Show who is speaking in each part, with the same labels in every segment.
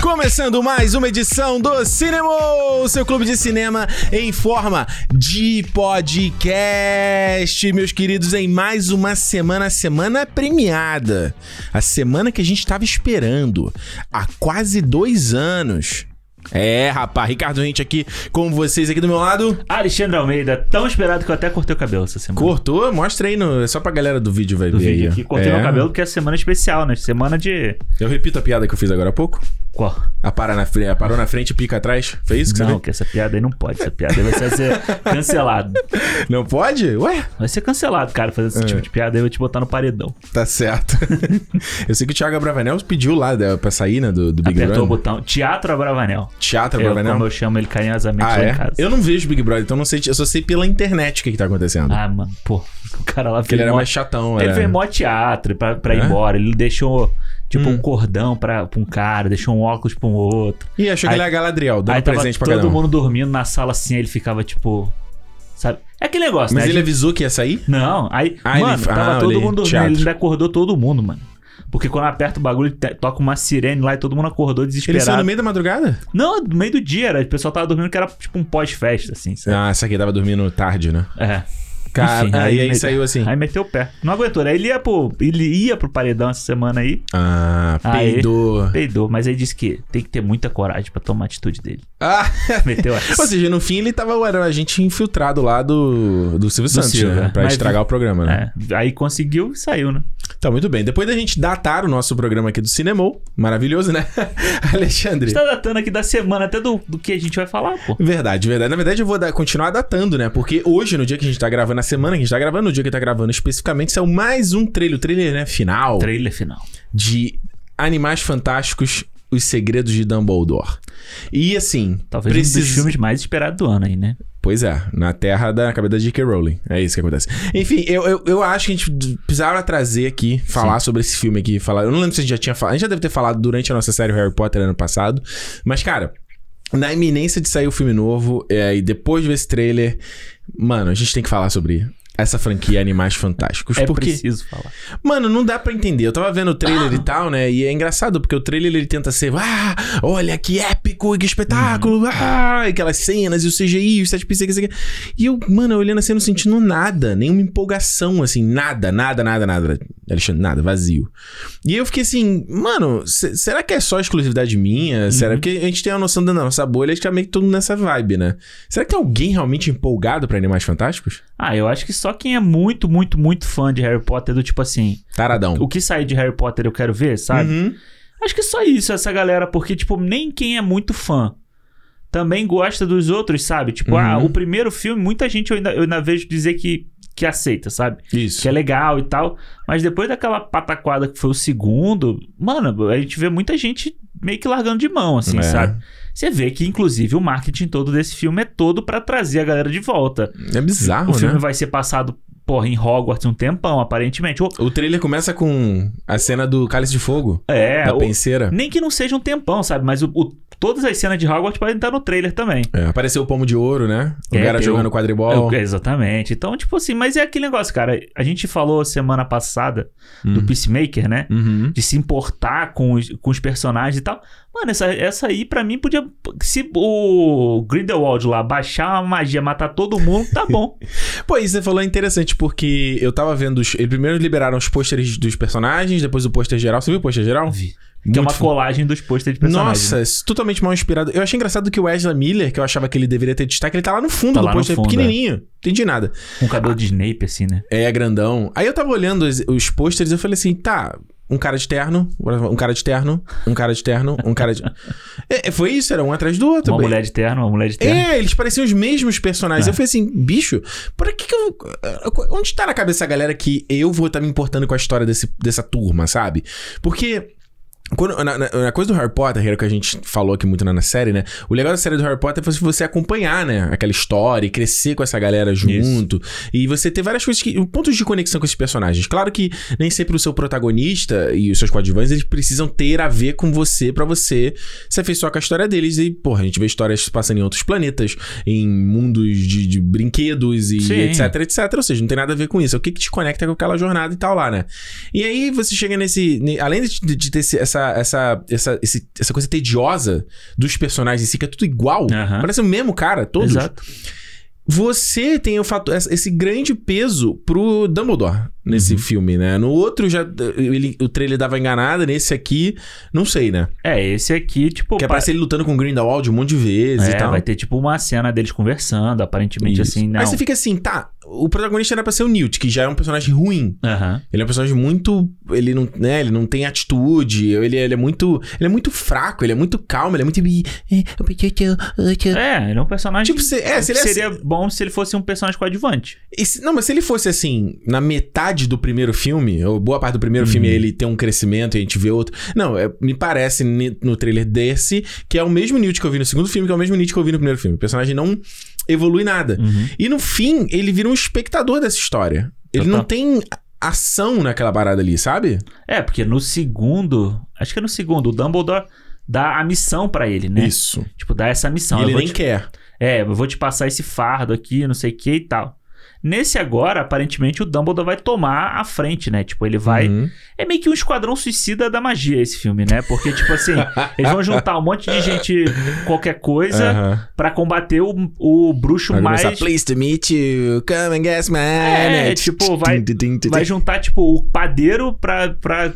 Speaker 1: começando mais uma edição do Cinema, o seu clube de cinema em forma de podcast, meus queridos, em mais uma semana, a semana premiada, a semana que a gente estava esperando há quase dois anos. É, rapaz, Ricardo Rente aqui com vocês aqui do meu lado.
Speaker 2: Alexandre Almeida, tão esperado que eu até cortei o cabelo essa semana.
Speaker 1: Cortou? Mostra aí, no, é só pra galera do vídeo vai
Speaker 2: Do
Speaker 1: ver aí,
Speaker 2: vídeo
Speaker 1: ó.
Speaker 2: aqui. Cortei
Speaker 1: É.
Speaker 2: meu cabelo porque é semana especial, né? Semana de.
Speaker 1: Eu repito a piada que eu fiz agora há pouco.
Speaker 2: Qual?
Speaker 1: A, para na fre- a parou na frente, pica atrás. Foi isso que
Speaker 2: não,
Speaker 1: você
Speaker 2: que essa piada aí não pode. Essa piada aí vai ser- ser cancelado.
Speaker 1: fez? Não pode? Ué?
Speaker 2: Vai ser cancelado, cara, fazer esse
Speaker 1: É.
Speaker 2: tipo de piada aí eu vou te botar no paredão.
Speaker 1: Tá certo. eu sei que o Thiago Abravanel pediu lá da- pra sair, né, do, do Big
Speaker 2: Apertou o
Speaker 1: Brother.
Speaker 2: botão. Teatro Abravanel.
Speaker 1: Teatro
Speaker 2: Eu, como
Speaker 1: Abravanel.
Speaker 2: eu chamo ele carinhosamente
Speaker 1: Ah,
Speaker 2: lá
Speaker 1: é?
Speaker 2: em casa.
Speaker 1: Eu não vejo Big Brother, então não sei, eu só sei pela internet o que, que tá acontecendo.
Speaker 2: Ah, mano, pô. O cara lá
Speaker 1: Porque ele era
Speaker 2: mó-
Speaker 1: mais é. chatão,
Speaker 2: Ele
Speaker 1: era-
Speaker 2: fez mó teatro pra, pra ir
Speaker 1: É?
Speaker 2: embora. Ele deixou, tipo,
Speaker 1: Hum.
Speaker 2: um cordão pra, pra um cara, deixou um óculos pra um outro.
Speaker 1: E achou que
Speaker 2: Aí-
Speaker 1: ele era Galadriel, dando
Speaker 2: Aí tava
Speaker 1: presente pra
Speaker 2: todo
Speaker 1: cada um.
Speaker 2: mundo dormindo na sala assim, aí ele ficava tipo. Sabe? É aquele negócio,
Speaker 1: Mas
Speaker 2: né?
Speaker 1: ele
Speaker 2: A gente-
Speaker 1: avisou que ia sair?
Speaker 2: Não, aí.
Speaker 1: Ah, ele-
Speaker 2: mano, tava
Speaker 1: ah,
Speaker 2: todo
Speaker 1: olhei.
Speaker 2: mundo dormindo,
Speaker 1: Teatro.
Speaker 2: ele ainda acordou todo mundo, mano. Porque quando aperta o bagulho, te- toca uma sirene lá e todo mundo acordou
Speaker 1: Ele saiu
Speaker 2: desesperado.
Speaker 1: no meio da madrugada?
Speaker 2: Não, no meio do dia, era, o pessoal tava dormindo que era tipo um pós-festa, assim. sabe?
Speaker 1: Ah, essa aqui tava dormindo tarde, né?
Speaker 2: É.
Speaker 1: Cara,
Speaker 2: Enfim,
Speaker 1: aí, aí
Speaker 2: meteu-
Speaker 1: saiu assim.
Speaker 2: Aí meteu o pé. Não aguentou, né? Ele ia pro, ele ia pro paredão essa semana aí,
Speaker 1: Ah,
Speaker 2: Aí.
Speaker 1: peidou.
Speaker 2: peidou, mas aí disse que tem que ter muita coragem pra tomar a atitude dele.
Speaker 1: Ah,
Speaker 2: Meteu essa.
Speaker 1: ou seja, no fim ele tava, era um agente infiltrado lá do, do Silvio Santos,
Speaker 2: Silvio,
Speaker 1: né?
Speaker 2: é.
Speaker 1: Pra
Speaker 2: Mas-
Speaker 1: estragar o programa, né?
Speaker 2: É, aí conseguiu e saiu, né?
Speaker 1: Então, muito bem. Depois da gente datar o nosso programa aqui do Cinemol, maravilhoso, né? Alexandre.
Speaker 2: tá datando aqui da semana, até do, do que a gente vai falar, pô.
Speaker 1: Verdade, verdade. Na verdade, eu vou dar- continuar datando, né? Porque hoje, no dia que a gente tá gravando, na semana que a gente tá gravando, no dia que tá gravando especificamente, saiu mais um trailer, o trailer, né? Final
Speaker 2: Trailer final.
Speaker 1: de Animais Fantásticos, Os Segredos de Dumbledore. E assim,
Speaker 2: Talvez um dos
Speaker 1: precisa-
Speaker 2: filmes mais esperados do ano aí, né?
Speaker 1: Pois é, na terra da cabeça da J.K. Rowling. É isso que acontece. Enfim, eu, eu, eu acho que a gente precisava trazer aqui, falar sobre esse filme aqui. Falar, eu não lembro se a gente já tinha falado. A gente já deve ter falado durante a nossa série Harry Potter ano passado. Mas, cara, na iminência de sair o filme novo, é, e depois de ver esse trailer, mano, a gente tem que falar sobre essa franquia Animais Fantásticos.
Speaker 2: É
Speaker 1: porque
Speaker 2: preciso falar.
Speaker 1: Mano, não dá pra entender. Eu tava vendo o trailer e tal, né? E é engraçado, porque o trailer ele tenta ser, ah, olha que épico e que espetáculo,
Speaker 2: Uhum.
Speaker 1: ah, e aquelas cenas e o CGI, os sete pixels, isso aqui. E eu, mano, olhando assim, não sentindo nada, nenhuma empolgação, assim, nada, nada, nada, nada. Alexandre, nada, vazio. E eu fiquei assim, mano, se- será que é só exclusividade minha? Será?
Speaker 2: Uhum.
Speaker 1: Porque a gente tem a noção da nossa bolha, a gente tá meio que todo mundo nessa vibe, né? Será que tem alguém realmente empolgado pra Animais Fantásticos?
Speaker 2: Ah, eu acho que só quem é muito, muito, muito fã de Harry Potter, do tipo assim,
Speaker 1: Taradão.
Speaker 2: o que sair de Harry Potter eu quero ver, sabe?
Speaker 1: Uhum.
Speaker 2: Acho que só isso, essa galera, porque, tipo, nem quem é muito fã também gosta dos outros, sabe? Tipo, ah,
Speaker 1: Uhum.
Speaker 2: o primeiro filme, muita gente eu ainda, eu ainda vejo dizer que, que aceita, sabe?
Speaker 1: Isso.
Speaker 2: que é legal e tal. Mas depois daquela pataquada que foi o segundo, mano, a gente vê muita gente meio que largando de mão, assim,
Speaker 1: É.
Speaker 2: sabe? Você vê que, inclusive, o marketing todo desse filme é todo pra trazer a galera de volta.
Speaker 1: É bizarro,
Speaker 2: o filme
Speaker 1: né?
Speaker 2: vai ser passado, porra, em Hogwarts um tempão, aparentemente. Ou,
Speaker 1: O trailer começa com a cena do Cálice de Fogo,
Speaker 2: é,
Speaker 1: da
Speaker 2: ou-
Speaker 1: penseira.
Speaker 2: nem que não seja um tempão, sabe? Mas o- o- todas as cenas de Hogwarts podem estar no trailer também.
Speaker 1: É, apareceu o pomo de ouro, né? O
Speaker 2: É,
Speaker 1: cara
Speaker 2: tem
Speaker 1: jogando
Speaker 2: o-
Speaker 1: quadribol.
Speaker 2: É, exatamente. Então, tipo assim, mas é aquele negócio, cara. A gente falou semana passada do
Speaker 1: Hum.
Speaker 2: Peacemaker, né?
Speaker 1: Uhum.
Speaker 2: de se importar com os, com os personagens e tal. Mano, essa, essa aí pra mim podia. Se o Grindelwald lá baixar a magia, matar todo mundo, tá bom.
Speaker 1: Pô, isso que você falou é interessante, porque eu tava vendo. Os... Eles primeiro liberaram os pôsteres dos personagens, depois o pôster geral. Você viu o pôster geral?
Speaker 2: Vi. que é
Speaker 1: Muito
Speaker 2: uma
Speaker 1: fo-
Speaker 2: colagem dos posters de personagens.
Speaker 1: Nossa, isso é totalmente mal inspirado. Eu achei engraçado que o Wesley Miller, que eu achava que ele deveria ter destaque, ele tá lá no fundo
Speaker 2: Tá
Speaker 1: do
Speaker 2: lá no
Speaker 1: pôster,
Speaker 2: fundo,
Speaker 1: pequenininho. Não entendi nada.
Speaker 2: né? Com cabelo de Snape, assim, né?
Speaker 1: É, grandão. Aí eu tava olhando os, os pôsteres e eu falei assim, tá, um cara de terno, um cara de terno, um cara de terno, um cara de... É, é, foi isso, era um atrás do outro.
Speaker 2: Uma
Speaker 1: bem.
Speaker 2: mulher de terno, uma mulher de terno.
Speaker 1: É, eles pareciam os mesmos personagens.
Speaker 2: É.
Speaker 1: Eu falei assim, bicho, por que que eu... Onde tá na cabeça a galera que eu vou estar me importando com a história desse, dessa turma, sabe? Porque... Quando, na, na- na coisa do Harry Potter, que era o que a gente falou aqui muito na, na série, né? O legal da série do Harry Potter foi você acompanhar, né? Aquela história e crescer com essa galera junto. E você ter várias coisas que. pontos de conexão com esses personagens. Claro que nem sempre o seu protagonista e os seus coadjuvantes, eles precisam ter a ver com você pra você se afeiçoar com a história deles. E, porra, a gente vê histórias se passando em outros planetas, em mundos de, de brinquedos e
Speaker 2: Sim.
Speaker 1: etc, etc. Ou seja, não tem nada a ver com isso. É o que, que te conecta com aquela jornada e tal lá, né? E aí você chega nesse. ne- Além de, de ter esse- essa essa, essa, essa, esse- essa coisa tediosa dos personagens em si, que é tudo igual.
Speaker 2: Aham.
Speaker 1: Parece o mesmo cara, todos.
Speaker 2: Exato.
Speaker 1: Você tem o fato, essa- esse grande peso pro Dumbledore nesse
Speaker 2: Uhum.
Speaker 1: filme, né? No outro, já ele- o trailer dava enganada, nesse aqui, não sei, né?
Speaker 2: É, esse aqui, tipo.
Speaker 1: Porque
Speaker 2: pa-
Speaker 1: aparece ele lutando com o Grindelwald um monte de vezes
Speaker 2: é,
Speaker 1: e tal.
Speaker 2: vai ter tipo uma cena deles conversando, aparentemente
Speaker 1: Isso.
Speaker 2: assim, não.
Speaker 1: Aí você fica assim, tá, o protagonista era pra ser o Newt, que já é um personagem ruim.
Speaker 2: Aham.
Speaker 1: Ele é um personagem muito. Ele não, né, ele não tem atitude. Ele, ele é muito. Ele é muito fraco, ele é muito calmo, ele é muito.
Speaker 2: É, ele é um personagem.
Speaker 1: eh, Tipo, se, é, se ele é
Speaker 2: seria bom se ele fosse um personagem coadjuvante.
Speaker 1: E se- não, mas se ele fosse assim, na metade do primeiro filme, ou boa parte do primeiro
Speaker 2: Uhum.
Speaker 1: filme ele tem um crescimento e a gente vê outro. Não, é- me parece ni- no trailer desse que é o mesmo Newt que eu vi no segundo filme, que é o mesmo Newt que eu vi no primeiro filme. O personagem não evolui nada. E no fim, ele vira um espectador dessa história. Ele
Speaker 2: Total.
Speaker 1: não tem ação naquela parada ali, sabe?
Speaker 2: É, porque no segundo. Acho que é no segundo, o Dumbledore dá a missão pra ele, né?
Speaker 1: Isso.
Speaker 2: Tipo, dá essa missão.
Speaker 1: e
Speaker 2: eu
Speaker 1: ele
Speaker 2: vou
Speaker 1: nem
Speaker 2: te-
Speaker 1: quer.
Speaker 2: É, eu vou te passar esse fardo aqui, não sei o que e tal. Nesse agora, aparentemente, o Dumbledore vai tomar a frente, né? Tipo, ele vai.
Speaker 1: Uhum.
Speaker 2: É meio que um esquadrão suicida da magia esse filme, né? Porque, tipo assim, eles vão juntar um monte de gente, qualquer coisa,
Speaker 1: Aham.
Speaker 2: pra combater o, o bruxo
Speaker 1: Vai
Speaker 2: é. mais.
Speaker 1: Uhum. começar, Pleased to meet you, come and guess Né? my
Speaker 2: É,
Speaker 1: name."
Speaker 2: tipo, vai-
Speaker 1: Tum, tum, tum, tum.
Speaker 2: Vai juntar, tipo, o padeiro pra, pra,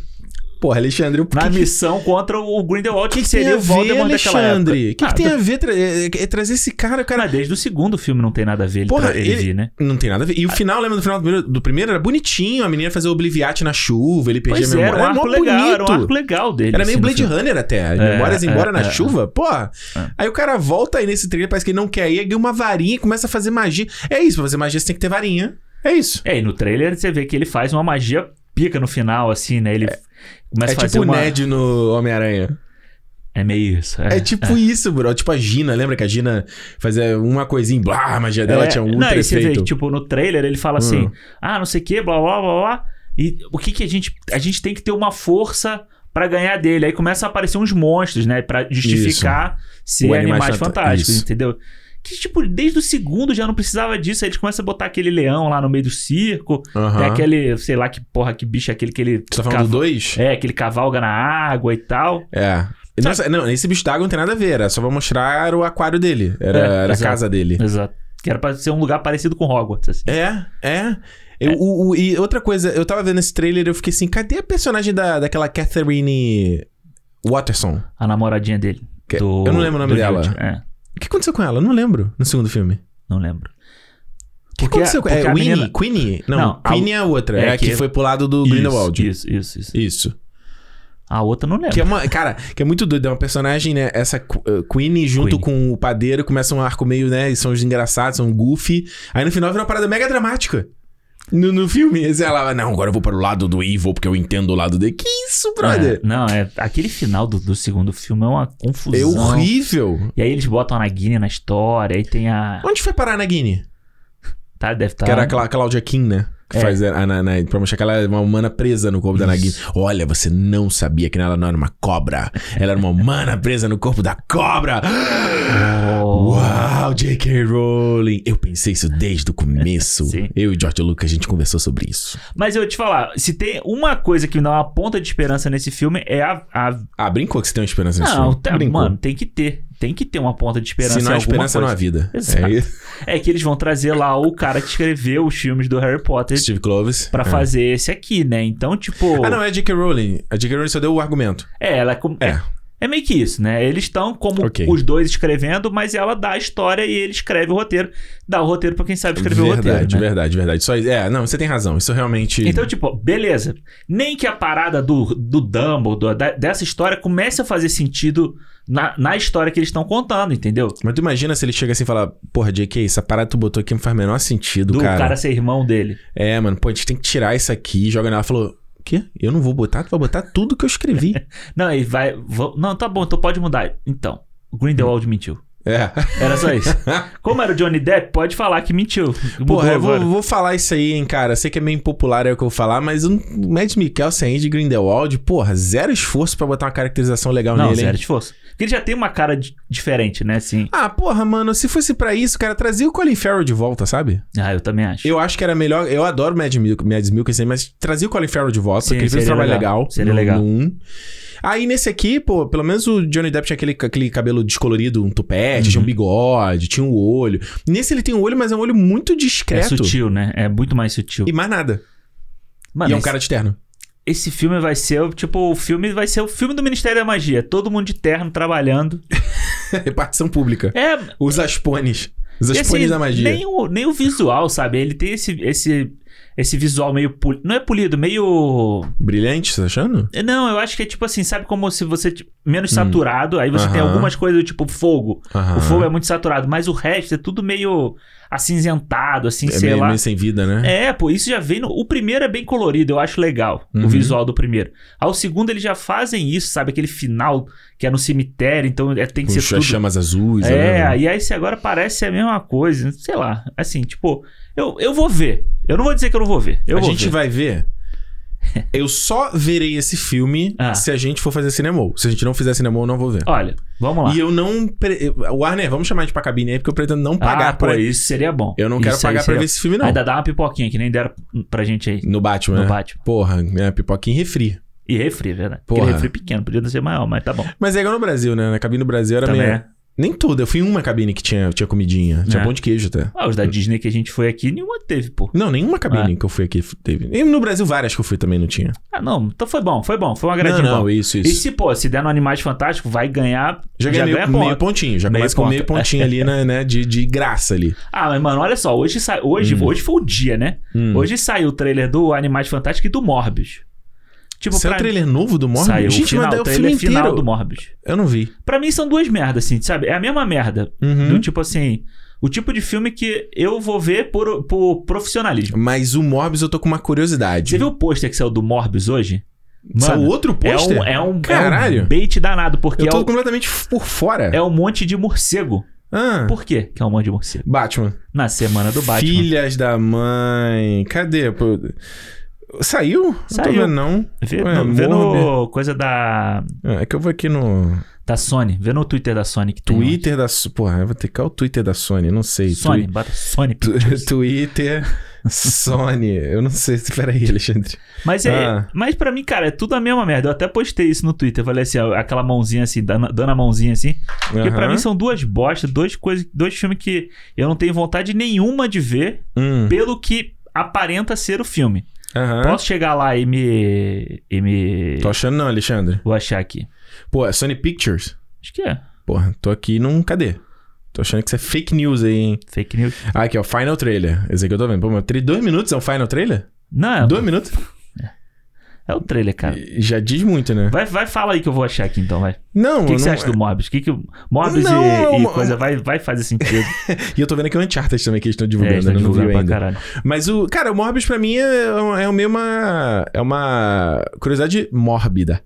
Speaker 1: Porra, Alexandre, o
Speaker 2: na
Speaker 1: que-
Speaker 2: missão contra o Grindelwald, que,
Speaker 1: que
Speaker 2: seria o Voldemort daquela época.
Speaker 1: Alexandre? O que, que
Speaker 2: Ah,
Speaker 1: tem a ver tra- é- é- é trazer esse cara, o cara...
Speaker 2: Mas desde o segundo filme não tem nada a ver ele,
Speaker 1: Porra,
Speaker 2: tra- ele
Speaker 1: ele-
Speaker 2: vir, né?
Speaker 1: Não tem nada a ver. E o final, lembra do final do primeiro, do primeiro? Era bonitinho, a menina fazia obliviate na chuva, ele perdia
Speaker 2: Pois
Speaker 1: a
Speaker 2: é,
Speaker 1: memória.
Speaker 2: era um arco
Speaker 1: mó
Speaker 2: legal,
Speaker 1: bonito.
Speaker 2: era um arco legal dele.
Speaker 1: Era meio
Speaker 2: assim, no
Speaker 1: Blade
Speaker 2: filme.
Speaker 1: Runner até. As
Speaker 2: É,
Speaker 1: memórias
Speaker 2: é,
Speaker 1: embora na
Speaker 2: é,
Speaker 1: chuva. Porra.
Speaker 2: É.
Speaker 1: Aí o cara volta aí nesse trailer, parece que ele não quer ir, ganha uma varinha e começa a fazer magia. É isso, pra fazer magia você tem que ter varinha. É isso.
Speaker 2: É, e no trailer você vê que ele faz uma magia pica no final, assim, né? Ele começa
Speaker 1: é
Speaker 2: a fazer
Speaker 1: tipo o
Speaker 2: uma...
Speaker 1: Ned no Homem-Aranha.
Speaker 2: É meio isso.
Speaker 1: É, tipo isso, bro. Tipo a Gina, lembra que a Gina fazia uma coisinha, blá, a magia dela
Speaker 2: É,
Speaker 1: tinha um
Speaker 2: não,
Speaker 1: ultra
Speaker 2: e você vê,
Speaker 1: efeito.
Speaker 2: que, tipo, no trailer ele fala assim,
Speaker 1: Hum.
Speaker 2: ah, não sei o que, blá, blá, blá, blá. E o que que a gente... A gente tem que ter uma força pra ganhar dele. Aí começam a aparecer uns monstros, né? Pra justificar ser
Speaker 1: O Animais
Speaker 2: animais,
Speaker 1: Fanta-
Speaker 2: fantásticos,
Speaker 1: isso.
Speaker 2: entendeu? Que, tipo, desde o segundo já não precisava disso. Aí eles começam a botar aquele leão lá no meio do circo.
Speaker 1: Aham.
Speaker 2: Tem aquele, sei lá que porra, que bicho é aquele que ele...
Speaker 1: Você tá falando do
Speaker 2: cava-
Speaker 1: dois?
Speaker 2: É, que ele cavalga na água e tal.
Speaker 1: É. Nossa, não, esse bicho d'água não tem nada a ver, era só pra mostrar o aquário dele. Era,
Speaker 2: É,
Speaker 1: era a
Speaker 2: exato.
Speaker 1: casa dele.
Speaker 2: Exato. Que era pra ser um lugar parecido com Hogwarts, assim.
Speaker 1: É, é. Eu- o- o- e outra coisa, eu tava vendo esse trailer e eu fiquei assim, cadê a personagem da, daquela Catherine Watterson?
Speaker 2: A namoradinha dele.
Speaker 1: Que- é-
Speaker 2: do-
Speaker 1: eu não lembro o nome
Speaker 2: do
Speaker 1: dela.
Speaker 2: Newt. É,
Speaker 1: O que aconteceu com ela? Eu não lembro no segundo filme.
Speaker 2: não lembro.
Speaker 1: O que aconteceu com ela? É,
Speaker 2: a
Speaker 1: Winnie?
Speaker 2: menina-
Speaker 1: Queenie? Não,
Speaker 2: Não, a-
Speaker 1: Queenie é a outra. É,
Speaker 2: é
Speaker 1: a que,
Speaker 2: que-
Speaker 1: foi pro lado do
Speaker 2: Isso,
Speaker 1: Grindelwald.
Speaker 2: Isso, isso, isso.
Speaker 1: Isso.
Speaker 2: A outra não lembro.
Speaker 1: Que é uma. Cara, que é muito doido. É uma personagem, né? Essa Qu- eh, Queenie junto
Speaker 2: Queenie.
Speaker 1: com o padeiro começa um arco meio, né? E são os engraçados, são goofy. Aí no final vira uma parada mega dramática. No, no filme, Aí ela, não, agora eu vou para o lado do evil, porque eu entendo o lado dele. Que isso, brother?
Speaker 2: É, não, é aquele final do, do segundo filme é uma confusão.
Speaker 1: É, horrível.
Speaker 2: E aí eles botam a Nagini na história, aí tem a.
Speaker 1: Onde foi parar a Nagini?
Speaker 2: Tá, deve estar.
Speaker 1: Que era a Cla- Claudia Kim, né? Que
Speaker 2: É.
Speaker 1: faz a, a, na- na- pra mostrar que ela é uma humana presa no corpo da Nagini. Olha, você não sabia que ela não era uma cobra. Ela era uma humana presa no corpo da cobra.
Speaker 2: Oh,
Speaker 1: Uau, J.K. Rowling! Eu pensei isso desde o começo.
Speaker 2: Sim.
Speaker 1: Eu e George Lucas, a gente conversou sobre isso.
Speaker 2: Mas eu vou te falar, se tem uma coisa que me dá uma ponta de esperança nesse filme é a. a...
Speaker 1: Ah, brincou que você tem uma esperança nisso?
Speaker 2: Não, tá,
Speaker 1: brincou.
Speaker 2: mano, tem que ter. Tem que ter uma ponta de esperança.
Speaker 1: Se não há
Speaker 2: em alguma
Speaker 1: esperança, não há
Speaker 2: coisa.
Speaker 1: vida.
Speaker 2: Exato.
Speaker 1: É isso.
Speaker 2: É que eles vão trazer lá o cara que escreveu os filmes do Harry Potter
Speaker 1: Steve Clovis.
Speaker 2: pra
Speaker 1: É.
Speaker 2: fazer esse aqui, né? Então, tipo.
Speaker 1: Ah, não, é a J.K. Rowling. A J.K. Rowling só deu o argumento.
Speaker 2: É, ela é como.
Speaker 1: É.
Speaker 2: É. é meio que isso, né? Eles estão como
Speaker 1: Ok.
Speaker 2: os dois escrevendo, mas ela dá a história e ele escreve o roteiro. Dá o roteiro pra quem sabe escrever
Speaker 1: verdade,
Speaker 2: o roteiro. né?
Speaker 1: verdade, verdade. Só, é, não, você tem razão. Isso realmente.
Speaker 2: Então, tipo, beleza. Nem que a parada do, do Dumbledore, da- dessa história, comece a fazer sentido na, na história que eles estão contando, entendeu?
Speaker 1: Mas tu imagina se ele chega assim e fala: Porra, J.K., essa parada que tu botou aqui não faz o menor sentido,
Speaker 2: Do cara,
Speaker 1: cara.
Speaker 2: ser irmão dele.
Speaker 1: É, mano, pô, a gente tem que tirar isso aqui. Joga nela. Ela falou: Quê? Eu não vou botar, tu vai botar tudo que eu escrevi.
Speaker 2: Não, ele vai. vou- não, tá bom, então pode mudar. Então, o Grindelwald mentiu.
Speaker 1: É.
Speaker 2: Era só isso. Como era o Johnny Depp, pode falar que mentiu. Mudou
Speaker 1: Porra, eu vou,
Speaker 2: agora.
Speaker 1: vou falar isso aí, hein, cara. Sei que é meio impopular é o que eu vou falar, mas um Mads Mikkelsen aí de Grindelwald, porra, zero esforço pra botar uma caracterização legal
Speaker 2: Não,
Speaker 1: nele, hein?
Speaker 2: zero esforço. Porque ele já tem uma cara di- diferente, né? Assim.
Speaker 1: Ah, porra, mano, se fosse pra isso, cara, trazia o Colin Farrell de volta, sabe?
Speaker 2: Ah, eu também acho.
Speaker 1: Eu acho que era melhor. Eu adoro Mad Mil- Mads Mikkelsen, mas trazia o Colin Farrell de volta,
Speaker 2: Sim,
Speaker 1: porque ele fez um
Speaker 2: seria
Speaker 1: trabalho
Speaker 2: legal.
Speaker 1: legal.
Speaker 2: Seria
Speaker 1: no-
Speaker 2: legal.
Speaker 1: no um. Aí nesse aqui, pô, pelo menos o Johnny Depp tinha aquele, aquele cabelo descolorido, um tupete,
Speaker 2: Uhum.
Speaker 1: tinha um bigode, tinha um olho. Nesse ele tem um olho, mas é um olho muito
Speaker 2: é
Speaker 1: discreto.
Speaker 2: sutil, né? É muito mais sutil.
Speaker 1: E mais nada.
Speaker 2: Mano,
Speaker 1: e é um
Speaker 2: esse-
Speaker 1: cara de terno.
Speaker 2: esse filme vai ser, o- tipo, o filme vai ser o filme do Ministério da Magia. Todo mundo de terno trabalhando.
Speaker 1: Repartição pública.
Speaker 2: É,
Speaker 1: Os aspones. Os
Speaker 2: E, assim,
Speaker 1: aspones da magia.
Speaker 2: Nem o, nem o visual, sabe? Ele tem esse, esse, esse visual meio polido. Não é polido, meio.
Speaker 1: Brilhante, você tá achando?
Speaker 2: Não, eu acho que é tipo assim, sabe como se você. tipo, Menos saturado, aí você tem
Speaker 1: Hum. Aham.
Speaker 2: algumas coisas tipo fogo.
Speaker 1: Aham.
Speaker 2: O fogo é muito saturado, mas o resto é tudo meio acinzentado, assim,
Speaker 1: É
Speaker 2: sei
Speaker 1: meio,
Speaker 2: lá.
Speaker 1: meio sem vida, né?
Speaker 2: É, pô, isso já vem no. O primeiro é bem colorido, eu acho legal. O
Speaker 1: Uhum.
Speaker 2: visual do primeiro. Ao segundo, eles já fazem isso, sabe? Aquele final que é no cemitério, então é, tem que
Speaker 1: Com
Speaker 2: ser
Speaker 1: as
Speaker 2: tudo.
Speaker 1: chamas azuis.
Speaker 2: É,
Speaker 1: né?
Speaker 2: e aí se agora parece a mesma coisa, sei lá. Assim, tipo, eu, eu vou ver. Eu não vou dizer que eu não vou ver. Eu
Speaker 1: a
Speaker 2: vou
Speaker 1: gente
Speaker 2: ver.
Speaker 1: vai ver. Eu só verei esse filme
Speaker 2: Ah.
Speaker 1: se a gente for fazer cinema. Se a gente não fizer cinema, eu não vou ver.
Speaker 2: Olha, vamos lá.
Speaker 1: E eu não. Pre... Warner, vamos chamar a gente pra cabine aí, porque eu pretendo não pagar
Speaker 2: ah, pô,
Speaker 1: pra
Speaker 2: isso seria bom.
Speaker 1: Eu não quero
Speaker 2: Isso aí
Speaker 1: pagar pra
Speaker 2: seria-
Speaker 1: ver esse filme, não.
Speaker 2: Ainda dá uma pipoquinha que nem deram pra gente aí
Speaker 1: No Batman,
Speaker 2: no
Speaker 1: né?
Speaker 2: Batman.
Speaker 1: Porra, né? pipoquinha e refri.
Speaker 2: E refri, é verdade.
Speaker 1: Porra.
Speaker 2: Aquele refri pequeno, podia não ser maior, mas tá bom.
Speaker 1: Mas é igual no Brasil, né? Na cabine do Brasil era
Speaker 2: Também
Speaker 1: meio.
Speaker 2: é.
Speaker 1: Nem tudo. Eu fui em uma cabine que tinha, tinha comidinha. Tinha
Speaker 2: É.
Speaker 1: pão de queijo até.
Speaker 2: Ah, os da Disney que a gente foi aqui, nenhuma teve, pô.
Speaker 1: Não, nenhuma cabine que eu fui aqui teve. E no Brasil, várias que eu fui também não tinha.
Speaker 2: Ah, não. Então foi bom, foi bom. Foi uma
Speaker 1: Não,
Speaker 2: agradinha
Speaker 1: não,
Speaker 2: bom.
Speaker 1: isso,
Speaker 2: E
Speaker 1: isso.
Speaker 2: se, pô, se der no Animais Fantásticos, vai ganhar.
Speaker 1: Já
Speaker 2: já
Speaker 1: ganhei
Speaker 2: ganha
Speaker 1: meio,
Speaker 2: ponto.
Speaker 1: meio pontinho. Já
Speaker 2: é Meio
Speaker 1: começa com
Speaker 2: ponto.
Speaker 1: meio pontinho ali, né? né, De, de graça ali.
Speaker 2: Ah, mas, mano, olha só. Hoje, sai... hoje, hoje foi o dia, né?
Speaker 1: Hum.
Speaker 2: Hoje saiu o trailer do Animais Fantásticos e do Morbius. Tipo,
Speaker 1: Isso é o
Speaker 2: pra-
Speaker 1: trailer novo do Morbius?
Speaker 2: Saiu o
Speaker 1: Gente,
Speaker 2: final,
Speaker 1: mas daí
Speaker 2: o
Speaker 1: o filme
Speaker 2: trailer é final
Speaker 1: inteiro.
Speaker 2: do Morbius.
Speaker 1: Eu não vi.
Speaker 2: Pra mim são duas merdas, assim, sabe? É a mesma merda.
Speaker 1: Uhum.
Speaker 2: Do tipo assim, o tipo de filme que eu vou ver por, por profissionalismo.
Speaker 1: Mas o Morbius eu tô com uma curiosidade.
Speaker 2: Você viu o pôster que saiu do Morbius hoje?
Speaker 1: Saiu
Speaker 2: Mano,
Speaker 1: outro
Speaker 2: é
Speaker 1: pôster?
Speaker 2: um, é um, é um
Speaker 1: Caralho.
Speaker 2: bait danado, porque
Speaker 1: Eu
Speaker 2: é,
Speaker 1: tô
Speaker 2: um-
Speaker 1: completamente f- por fora.
Speaker 2: é um monte de morcego.
Speaker 1: Ah,
Speaker 2: Por quê que é um monte de morcego?
Speaker 1: Batman.
Speaker 2: Na semana É do Batman.
Speaker 1: Filhas da mãe. Cadê? Pô, Saiu? Não tô
Speaker 2: Saiu.
Speaker 1: vendo, não.
Speaker 2: Vê,
Speaker 1: Ué,
Speaker 2: no, vê no
Speaker 1: Morbius.
Speaker 2: coisa da,
Speaker 1: Ah, É que eu vou aqui no
Speaker 2: da Sony. Vê no Twitter da Sony que tem. lá.
Speaker 1: Twitter da... So- Porra, eu vou ter que é o Twitter da Sony, não sei.
Speaker 2: Sony, bota Sony.
Speaker 1: Tu- Twitter, Sony. Eu não sei. Peraí, Alexandre.
Speaker 2: Mas, é,
Speaker 1: Ah.
Speaker 2: mas pra mim, cara, é tudo a mesma merda. Eu até postei isso no Twitter. Falei assim, ó, aquela mãozinha assim, dando, dando a mãozinha assim. Porque pra
Speaker 1: Aham.
Speaker 2: mim são duas bostas, dois, coisas, dois filmes que eu não tenho vontade nenhuma de ver,
Speaker 1: Hum,
Speaker 2: pelo que aparenta ser o filme.
Speaker 1: aham.
Speaker 2: Posso chegar lá e me. e me.
Speaker 1: Tô achando não, Alexandre.
Speaker 2: Vou achar aqui.
Speaker 1: Pô, é Sony Pictures.
Speaker 2: Acho que é.
Speaker 1: Porra, tô aqui num... Cadê? Tô achando que isso é fake news aí, hein?
Speaker 2: Fake news.
Speaker 1: Ah, aqui, ó. Final trailer. Esse aqui eu tô vendo. Pô, mas tri- dois minutos é um final trailer?
Speaker 2: Não, é,
Speaker 1: Dois minutos?
Speaker 2: é o trailer, cara.
Speaker 1: E- Já diz muito, né?
Speaker 2: Vai, vai, fala aí que eu vou achar aqui então, vai.
Speaker 1: Não,
Speaker 2: O que,
Speaker 1: não... é.
Speaker 2: que você acha do Morbius? O que, que o Morbius e-
Speaker 1: Não,
Speaker 2: e,
Speaker 1: eu-
Speaker 2: coisa vai, vai fazer sentido?
Speaker 1: E eu tô vendo aqui o Uncharted também que eles estão divulgando,
Speaker 2: é,
Speaker 1: né?
Speaker 2: estão
Speaker 1: não
Speaker 2: divulgando
Speaker 1: viu
Speaker 2: pra
Speaker 1: ainda.
Speaker 2: caralho.
Speaker 1: Mas o. Cara, o Morbius pra mim é, é meio uma. É uma curiosidade mórbida.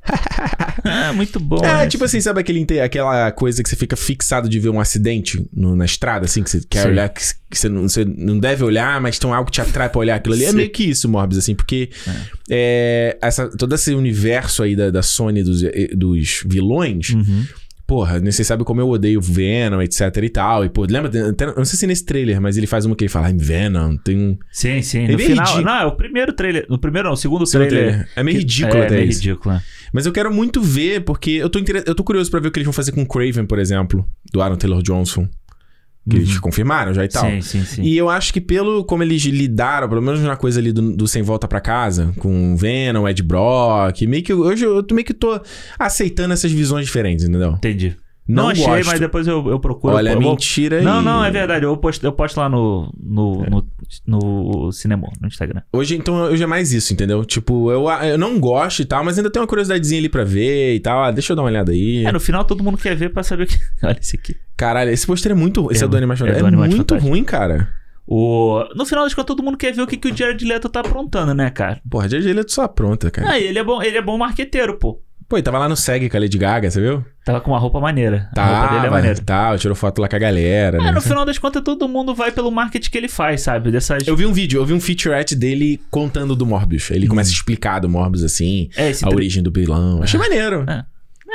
Speaker 2: Ah, muito bom.
Speaker 1: é,
Speaker 2: né?
Speaker 1: tipo assim, sabe aquele, inte- aquela coisa que você fica fixado de ver um acidente no- na estrada, assim, que você quer
Speaker 2: Sim.
Speaker 1: olhar, que, c- que você, não, você não deve olhar, mas tem algo que te atrai pra olhar aquilo ali. É
Speaker 2: Sim.
Speaker 1: meio que isso, Morbius, assim, porque é, essa, todo esse universo aí da, da Sony dos, eh, dos vilões.
Speaker 2: Uhum.
Speaker 1: Porra, nem vocês sabem como eu odeio Venom, etc e tal. E, pô, lembra? até- eu não sei se nesse trailer, mas ele faz uma que ele fala, "I'm Venom, tem um.
Speaker 2: Sim, sim.
Speaker 1: É
Speaker 2: No
Speaker 1: meio
Speaker 2: final.
Speaker 1: ridículo.
Speaker 2: Não, é o primeiro trailer. No primeiro, não, o segundo
Speaker 1: Sei lá,
Speaker 2: trailer.
Speaker 1: trailer. É meio
Speaker 2: que-
Speaker 1: ridículo
Speaker 2: é,
Speaker 1: até
Speaker 2: meio
Speaker 1: isso.
Speaker 2: ridículo. né?
Speaker 1: Mas eu quero muito ver, porque eu tô, inter... eu tô curioso pra ver o que eles vão fazer com o Craven, por exemplo, do Aaron Taylor Johnson. Que
Speaker 2: Uhum.
Speaker 1: eles confirmaram já e tal.
Speaker 2: Sim, sim, sim.
Speaker 1: E eu acho que pelo como eles lidaram, pelo menos na coisa ali do, do Sem Volta pra Casa, com o Venom, Ed Brock, meio que eu- hoje eu, tô meio que tô aceitando essas visões diferentes, entendeu?
Speaker 2: Entendi.
Speaker 1: Não,
Speaker 2: achei,
Speaker 1: gosto.
Speaker 2: mas depois eu, eu procuro.
Speaker 1: Olha,
Speaker 2: eu, vou-
Speaker 1: mentira
Speaker 2: Não,
Speaker 1: e-
Speaker 2: não, é verdade. Eu posto, eu posto lá no, no,
Speaker 1: É.
Speaker 2: no, no cinema, no Instagram.
Speaker 1: Hoje, então, hoje é mais isso, entendeu? Tipo, eu, eu não gosto e tal, mas ainda tem uma curiosidadezinha ali pra ver e tal. Ah, deixa eu dar uma olhada aí.
Speaker 2: É, no final todo mundo quer ver pra saber o que. Olha esse aqui.
Speaker 1: Caralho, esse pôster é muito. Esse é,
Speaker 2: É,
Speaker 1: do Animais
Speaker 2: é do
Speaker 1: Fantásticos. É,
Speaker 2: Animais
Speaker 1: muito
Speaker 2: Fantásticos.
Speaker 1: ruim, cara.
Speaker 2: O... No final das contas, todo mundo quer ver o que, que o Jared Leto tá aprontando, né, cara?
Speaker 1: Porra, Jared Leto só apronta, cara.
Speaker 2: Ah, ele é bom, ele é bom é marqueteiro, pô.
Speaker 1: Pô, ele tava lá no SEG com a Lady Gaga, você viu?
Speaker 2: Tava com uma roupa maneira.
Speaker 1: Tá,
Speaker 2: a roupa dele é
Speaker 1: Tava,
Speaker 2: maneira.
Speaker 1: tava, tirou foto lá com a galera.
Speaker 2: É,
Speaker 1: né?
Speaker 2: no final das contas, todo mundo vai pelo marketing que ele faz, sabe? Dessas.
Speaker 1: Eu vi um vídeo, eu vi um featurette dele contando do Morbius. Ele começa a explicar do Morbius, assim,
Speaker 2: É, esse
Speaker 1: a
Speaker 2: tri-
Speaker 1: origem do pilão. Achei maneiro.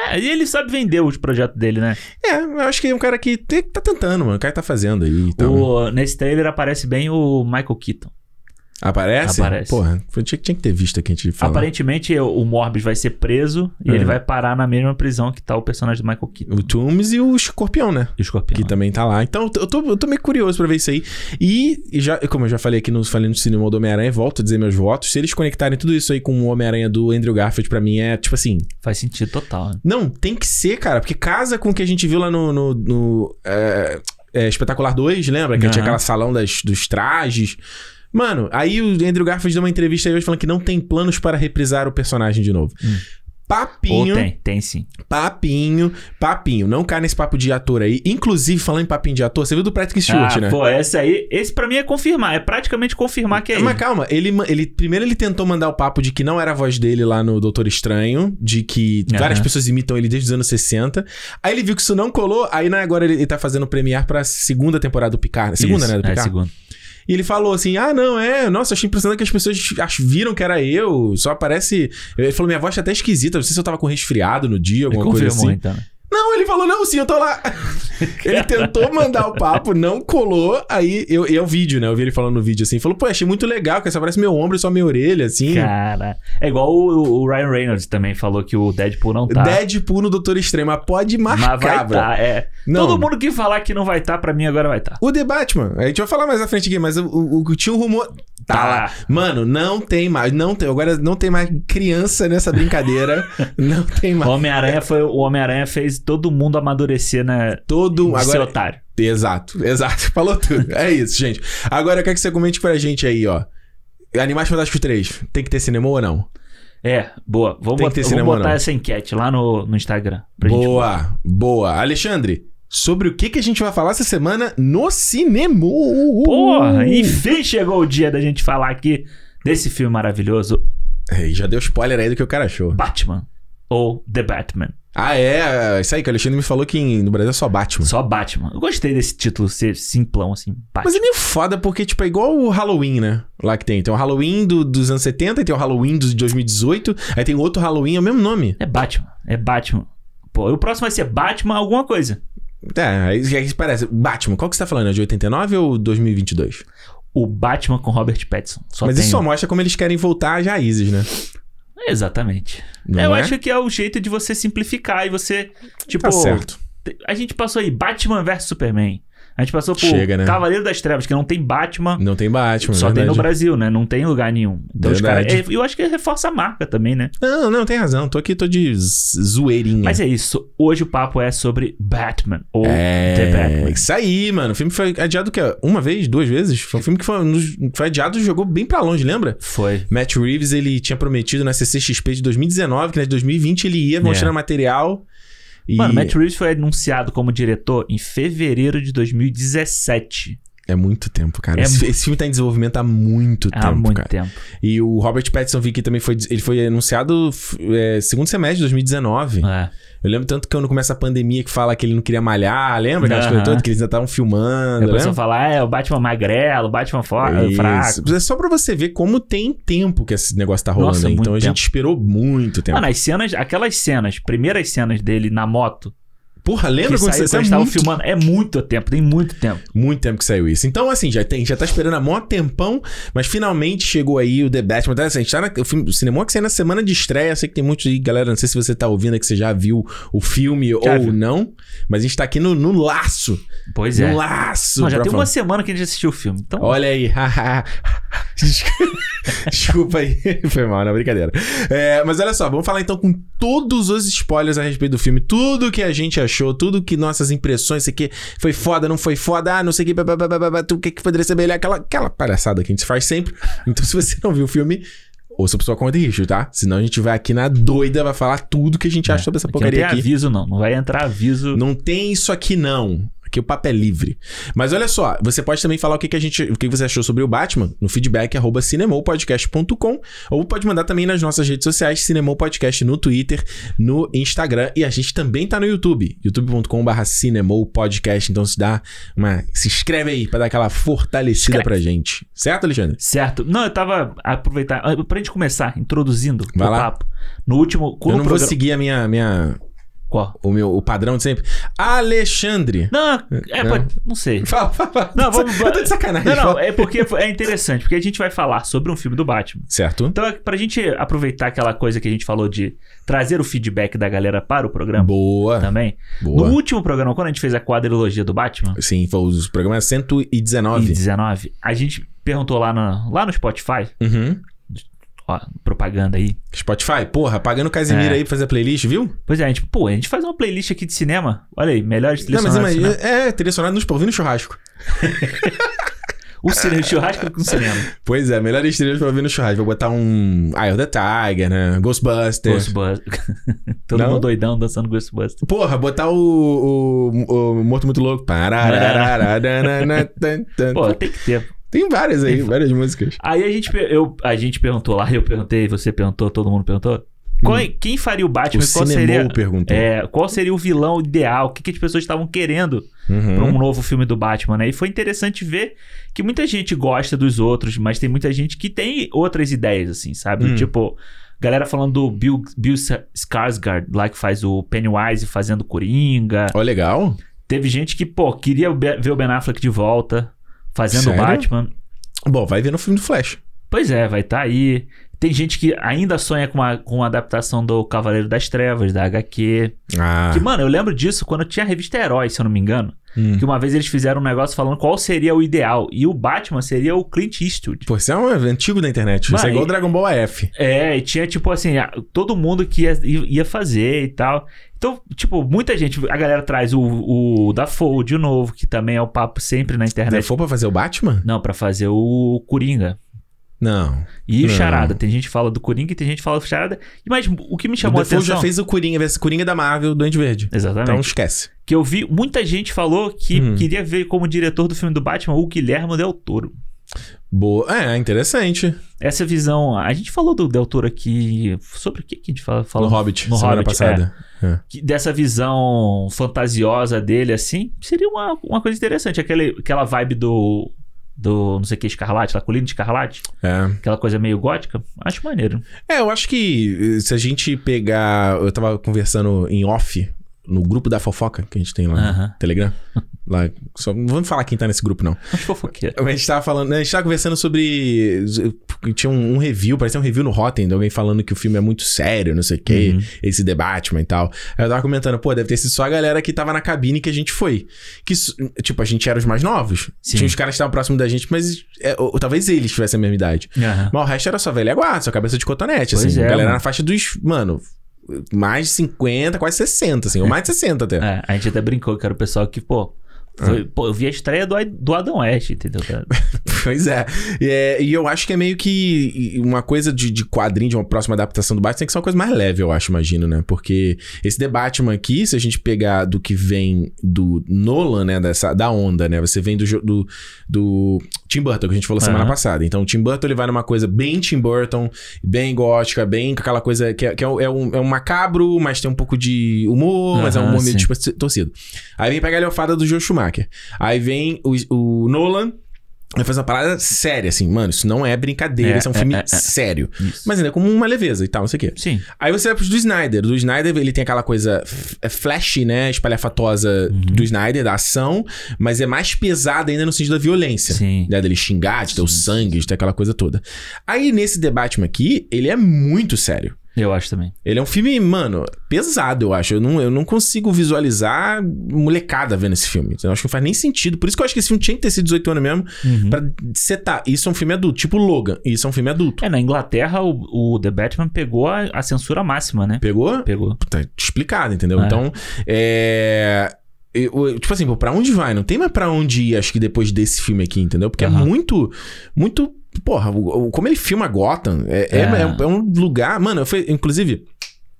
Speaker 2: É, e ele sabe vender os projetos dele, né?
Speaker 1: É, eu acho que é um cara que te- tá tentando, mano. O cara tá fazendo aí. Então.
Speaker 2: O- nesse trailer aparece bem o Michael Keaton.
Speaker 1: Aparece?
Speaker 2: Aparece.
Speaker 1: Porra, eu tinha, tinha que ter visto aqui antes de falar.
Speaker 2: Aparentemente, o o Morbius vai ser preso e
Speaker 1: É.
Speaker 2: ele vai parar na mesma prisão que tá o personagem do Michael Keaton.
Speaker 1: O Toomes e o Escorpião, né?
Speaker 2: E o Escorpião.
Speaker 1: Que também tá lá. Então, eu tô, eu tô meio curioso pra ver isso aí. E, e já, como eu já falei aqui no, falei no cinema do Homem-Aranha, volto a dizer meus votos. Se eles conectarem tudo isso aí com o Homem-Aranha do Andrew Garfield, pra mim é tipo assim.
Speaker 2: Faz sentido total. né?
Speaker 1: Não, tem que ser, cara, porque casa com o que a gente viu lá no. no- no, é, é, Espetacular 2, lembra? Que
Speaker 2: Aham.
Speaker 1: tinha aquela salão das, dos trajes. Mano, aí o Andrew Garfield deu uma entrevista aí hoje falando que não tem planos para reprisar o personagem de novo.
Speaker 2: Hum. Ou
Speaker 1: Papinho,
Speaker 2: tem, tem sim.
Speaker 1: papinho, papinho. Não cai nesse papo de ator aí. Inclusive, falando em papinho de ator, você viu do Patrick Stewart,
Speaker 2: ah,
Speaker 1: né?
Speaker 2: pô, esse aí, esse pra mim é confirmar, é praticamente confirmar que é
Speaker 1: Mas
Speaker 2: ele.
Speaker 1: calma, ele, ma- ele primeiro ele tentou mandar o papo de que não era a voz dele lá no Doutor Estranho, de que
Speaker 2: Aham.
Speaker 1: várias pessoas imitam ele desde os anos 60. Aí ele viu que isso não colou, aí né, agora ele, ele tá fazendo premiar pra segunda temporada do Picard. Segunda,
Speaker 2: Isso,
Speaker 1: né, do
Speaker 2: É,
Speaker 1: Picard?
Speaker 2: segunda.
Speaker 1: e ele falou assim: "Ah, não, é, nossa, achei impressionante que as pessoas ach- viram que era eu, só parece, ele falou minha voz tá até esquisita, não sei se eu tava com resfriado no dia,
Speaker 2: Ele
Speaker 1: alguma coisa
Speaker 2: confirmou,
Speaker 1: assim".
Speaker 2: então. né?
Speaker 1: Não, ele falou, não, sim, eu tô lá. ele tentou mandar o papo, não colou. Aí eu, e é o vídeo, né? Eu vi ele falando no vídeo assim. Falou, pô, achei muito legal, que só parece meu ombro e só minha orelha, assim.
Speaker 2: Cara, é igual o, o Ryan Reynolds também falou que o Deadpool não tá.
Speaker 1: Deadpool no Doutor Extremo, mas pode marcar,
Speaker 2: mas vai
Speaker 1: bro.
Speaker 2: tá, é.
Speaker 1: Não.
Speaker 2: Todo mundo que falar que não vai tá, pra mim agora vai tá.
Speaker 1: O The Batman, a gente vai falar mais à frente aqui, mas o, o, o- tinha um rumor. Tá,
Speaker 2: Tá.
Speaker 1: lá. Mano, não tem mais. Não tem, agora não tem mais criança nessa brincadeira. não tem
Speaker 2: O
Speaker 1: mais.
Speaker 2: Homem-Aranha foi. O Homem-Aranha fez todo mundo amadurecer, né?
Speaker 1: Todo.
Speaker 2: De ser
Speaker 1: Hum, Agora,
Speaker 2: otário.
Speaker 1: Exato, exato. Falou tudo. É isso, gente. Agora eu quero que você comente pra gente aí, ó. Animais Fantásticos 3, tem que ter cinema ou não?
Speaker 2: É, boa. Vamos
Speaker 1: Tem que
Speaker 2: botar,
Speaker 1: ter
Speaker 2: vamos
Speaker 1: cinema,
Speaker 2: botar
Speaker 1: não.
Speaker 2: essa enquete lá no, no Instagram. pra gente-
Speaker 1: boa, boa. Alexandre, sobre o que, que a gente vai falar essa semana no cinema? Uh!
Speaker 2: Porra, enfim chegou o dia da gente falar aqui desse filme maravilhoso,
Speaker 1: Ei, já deu spoiler aí do que o cara achou.
Speaker 2: Batman. Ou The Batman.
Speaker 1: Ah, é. Isso aí que o Alexandre me falou que em- no Brasil é só Batman.
Speaker 2: Só Batman. Eu gostei desse título ser simplão, assim, Batman.
Speaker 1: Mas é meio foda porque, tipo, é igual o Halloween, né? Lá que tem. Tem o Halloween do- dos anos 70, e tem o Halloween dos- de 2018, aí tem outro Halloween, é o mesmo nome.
Speaker 2: É Batman. É Batman. Pô, e o próximo vai ser Batman alguma coisa.
Speaker 1: É, aí aí parece. Batman, qual que você tá falando? É de 89 ou 2022?
Speaker 2: O Batman com Robert Pattinson. Só
Speaker 1: Mas
Speaker 2: tem
Speaker 1: isso só
Speaker 2: um.
Speaker 1: mostra como eles querem voltar às raízes, né?
Speaker 2: Exatamente.
Speaker 1: Não
Speaker 2: Eu
Speaker 1: é?
Speaker 2: acho que é o jeito de você simplificar e você, tipo,
Speaker 1: Tá certo.
Speaker 2: a gente passou aí Batman versus Superman. A gente passou por
Speaker 1: Chega, né?
Speaker 2: Cavaleiro das Trevas, que não tem Batman.
Speaker 1: Não tem Batman,
Speaker 2: Só tem no
Speaker 1: verdade.
Speaker 2: Brasil, né? Não tem em lugar nenhum. Então os caras.
Speaker 1: Verdade.
Speaker 2: Eu acho que reforça a marca também, né?
Speaker 1: Não, não, tem razão. Tô aqui, tô de z- zoeirinha.
Speaker 2: Mas é isso. Hoje o papo é sobre Batman. Ou The
Speaker 1: é,
Speaker 2: Batman.
Speaker 1: isso aí, mano. O filme foi adiado o quê? Uma vez, duas vezes? Foi um filme que foi, um dos- foi adiado e jogou bem pra longe, lembra?
Speaker 2: Foi.
Speaker 1: Matt Reeves, ele tinha prometido na CCXP de 2019, que na de 2020 ele ia mostrando material. E
Speaker 2: É. Mano, Matt Reeves foi anunciado como diretor em fevereiro de 2017.
Speaker 1: é muito tempo, cara.
Speaker 2: É
Speaker 1: esse,
Speaker 2: mu-
Speaker 1: esse filme tá em desenvolvimento há muito
Speaker 2: Há
Speaker 1: tempo,
Speaker 2: muito
Speaker 1: cara.
Speaker 2: tempo.
Speaker 1: E o Robert Pattinson vi que também foi, ele foi anunciado f- é, segundo semestre de 2019.
Speaker 2: É.
Speaker 1: Eu lembro tanto que quando começa a pandemia que fala que ele não queria malhar, lembra aquelas
Speaker 2: Aham.
Speaker 1: coisas todas que eles ainda estavam filmando,
Speaker 2: Depois eu
Speaker 1: lembra?
Speaker 2: falar, é, o Batman magrelo, o Batman fo-
Speaker 1: Isso.
Speaker 2: fraco.
Speaker 1: É só pra você ver como tem tempo que esse negócio tá rolando.
Speaker 2: Nossa,
Speaker 1: aí.
Speaker 2: muito
Speaker 1: então
Speaker 2: Ah,
Speaker 1: a gente esperou muito tempo.
Speaker 2: Mano, as cenas, aquelas cenas, primeiras cenas dele na moto,
Speaker 1: Porra, lembra
Speaker 2: que
Speaker 1: quando você
Speaker 2: saiu quando
Speaker 1: saiu
Speaker 2: eles estavam
Speaker 1: muito,
Speaker 2: filmando, é muito tempo, tem muito tempo.
Speaker 1: muito tempo que saiu isso. Então, assim, já, tem, já tá esperando há mó tempão, mas finalmente chegou aí o The Batman. Tá, assim, a gente tá na, o, filme, o cinema que saiu na semana de estreia. Eu sei que tem muitos aí, galera. Não sei se você tá ouvindo, é que você já viu o filme
Speaker 2: Já
Speaker 1: ou
Speaker 2: vi.
Speaker 1: não, mas a gente tá aqui no, no laço.
Speaker 2: Pois é.
Speaker 1: No laço.
Speaker 2: Não,
Speaker 1: um
Speaker 2: já
Speaker 1: pra
Speaker 2: tem um
Speaker 1: falar.
Speaker 2: uma semana que a gente assistiu o filme. Então,
Speaker 1: Olha aí. Desculpa aí. Foi mal, não, brincadeira. É, mas olha só, vamos falar então com todos os spoilers a respeito do filme. Tudo que a gente achou, tudo que nossas impressões, isso aqui foi foda, não foi foda, ah, não sei o que, blá, blá, blá, blá, blá, blá, tu, o que, que poderia ser melhor, aquela, aquela palhaçada que a gente faz sempre. Então, se você não viu o filme. Ouça por sua conta e risco, tá? Senão a gente vai aqui na doida, vai falar tudo que a gente acha sobre essa
Speaker 2: É. aqui não tem
Speaker 1: porcaria aqui.
Speaker 2: aviso, não. Não vai entrar aviso.
Speaker 1: Não tem isso aqui, não. porque o papo é livre. Mas olha só, você pode também falar o que, que a gente, o que você achou sobre o Batman no feedback arroba cinemopodcast.com ou pode mandar também nas nossas redes sociais, cinemopodcast no Twitter, no Instagram e a gente também tá no YouTube, youtube.com/barra cinemopodcast. Então se dá uma, se inscreve aí pra dar aquela fortalecida
Speaker 2: Escreve.
Speaker 1: pra gente, certo, Alexandre?
Speaker 2: Certo. Não, eu tava aproveitando. Pra gente começar, introduzindo
Speaker 1: Vai
Speaker 2: o
Speaker 1: lá.
Speaker 2: papo. No último.
Speaker 1: Eu
Speaker 2: quando
Speaker 1: não
Speaker 2: o
Speaker 1: vou
Speaker 2: programa-
Speaker 1: seguir a minha, minha
Speaker 2: Qual?
Speaker 1: o meu o padrão de sempre. Alexandre.
Speaker 2: Não, é,
Speaker 1: Não.
Speaker 2: pode- não sei.
Speaker 1: Fala, fala, fala.
Speaker 2: Não, vamos-
Speaker 1: Eu tô de sacanagem.
Speaker 2: Não, não,
Speaker 1: fala.
Speaker 2: é porque é interessante, porque a gente vai falar sobre um filme do Batman.
Speaker 1: Certo?
Speaker 2: Então, é pra gente aproveitar aquela coisa que a gente falou de trazer o feedback da galera para o programa
Speaker 1: Boa,
Speaker 2: também.
Speaker 1: boa.
Speaker 2: No último programa, quando a gente fez a quadrilogia do Batman,
Speaker 1: Sim, foi o programa 119.
Speaker 2: em 19, a gente perguntou lá, na, lá no Spotify,
Speaker 1: Uhum.
Speaker 2: ó, propaganda aí.
Speaker 1: Spotify, porra, pagando o Casimiro
Speaker 2: É.
Speaker 1: aí pra fazer a playlist, viu?
Speaker 2: Pois é, a gente, pô, a gente faz uma playlist aqui de cinema. Olha aí, melhores
Speaker 1: Não,
Speaker 2: trilhas
Speaker 1: mas
Speaker 2: sonoras de
Speaker 1: imagina.
Speaker 2: cinema.
Speaker 1: É, trilha sonora nos ouvindo churrasco.
Speaker 2: O cinema, o churrasco com cinema.
Speaker 1: Pois é, melhores trilhas pra ouvir no churrasco. Vou botar um Eye of the Tiger, né? Ghostbusters.
Speaker 2: Ghostbusters. Todo
Speaker 1: Não?
Speaker 2: mundo doidão dançando Ghostbusters.
Speaker 1: Porra, botar o, o, o Morto Muito Louco. Parararararanana, tan, tan.
Speaker 2: É. Pô, tem que ter.
Speaker 1: Tem várias aí,
Speaker 2: Tem-
Speaker 1: várias músicas.
Speaker 2: Aí a gente, per- eu, a gente perguntou lá, eu perguntei, você perguntou, todo mundo perguntou. Qual é- quem faria o
Speaker 1: Hum. O
Speaker 2: Batman? qual,
Speaker 1: Cinemou
Speaker 2: seria,
Speaker 1: perguntou.
Speaker 2: é, qual seria o vilão ideal? O que, que as pessoas estavam querendo
Speaker 1: Uhum.
Speaker 2: pra um novo filme do Batman, né? E foi interessante ver que muita gente gosta dos outros, mas tem muita gente que tem outras ideias, assim, sabe?
Speaker 1: Hum.
Speaker 2: Tipo, galera falando do Bill, Bill Sa- Skarsgård, lá que faz o Pennywise fazendo Coringa.
Speaker 1: Ó, legal.
Speaker 2: Teve gente que, pô, queria o Be- ver o Ben Affleck de volta fazendo o
Speaker 1: Sério?
Speaker 2: Batman.
Speaker 1: Bom, vai ver no filme do Flash.
Speaker 2: Pois é, vai estar aí. Tem gente que ainda sonha com uma, com uma adaptação do Cavaleiro das Trevas, da HQ.
Speaker 1: Ah.
Speaker 2: Que, mano, eu lembro disso quando tinha a revista Herói, se eu não me engano.
Speaker 1: Hum.
Speaker 2: Que uma vez eles fizeram um negócio falando qual seria o ideal. E o Batman seria o Clint Eastwood.
Speaker 1: Pô, você é um antigo da internet. Você
Speaker 2: Mano,
Speaker 1: é igual
Speaker 2: e-
Speaker 1: Dragon Ball AF.
Speaker 2: É, e tinha, tipo assim, a- todo mundo que ia, ia fazer e tal. Então, tipo, muita gente. A galera traz o, o Dafoe de novo, que também é o papo sempre na internet.
Speaker 1: Foi pra fazer o Batman?
Speaker 2: Não, pra fazer o Coringa.
Speaker 1: Não.
Speaker 2: E o
Speaker 1: Não.
Speaker 2: Charada. Tem gente que fala do Coringa e tem gente que fala do Charada. Mas o que me
Speaker 1: o
Speaker 2: chamou a
Speaker 1: Defoe
Speaker 2: atenção.
Speaker 1: já fez o Coringa, esse Coringa da Marvel, Duende Verde.
Speaker 2: Exatamente.
Speaker 1: Então esquece.
Speaker 2: Que eu vi, muita gente falou que
Speaker 1: Hum.
Speaker 2: queria ver como diretor do filme do Batman o Guilherme Del Toro.
Speaker 1: Boa. É, interessante.
Speaker 2: Essa visão, a gente falou do Del Toro aqui, sobre o que que a gente fala?
Speaker 1: No
Speaker 2: falou
Speaker 1: Hobbit,
Speaker 2: no
Speaker 1: semana
Speaker 2: Hobbit,
Speaker 1: passada.
Speaker 2: Que- dessa visão fantasiosa dele, assim, seria uma, uma coisa interessante. Aquele, aquela vibe do, do, não sei o que, Escarlate, lá, Colina de Escarlate,
Speaker 1: É.
Speaker 2: aquela coisa meio gótica, acho maneiro.
Speaker 1: É, eu acho que eh, se a gente pegar. Eu tava conversando em off no grupo da fofoca que a gente tem lá no
Speaker 2: Aham.
Speaker 1: Telegram. Lá, só, não vamos falar quem tá nesse grupo, não.
Speaker 2: Acho fofoqueiro.
Speaker 1: A gente tava falando, né, a gente tava conversando sobre. Tinha um, um review, parecia um review no Rotten, de alguém falando que o filme é muito sério, não sei o quê,
Speaker 2: Uhum.
Speaker 1: esse The Batman e tal. Aí eu tava comentando, pô, deve ter sido só a galera que tava na cabine que a gente foi. Que, s- tipo, a gente era os mais novos.
Speaker 2: Sim.
Speaker 1: Tinha os caras que estavam próximo da gente, mas é, ou- ou talvez eles tivessem a mesma idade.
Speaker 2: Aham.
Speaker 1: Mas o resto era só velha guarda, só cabeça de cotonete,
Speaker 2: Pois
Speaker 1: assim.
Speaker 2: é,
Speaker 1: a galera
Speaker 2: mano.
Speaker 1: na faixa dos, mano, mais de 50, quase 60, assim, ou mais de 60 até.
Speaker 2: É, a gente até brincou que era o pessoal que, pô,
Speaker 1: Uhum.
Speaker 2: foi- pô, eu vi a estreia do, do Adam West, entendeu? cara?
Speaker 1: Pois é. E, é, e eu acho que é meio que uma coisa de, de quadrinho, de uma próxima adaptação do Batman, tem que ser uma coisa mais leve, eu acho, imagino, né? Porque esse The Batman aqui, se a gente pegar do que vem do Nolan, né? Dessa, da onda, né? Você vem do, jo- do, do Tim Burton, que a gente falou semana
Speaker 2: Aham.
Speaker 1: passada. Então, o Tim Burton, ele vai numa coisa bem Tim Burton, bem gótica, bem com aquela coisa que, é, que é, um, é um- é um macabro, mas tem um pouco de humor, mas é um
Speaker 2: Aham,
Speaker 1: humor meio
Speaker 2: sim.
Speaker 1: tipo, torcido. Aí vem pegar a galhofada do Joe Schumacher. Aí vem o, o Nolan... Vai fazer uma parada séria, assim, mano, isso não é brincadeira,
Speaker 2: É,
Speaker 1: isso é um
Speaker 2: é,
Speaker 1: filme
Speaker 2: é, é.
Speaker 1: sério.
Speaker 2: Isso.
Speaker 1: Mas ainda com uma leveza e tal, não sei o quê.
Speaker 2: Sim.
Speaker 1: Aí você vai pros do Snyder. Do Snyder, ele tem aquela coisa f- é flashy, né? Espalhafatosa
Speaker 2: Uhum.
Speaker 1: do Snyder, da ação, mas é mais pesada ainda no sentido da violência.
Speaker 2: Sim.
Speaker 1: Né, dele xingar, de ter o sangue, de ter aquela coisa toda. Aí nesse The Batman aqui, ele é muito sério.
Speaker 2: Eu acho também.
Speaker 1: Ele é um filme, mano, pesado, eu acho. Eu não, eu não consigo visualizar molecada vendo esse filme. Eu acho que não faz nem sentido. Por isso que eu acho que esse filme tinha que ter sido 18 anos mesmo.
Speaker 2: Uhum.
Speaker 1: Pra setar, isso é um filme adulto, tipo Logan, isso é um filme adulto.
Speaker 2: É, na Inglaterra, o, o The Batman pegou a, a censura máxima, né?
Speaker 1: Pegou?
Speaker 2: Pegou.
Speaker 1: Tá explicado, entendeu?
Speaker 2: É.
Speaker 1: Então, é. eu- eu- tipo assim, pô, pra onde vai? Não tem mais pra onde ir, acho que depois desse filme aqui, entendeu? Porque é
Speaker 2: Aham.
Speaker 1: muito. Muito. Porra, o- o- como ele filma Gotham, é, é-
Speaker 2: É.
Speaker 1: é um- é um lugar. Mano, eu fui. Inclusive,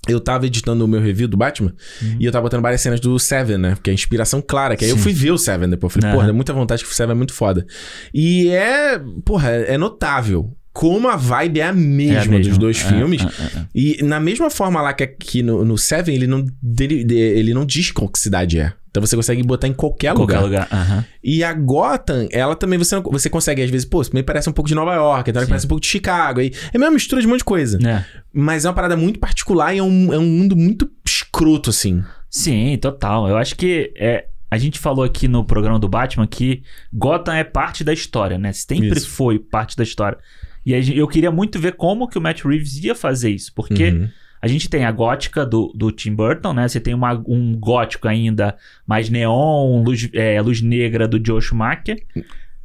Speaker 1: Eu tava editando o meu review do Batman
Speaker 2: Uhum.
Speaker 1: e eu tava botando várias cenas do Seven, né? Porque é a inspiração clara, que aí eu fui ver o Seven depois. Falei,
Speaker 2: Aham.
Speaker 1: porra, dá muita vontade que o Seven é muito foda. E é, porra, é notável como a vibe é a mesma,
Speaker 2: a mesma.
Speaker 1: dos dois
Speaker 2: É,
Speaker 1: filmes.
Speaker 2: é, é, é.
Speaker 1: E na mesma forma lá que aqui no, no Seven, ele não, dele- de- ele não diz qual que cidade é. Então você consegue botar em qualquer,
Speaker 2: Qualquer
Speaker 1: É lugar.
Speaker 2: lugar. aham.
Speaker 1: E a Gotham, ela também você, não- você consegue, às vezes, pô, isso me parece um pouco de Nova York, então
Speaker 2: Sim.
Speaker 1: parece um pouco de Chicago. Aí, é uma mistura de um monte de coisa.
Speaker 2: É.
Speaker 1: Mas é uma parada muito particular e é um, é um mundo muito escroto, assim.
Speaker 2: Sim, total. Eu acho que é, a gente falou aqui no programa do Batman que Gotham é parte da história, né? Sempre
Speaker 1: Isso.
Speaker 2: foi parte da história. E a gen- eu queria muito ver como que o Matt Reeves ia fazer isso, porque
Speaker 1: Uhum.
Speaker 2: A gente tem a gótica do, do Tim Burton, né? Você tem uma- um gótico ainda mais neon, luz, é, luz negra do Joe Schumacher.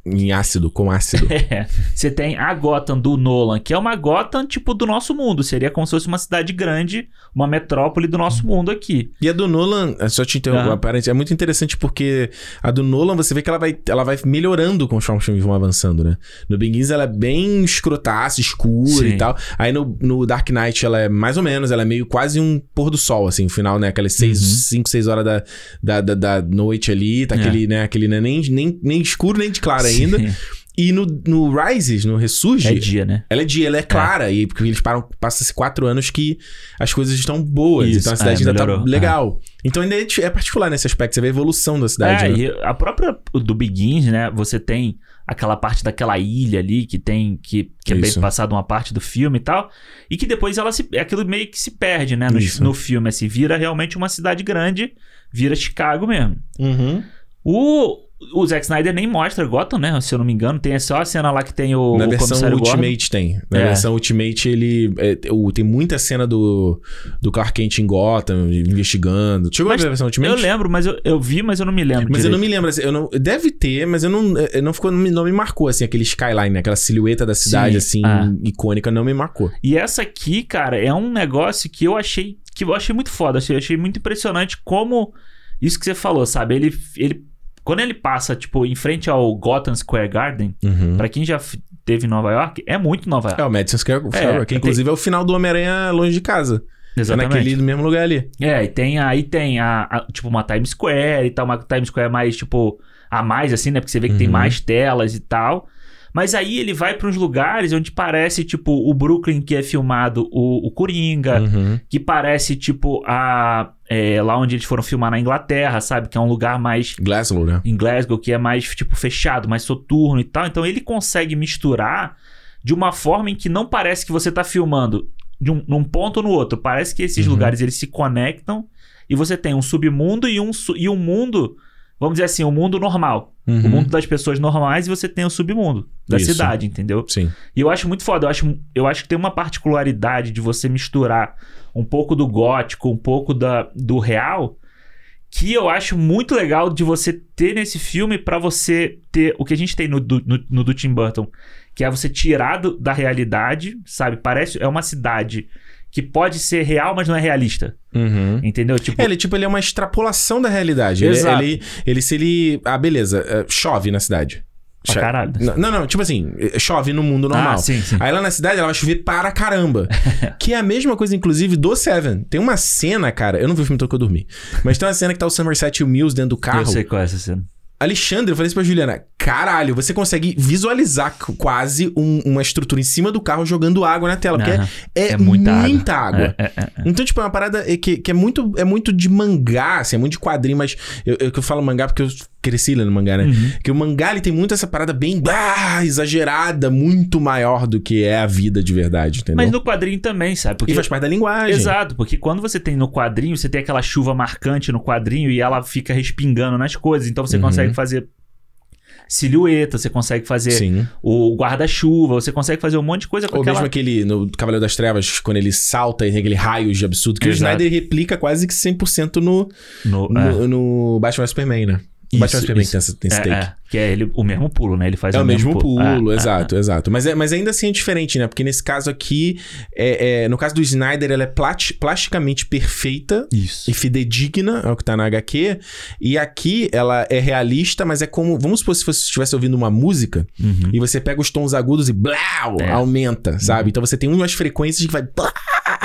Speaker 1: Em ácido, com ácido.
Speaker 2: É. Você tem a Gotham do Nolan, que é uma Gotham tipo do nosso mundo. Seria como se fosse uma cidade grande, uma metrópole do nosso
Speaker 1: Uhum.
Speaker 2: mundo aqui.
Speaker 1: e a do Nolan, é só te interromper,
Speaker 2: Aham.
Speaker 1: aparente, é muito interessante porque a do Nolan, você vê que ela vai, ela vai melhorando conforme os filmes vão avançando, né? No Begins ela é bem escrotaça, escura
Speaker 2: Sim.
Speaker 1: e tal. Aí no, no Dark Knight ela é mais ou menos, ela é meio quase um pôr do sol, assim, o final, né? Aquelas 6,
Speaker 2: Uhum.
Speaker 1: 5, 6 horas da, da, da, da noite ali, tá
Speaker 2: É.
Speaker 1: aquele, né? Aquele, né? Nem, nem, nem escuro, nem de claro ainda.
Speaker 2: Sim.
Speaker 1: E no, no Rises, no
Speaker 2: É
Speaker 1: Ressurge,
Speaker 2: dia, né?
Speaker 1: Ela é dia, ela é clara, e porque eles param, passam-se quatro anos que as coisas estão boas,
Speaker 2: Isso,
Speaker 1: então a cidade
Speaker 2: é,
Speaker 1: ainda
Speaker 2: melhorou,
Speaker 1: tá legal. Então ainda é, di- é particular nesse aspecto, você vê a evolução da cidade.
Speaker 2: É,
Speaker 1: né?
Speaker 2: e a própria do Begins, né? Você tem aquela parte daquela ilha ali que tem que, que é bem
Speaker 1: Isso.
Speaker 2: passada uma parte do filme e tal, e que depois ela se aquilo meio que se perde, né, no,
Speaker 1: Isso.
Speaker 2: no filme assim, vira realmente uma cidade grande, vira Chicago mesmo.
Speaker 1: Uhum.
Speaker 2: O o Zack Snyder nem mostra Gotham, né? Se eu não me engano, tem só a cena lá que tem o,
Speaker 1: Na
Speaker 2: o
Speaker 1: versão
Speaker 2: comissário Gordon.
Speaker 1: Ultimate tem. Na
Speaker 2: É.
Speaker 1: versão Ultimate, ele. é, o- tem muita cena do, do Clark Kent em Gotham, investigando. Chegou
Speaker 2: Mas
Speaker 1: a ver a versão Ultimate?
Speaker 2: Eu lembro, mas eu, eu vi, mas eu não me lembro.
Speaker 1: Mas eu não
Speaker 2: direito.
Speaker 1: me lembro, assim, eu não, deve ter, mas eu não, eu não, ficou, não, me, não me marcou, assim, aquele skyline, né? aquela silhueta da cidade,
Speaker 2: Sim,
Speaker 1: assim,
Speaker 2: ah.
Speaker 1: icônica, não me marcou.
Speaker 2: E essa aqui, cara, é um negócio que eu achei que eu achei muito foda, achei, achei muito impressionante como isso que você falou, sabe? Ele ele quando ele passa tipo em frente ao Gotham Square Garden,
Speaker 1: Uhum.
Speaker 2: pra quem já f- teve em Nova York, é muito Nova York.
Speaker 1: É o Madison Square Garden, que
Speaker 2: tem-
Speaker 1: inclusive é o final do Homem-Aranha longe de casa. É naquele do mesmo lugar ali.
Speaker 2: É, e tem aí tem a, a- tipo uma Times Square e tal, uma Times Square mais tipo a mais assim, né? Porque você vê que tem
Speaker 1: Uhum.
Speaker 2: mais telas e tal. Mas aí ele vai pra uns lugares onde parece tipo o Brooklyn que é filmado o, o Coringa,
Speaker 1: Uhum.
Speaker 2: que parece tipo a é, lá onde eles foram filmar na Inglaterra, sabe? Que é um lugar mais
Speaker 1: Glasgow, né?
Speaker 2: em Glasgow que é mais tipo fechado, mais soturno e tal. Então ele consegue misturar de uma forma em que não parece que você tá filmando de um, num ponto ou no outro. Parece que esses
Speaker 1: Uhum.
Speaker 2: lugares eles se conectam e você tem um submundo e um, su- e um mundo, vamos dizer assim, um mundo normal, o
Speaker 1: Uhum.
Speaker 2: mundo das pessoas normais e você tem o submundo da
Speaker 1: Isso.
Speaker 2: cidade, entendeu?
Speaker 1: Sim.
Speaker 2: E eu acho muito foda. Eu acho, eu acho que tem uma particularidade de você misturar um pouco do gótico, um pouco da, do real, que eu acho muito legal de você ter nesse filme pra você ter o que a gente tem no, do- no, no do Tim Burton, que é você tirar do- da realidade, sabe? Parece é uma cidade que pode ser real, mas não é realista,
Speaker 1: Uhum.
Speaker 2: entendeu? Tipo,
Speaker 1: É, ele, tipo, ele é uma extrapolação da realidade. Ele- é-
Speaker 2: Exato.
Speaker 1: Ele, ele, se ele... Ah, beleza. é, Chove na cidade.
Speaker 2: Pra
Speaker 1: Cho-
Speaker 2: caralho.
Speaker 1: Não, não, não, tipo assim, é, chove no mundo normal.
Speaker 2: ah, sim, sim.
Speaker 1: Aí lá na cidade ela vai chover para caramba. que é a mesma coisa, inclusive, do Seven. Tem uma cena, cara. Eu não vi o filme todo que eu dormi. Mas tem uma cena que tá o Somerset e o Mills dentro do carro.
Speaker 2: Eu sei qual é essa cena.
Speaker 1: Alexandre, eu falei isso pra Juliana. Caralho, você consegue visualizar c- quase um- uma estrutura em cima do carro jogando água na tela. Porque
Speaker 2: Aham.
Speaker 1: é,
Speaker 2: É muita
Speaker 1: muita,
Speaker 2: água.
Speaker 1: água.
Speaker 2: É, é, é.
Speaker 1: Então, tipo, é uma parada é que, que é, muito, é muito de mangá, assim, é muito de quadrinho, mas eu, eu, que eu falo mangá porque eu cresci lendo mangá, né?
Speaker 2: Uhum.
Speaker 1: Que o mangá, ele tem muito essa parada bem ah, exagerada, muito maior do que é a vida de verdade, entendeu?
Speaker 2: Mas no quadrinho também, sabe? Porque
Speaker 1: E faz parte da linguagem.
Speaker 2: Exato, porque quando você tem no quadrinho, você tem aquela chuva marcante no quadrinho e ela fica respingando nas coisas. Então você
Speaker 1: Uhum.
Speaker 2: consegue fazer silhueta, você consegue fazer
Speaker 1: Sim.
Speaker 2: o guarda-chuva, você consegue fazer um monte de coisa com
Speaker 1: Ou
Speaker 2: aquela.
Speaker 1: mesmo aquele, no Cavaleiro das Trevas, quando ele salta e tem aquele raio de absurdo, que
Speaker 2: Exato.
Speaker 1: o Snyder replica quase que 100% no,
Speaker 2: No, é,
Speaker 1: no, no Batman vs Superman, né?
Speaker 2: Isso,
Speaker 1: O Batman vs Superman
Speaker 2: isso.
Speaker 1: tem essa- tem
Speaker 2: é,
Speaker 1: esse take.
Speaker 2: é, que é ele, o mesmo pulo, né? Ele faz
Speaker 1: É o mesmo pulo,
Speaker 2: É,
Speaker 1: exato, exato. Mas, é, mas ainda assim é diferente, né? Porque nesse caso aqui, é, é, no caso do Snyder, ela é plati- plasticamente perfeita
Speaker 2: é. Isso.
Speaker 1: e fidedigna, é o que tá na HQ. E aqui ela é realista, mas é como. Vamos supor se você estivesse ouvindo uma música
Speaker 2: Uhum.
Speaker 1: e você pega os tons agudos e blau,
Speaker 2: É. Uhum.
Speaker 1: aumenta, sabe? Então você tem umas frequências que vai. blau,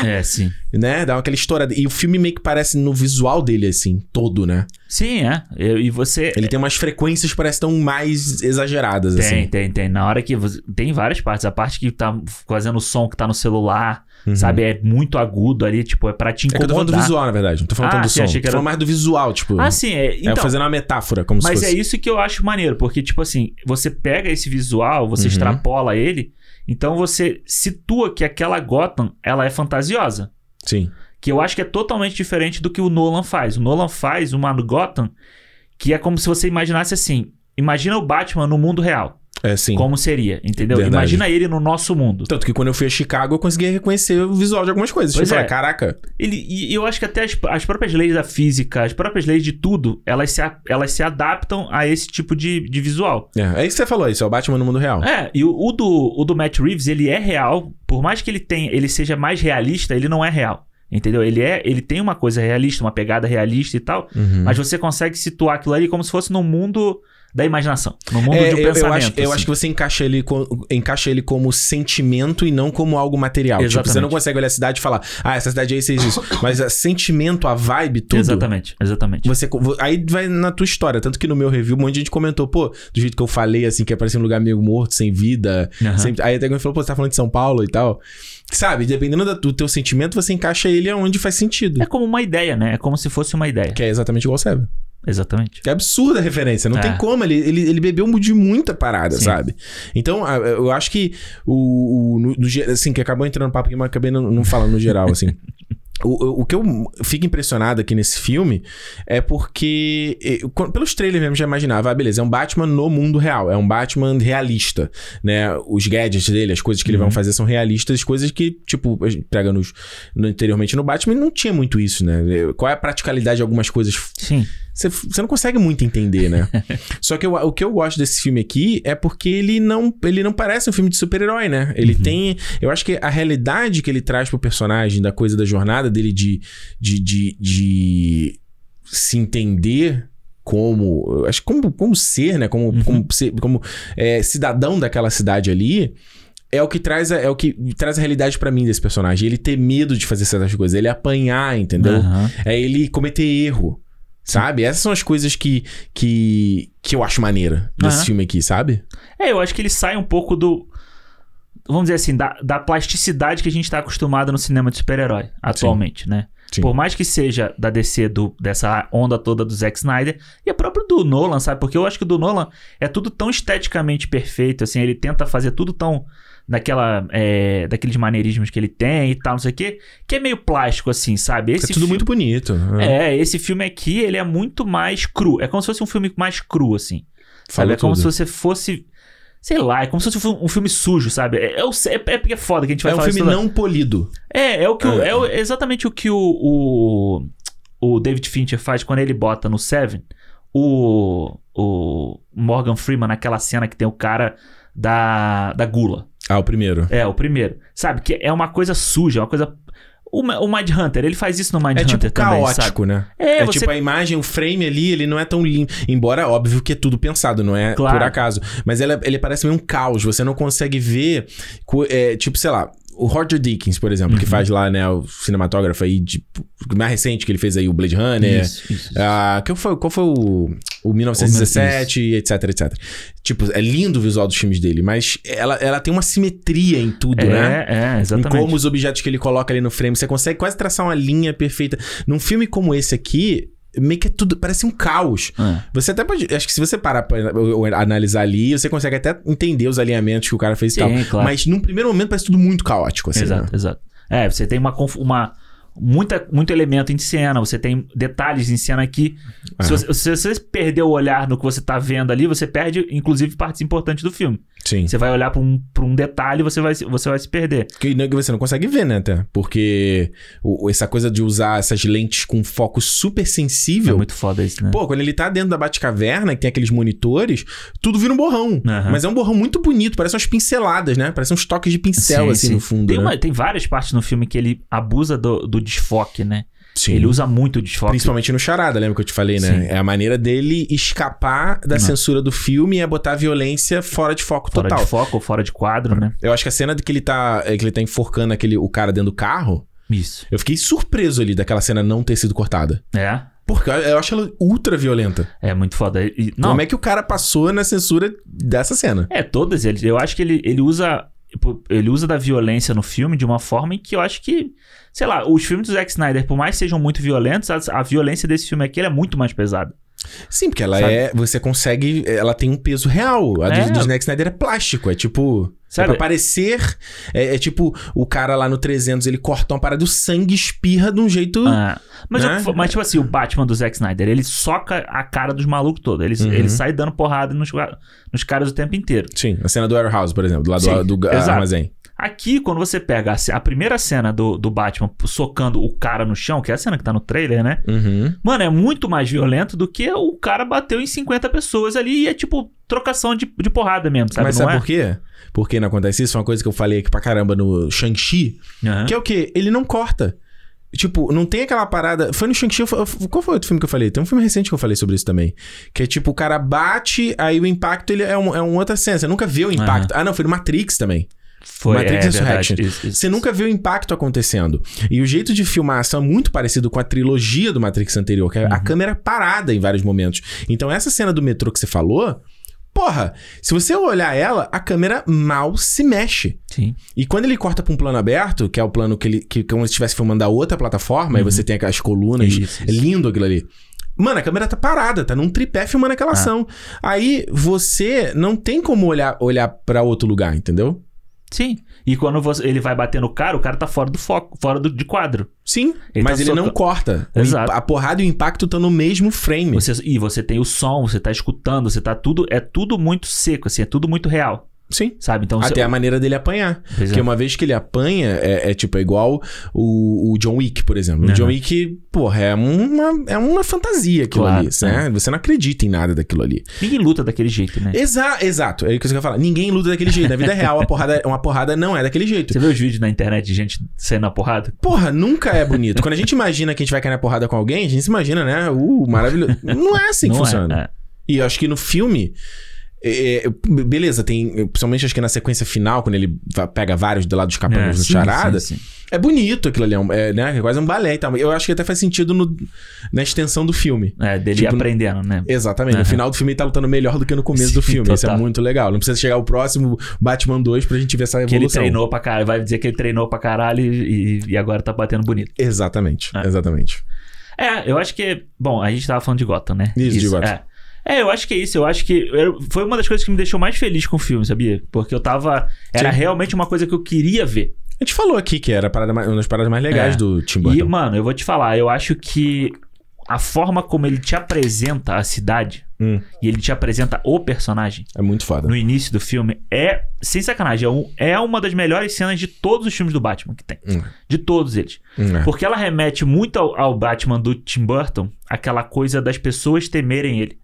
Speaker 2: É, sim.
Speaker 1: né? Dá aquela estourada. E o filme meio que parece no visual dele, assim, todo, né?
Speaker 2: Sim, é. Eu- e você.
Speaker 1: Ele tem umas frequências que parecem tão mais exageradas,
Speaker 2: Tem,
Speaker 1: assim.
Speaker 2: tem, tem. Na hora que. você- Tem várias partes. A parte que tá fazendo o som que tá no celular, sabe? É muito agudo ali, tipo, é pra te
Speaker 1: Uhum. É que eu tô
Speaker 2: incomodar.
Speaker 1: falando do visual, na verdade. Não tô falando
Speaker 2: Ah,
Speaker 1: tanto do
Speaker 2: sim,
Speaker 1: som.
Speaker 2: achei que
Speaker 1: Tô
Speaker 2: era-
Speaker 1: falando mais do visual, tipo.
Speaker 2: Ah, sim, é.
Speaker 1: é
Speaker 2: Então,
Speaker 1: fazendo uma metáfora, como
Speaker 2: mas
Speaker 1: se
Speaker 2: é
Speaker 1: fosse.
Speaker 2: isso que eu acho maneiro, porque, tipo assim, você pega esse visual, você
Speaker 1: Uhum.
Speaker 2: extrapola ele, então você situa que aquela Gotham, ela é fantasiosa.
Speaker 1: Sim.
Speaker 2: Que eu acho que é totalmente diferente do que o Nolan faz. O Nolan faz uma Gotham que é como se você imaginasse assim: imagina o Batman no mundo real.
Speaker 1: É, sim.
Speaker 2: Como seria, entendeu?
Speaker 1: Verdade.
Speaker 2: Imagina ele no nosso mundo.
Speaker 1: Tanto que quando eu fui a Chicago, eu consegui reconhecer o visual de algumas coisas.
Speaker 2: Pois
Speaker 1: Tipo, eu
Speaker 2: é.
Speaker 1: falei, caraca.
Speaker 2: Ele, e eu acho que até as, as próprias leis da física, as próprias leis de tudo, elas se, a- elas se adaptam a esse tipo de, de visual.
Speaker 1: É, é isso que você falou, isso é o Batman no mundo real.
Speaker 2: É, e o, o do, o do Matt Reeves, ele é real. Por mais que ele tenha, ele seja mais realista, ele não é real. Entendeu? Ele é, ele tem uma coisa realista, uma pegada realista e tal,
Speaker 1: Uhum.
Speaker 2: mas você consegue situar aquilo ali como se fosse num mundo da imaginação, num mundo
Speaker 1: É,
Speaker 2: de
Speaker 1: eu,
Speaker 2: um
Speaker 1: eu
Speaker 2: pensamento.
Speaker 1: acho, eu
Speaker 2: assim.
Speaker 1: acho que você encaixa ele, co- encaixa ele como sentimento e não como algo material. Tipo, você
Speaker 2: Exatamente.
Speaker 1: não consegue olhar a cidade e falar, ah, essa cidade é isso, é isso, é isso. Mas a sentimento, a vibe, tudo.
Speaker 2: Exatamente, exatamente.
Speaker 1: Você, co- vo- aí vai na tua história. Tanto que no meu review, um monte de gente comentou, pô, do jeito que eu falei, assim, que aparecia um lugar meio morto, sem vida.
Speaker 2: Aham.
Speaker 1: sem- aí até alguém falou, pô, você tá falando de São Paulo e tal. Sabe, dependendo da- do teu sentimento, você encaixa ele aonde faz sentido.
Speaker 2: É como uma ideia, né? É como se fosse uma ideia.
Speaker 1: Que é exatamente igual o Seven.
Speaker 2: Exatamente.
Speaker 1: É absurda a referência, não
Speaker 2: É.
Speaker 1: tem como. Ele, ele, ele bebeu de muita parada,
Speaker 2: Sim.
Speaker 1: sabe? Então, a- eu acho que o. o no- no ge- assim, que acabou entrando no papo aqui, mas acabei não, não falando no geral, assim. O, o- o que eu fico impressionado aqui nesse filme é porque. eh, quan- Pelos trailers mesmo, já imaginava, ah, beleza, é um Batman no mundo real, é um Batman realista, né? Os gadgets dele, as coisas que ele
Speaker 2: Uhum.
Speaker 1: vai fazer são realistas, coisas que, tipo, a gente pega nos, no- anteriormente no Batman, não tinha muito isso, né? Eh, Qual é a praticalidade de algumas coisas
Speaker 2: Sim.
Speaker 1: você, você não consegue muito entender, né? Só que eu- o que eu gosto desse filme aqui é porque ele não, ele não parece um filme de super-herói, né? Ele tem. Eu acho que a realidade que ele traz pro personagem, da coisa da jornada dele de. de, de, de se entender como. eu Acho que como, como ser, né? Como, como, ser- como é, cidadão daquela cidade ali. É o que traz a, é o que traz a realidade pra mim desse personagem. Ele ter medo de fazer certas coisas, ele apanhar, entendeu?
Speaker 2: Aham.
Speaker 1: é ele cometer erro. Sabe? Essas são as coisas que, que, que eu acho maneira desse
Speaker 2: Aham.
Speaker 1: filme aqui, sabe?
Speaker 2: É, eu acho que ele sai um pouco do. Vamos dizer assim, da, da plasticidade que a gente tá acostumado no cinema de super-herói atualmente, né?
Speaker 1: Sim.
Speaker 2: Por mais que seja da DC, do, dessa onda toda do Zack Snyder, e a própria do Nolan, sabe? Porque eu acho que o do Nolan é tudo tão esteticamente perfeito, assim, ele tenta fazer tudo tão. Daquela, é, daqueles maneirismos que ele tem e tal, não sei o quê, que é meio plástico, assim, sabe? Esse
Speaker 1: é tudo
Speaker 2: fi-
Speaker 1: muito bonito. né?
Speaker 2: É, esse filme aqui, ele é muito mais cru. É como se fosse um filme mais cru, assim. Sabe?
Speaker 1: Falou
Speaker 2: É como
Speaker 1: tudo.
Speaker 2: se você fosse. Sei lá, é como se fosse um fi- um filme sujo, sabe? É, é, o- é, é porque é foda que a gente vai
Speaker 1: é um
Speaker 2: falar
Speaker 1: filme
Speaker 2: isso toda-
Speaker 1: não polido.
Speaker 2: É, é, o que o- é o- é exatamente o que o, o, o David Fincher faz quando ele bota no Seven o, o Morgan Freeman naquela cena que tem o cara da, da gula.
Speaker 1: Ah, o primeiro.
Speaker 2: É, o primeiro. Sabe? Que é uma coisa suja, uma coisa. O, Ma- o Mind Hunter, ele faz isso no Mind
Speaker 1: É
Speaker 2: Hunter
Speaker 1: tipo
Speaker 2: também, sabe?
Speaker 1: caótico, né?
Speaker 2: É, você-
Speaker 1: tipo a imagem, o frame ali, ele não é tão limpo. Embora, óbvio que é tudo pensado, não é
Speaker 2: Claro.
Speaker 1: por acaso. Mas ela- ele parece meio um caos, você não consegue ver. co- é, tipo, sei lá. O Roger Dickens, por exemplo,
Speaker 2: Uhum.
Speaker 1: que faz lá, né, o cinematógrafo aí, de, mais recente que ele fez aí, o Blade Runner.
Speaker 2: Isso, isso, isso.
Speaker 1: Ah, que foi, qual foi o, o 1917, etc, etc. Tipo, é lindo o visual dos filmes dele, mas ela, ela tem uma simetria em tudo,
Speaker 2: é,
Speaker 1: né?
Speaker 2: é, exatamente.
Speaker 1: Em como os objetos que ele coloca ali no frame, você consegue quase traçar uma linha perfeita. Num filme como esse aqui, meio que é tudo, parece um caos.
Speaker 2: É.
Speaker 1: Você até pode, acho que se você parar pra ou- ou analisar ali, você consegue até entender os alinhamentos que o cara fez e
Speaker 2: Sim,
Speaker 1: tal.
Speaker 2: claro.
Speaker 1: Mas num primeiro momento parece tudo muito caótico, assim.
Speaker 2: exato,
Speaker 1: né?
Speaker 2: exato. É, você tem uma, conf- uma muita, muito elemento em cena, você tem detalhes em cena que se,
Speaker 1: É.
Speaker 2: você, se você perder o olhar no que você tá vendo ali, você perde, inclusive, partes importantes do filme.
Speaker 1: Sim.
Speaker 2: Você vai olhar pra um, pra um detalhe e você vai, se- você vai se perder. É
Speaker 1: Que, não- que você não consegue ver, né, até? Porque o- o- essa coisa de usar essas lentes com foco super
Speaker 2: É
Speaker 1: sensível.
Speaker 2: muito foda isso, né?
Speaker 1: Pô, quando ele tá dentro da Batcaverna, que tem aqueles monitores, tudo vira um borrão.
Speaker 2: Aham.
Speaker 1: Mas é um borrão muito bonito, parece umas pinceladas, né? Parece uns toques de pincel,
Speaker 2: Sim,
Speaker 1: assim,
Speaker 2: sim.
Speaker 1: no fundo.
Speaker 2: Tem,
Speaker 1: né?
Speaker 2: uma- tem várias partes no filme que ele abusa do, do desfoque, né?
Speaker 1: Sim.
Speaker 2: Ele usa muito o desfoque.
Speaker 1: Principalmente no Charada, lembra que eu te falei, né?
Speaker 2: Sim.
Speaker 1: É a maneira dele escapar da
Speaker 2: Não.
Speaker 1: censura do filme e é botar a violência fora de foco
Speaker 2: fora
Speaker 1: total.
Speaker 2: de foco ou fora de quadro, né?
Speaker 1: Eu acho que a cena de que ele tá, é, que ele tá enforcando aquele, o cara dentro do carro
Speaker 2: Isso.
Speaker 1: Eu fiquei surpreso ali daquela cena não ter sido cortada.
Speaker 2: É.
Speaker 1: Porque eu- eu acho ela ultra violenta.
Speaker 2: É muito foda. E- não,
Speaker 1: Como é que o cara passou na censura dessa cena?
Speaker 2: É, todas eles. Eu acho que ele, ele usa. tipo, Ele usa da violência no filme de uma forma em que eu acho que. Sei lá, os filmes do Zack Snyder, por mais que sejam muito violentos, a, a violência desse filme aqui ela é muito mais pesada.
Speaker 1: Sim, porque ela
Speaker 2: Sabe?
Speaker 1: é. Você consegue. Ela tem um peso real. A
Speaker 2: É.
Speaker 1: do, do Zack Snyder é plástico. É tipo. É
Speaker 2: Sabe?
Speaker 1: pra parecer. É, é tipo, o cara lá no 300, ele corta uma parada do sangue e espirra de um jeito.
Speaker 2: Ah, mas,
Speaker 1: Né?
Speaker 2: eu- mas, tipo assim, o Batman do Zack Snyder, ele soca a cara dos malucos todos. Ele,
Speaker 1: Uhum.
Speaker 2: ele sai dando porrada nos, nos caras o tempo inteiro.
Speaker 1: Sim, a cena do Warehouse, por exemplo, do lado
Speaker 2: Sim,
Speaker 1: do, do
Speaker 2: exato.
Speaker 1: armazém.
Speaker 2: Aqui, quando você pega a, ce- a primeira cena do, do Batman socando o cara no chão, que é a cena que tá no trailer, né?
Speaker 1: Uhum.
Speaker 2: Mano, é muito mais violento do que o cara bateu em 50 pessoas ali e é tipo trocação de, de porrada mesmo, sabe?
Speaker 1: Mas
Speaker 2: não
Speaker 1: sabe
Speaker 2: é?
Speaker 1: por quê? Por que não acontece isso? Foi uma coisa que eu falei aqui pra caramba no Shang-Chi.
Speaker 2: Aham.
Speaker 1: Que é o quê? Ele não corta. Tipo, não tem aquela parada. Foi no Shang-Chi. eu fa- eu- Qual foi outro filme que eu falei? Tem um filme recente que eu falei sobre isso também. Que é tipo, o cara bate, aí o impacto ele é, um, é uma outra cena. Você nunca vê o impacto. Ah, não, foi no Matrix também.
Speaker 2: Foi,
Speaker 1: Matrix
Speaker 2: é,
Speaker 1: Resurrection.
Speaker 2: verdade, isso, isso,
Speaker 1: Você nunca vê o impacto acontecendo. E o jeito de filmar a ação é muito parecido com a trilogia do Matrix anterior, que é a câmera parada em vários momentos. Então, essa cena do metrô que você falou, porra, se você olhar ela, a câmera mal se mexe.
Speaker 2: Sim.
Speaker 1: E quando ele corta pra um plano aberto, que é o plano que ele. que como se estivesse filmando da outra plataforma, e você tem aquelas colunas.
Speaker 2: Uhum. Isso,
Speaker 1: É
Speaker 2: isso.
Speaker 1: lindo aquilo ali. Mano, a câmera tá parada, tá num tripé filmando aquela
Speaker 2: Ah.
Speaker 1: ação. Aí você não tem como olhar, olhar para outro lugar, entendeu?
Speaker 2: Sim. E quando você- ele vai bater no cara, o cara tá fora do foco, fora do, de quadro.
Speaker 1: Sim,
Speaker 2: Ele
Speaker 1: mas
Speaker 2: tá
Speaker 1: ele não
Speaker 2: socando.
Speaker 1: corta. O
Speaker 2: Exato.
Speaker 1: impa- A porrada e o impacto estão no mesmo frame.
Speaker 2: Você, e você tem o som, você tá escutando, você tá tudo. É tudo muito seco, assim, é tudo muito real.
Speaker 1: Sim.
Speaker 2: Sabe? Então
Speaker 1: Até
Speaker 2: você.
Speaker 1: a maneira dele apanhar.
Speaker 2: Pois é.
Speaker 1: Porque uma vez que ele apanha, é, é tipo, é igual o, o John Wick, por exemplo. O
Speaker 2: Aham.
Speaker 1: John Wick, porra, é uma, é uma fantasia aquilo
Speaker 2: Claro, é.
Speaker 1: ali, né? Você não acredita em nada daquilo ali.
Speaker 2: Ninguém luta daquele jeito, né?
Speaker 1: Exa exato, é isso que eu ia falar. Ninguém luta daquele jeito. Na vida real, a porrada, uma porrada não é daquele jeito.
Speaker 2: Você vê os vídeos na internet de gente saindo na porrada?
Speaker 1: Porra, nunca é bonito. Quando a gente imagina que a gente vai cair na porrada com alguém, a gente se imagina, né? Uh, maravilhoso. Não é assim que
Speaker 2: não
Speaker 1: funciona.
Speaker 2: É, é.
Speaker 1: E eu acho que no filme. é, é, beleza, tem. Principalmente acho que na sequência final, quando ele va- pega vários do lado dos
Speaker 2: É,
Speaker 1: capangas no
Speaker 2: sim,
Speaker 1: charada,
Speaker 2: sim, sim.
Speaker 1: é bonito aquilo ali, é, um- é, né, é quase um balé e tal. Eu acho que até faz sentido no- na extensão do filme.
Speaker 2: É, dele
Speaker 1: Tipo,
Speaker 2: aprendendo, né?
Speaker 1: Exatamente. No
Speaker 2: Aham.
Speaker 1: final do filme ele tá lutando melhor do que no começo do
Speaker 2: Sim,
Speaker 1: filme. Isso é
Speaker 2: total.
Speaker 1: muito legal. Não precisa chegar ao próximo Batman 2 pra gente ver essa
Speaker 2: Que ele
Speaker 1: evolução.
Speaker 2: treinou pra caralho. Vai dizer que ele treinou pra caralho e, e- e agora tá batendo bonito.
Speaker 1: Exatamente,
Speaker 2: É.
Speaker 1: exatamente.
Speaker 2: É, eu acho que. Bom, a gente tava falando de Gotham, né?
Speaker 1: Isso, de Gotham.
Speaker 2: É. É, eu acho que é isso. Eu acho que eu- foi uma das coisas que me deixou mais feliz com o filme, sabia? Porque eu tava. Era
Speaker 1: Sim.
Speaker 2: realmente uma coisa que eu queria ver.
Speaker 1: A gente falou aqui que era a parada mais- uma das paradas mais legais
Speaker 2: É.
Speaker 1: do Tim
Speaker 2: E,
Speaker 1: Burton.
Speaker 2: mano, eu vou te falar, eu acho que a forma como ele te apresenta a cidade
Speaker 1: Hum,
Speaker 2: e ele te apresenta o personagem
Speaker 1: é muito foda.
Speaker 2: no início do filme é, sem sacanagem, é, um- é uma das melhores cenas de todos os filmes do Batman que tem.
Speaker 1: Hum.
Speaker 2: De todos eles.
Speaker 1: Hum, é.
Speaker 2: Porque ela remete muito ao, ao Batman do Tim Burton, aquela coisa das pessoas temerem ele.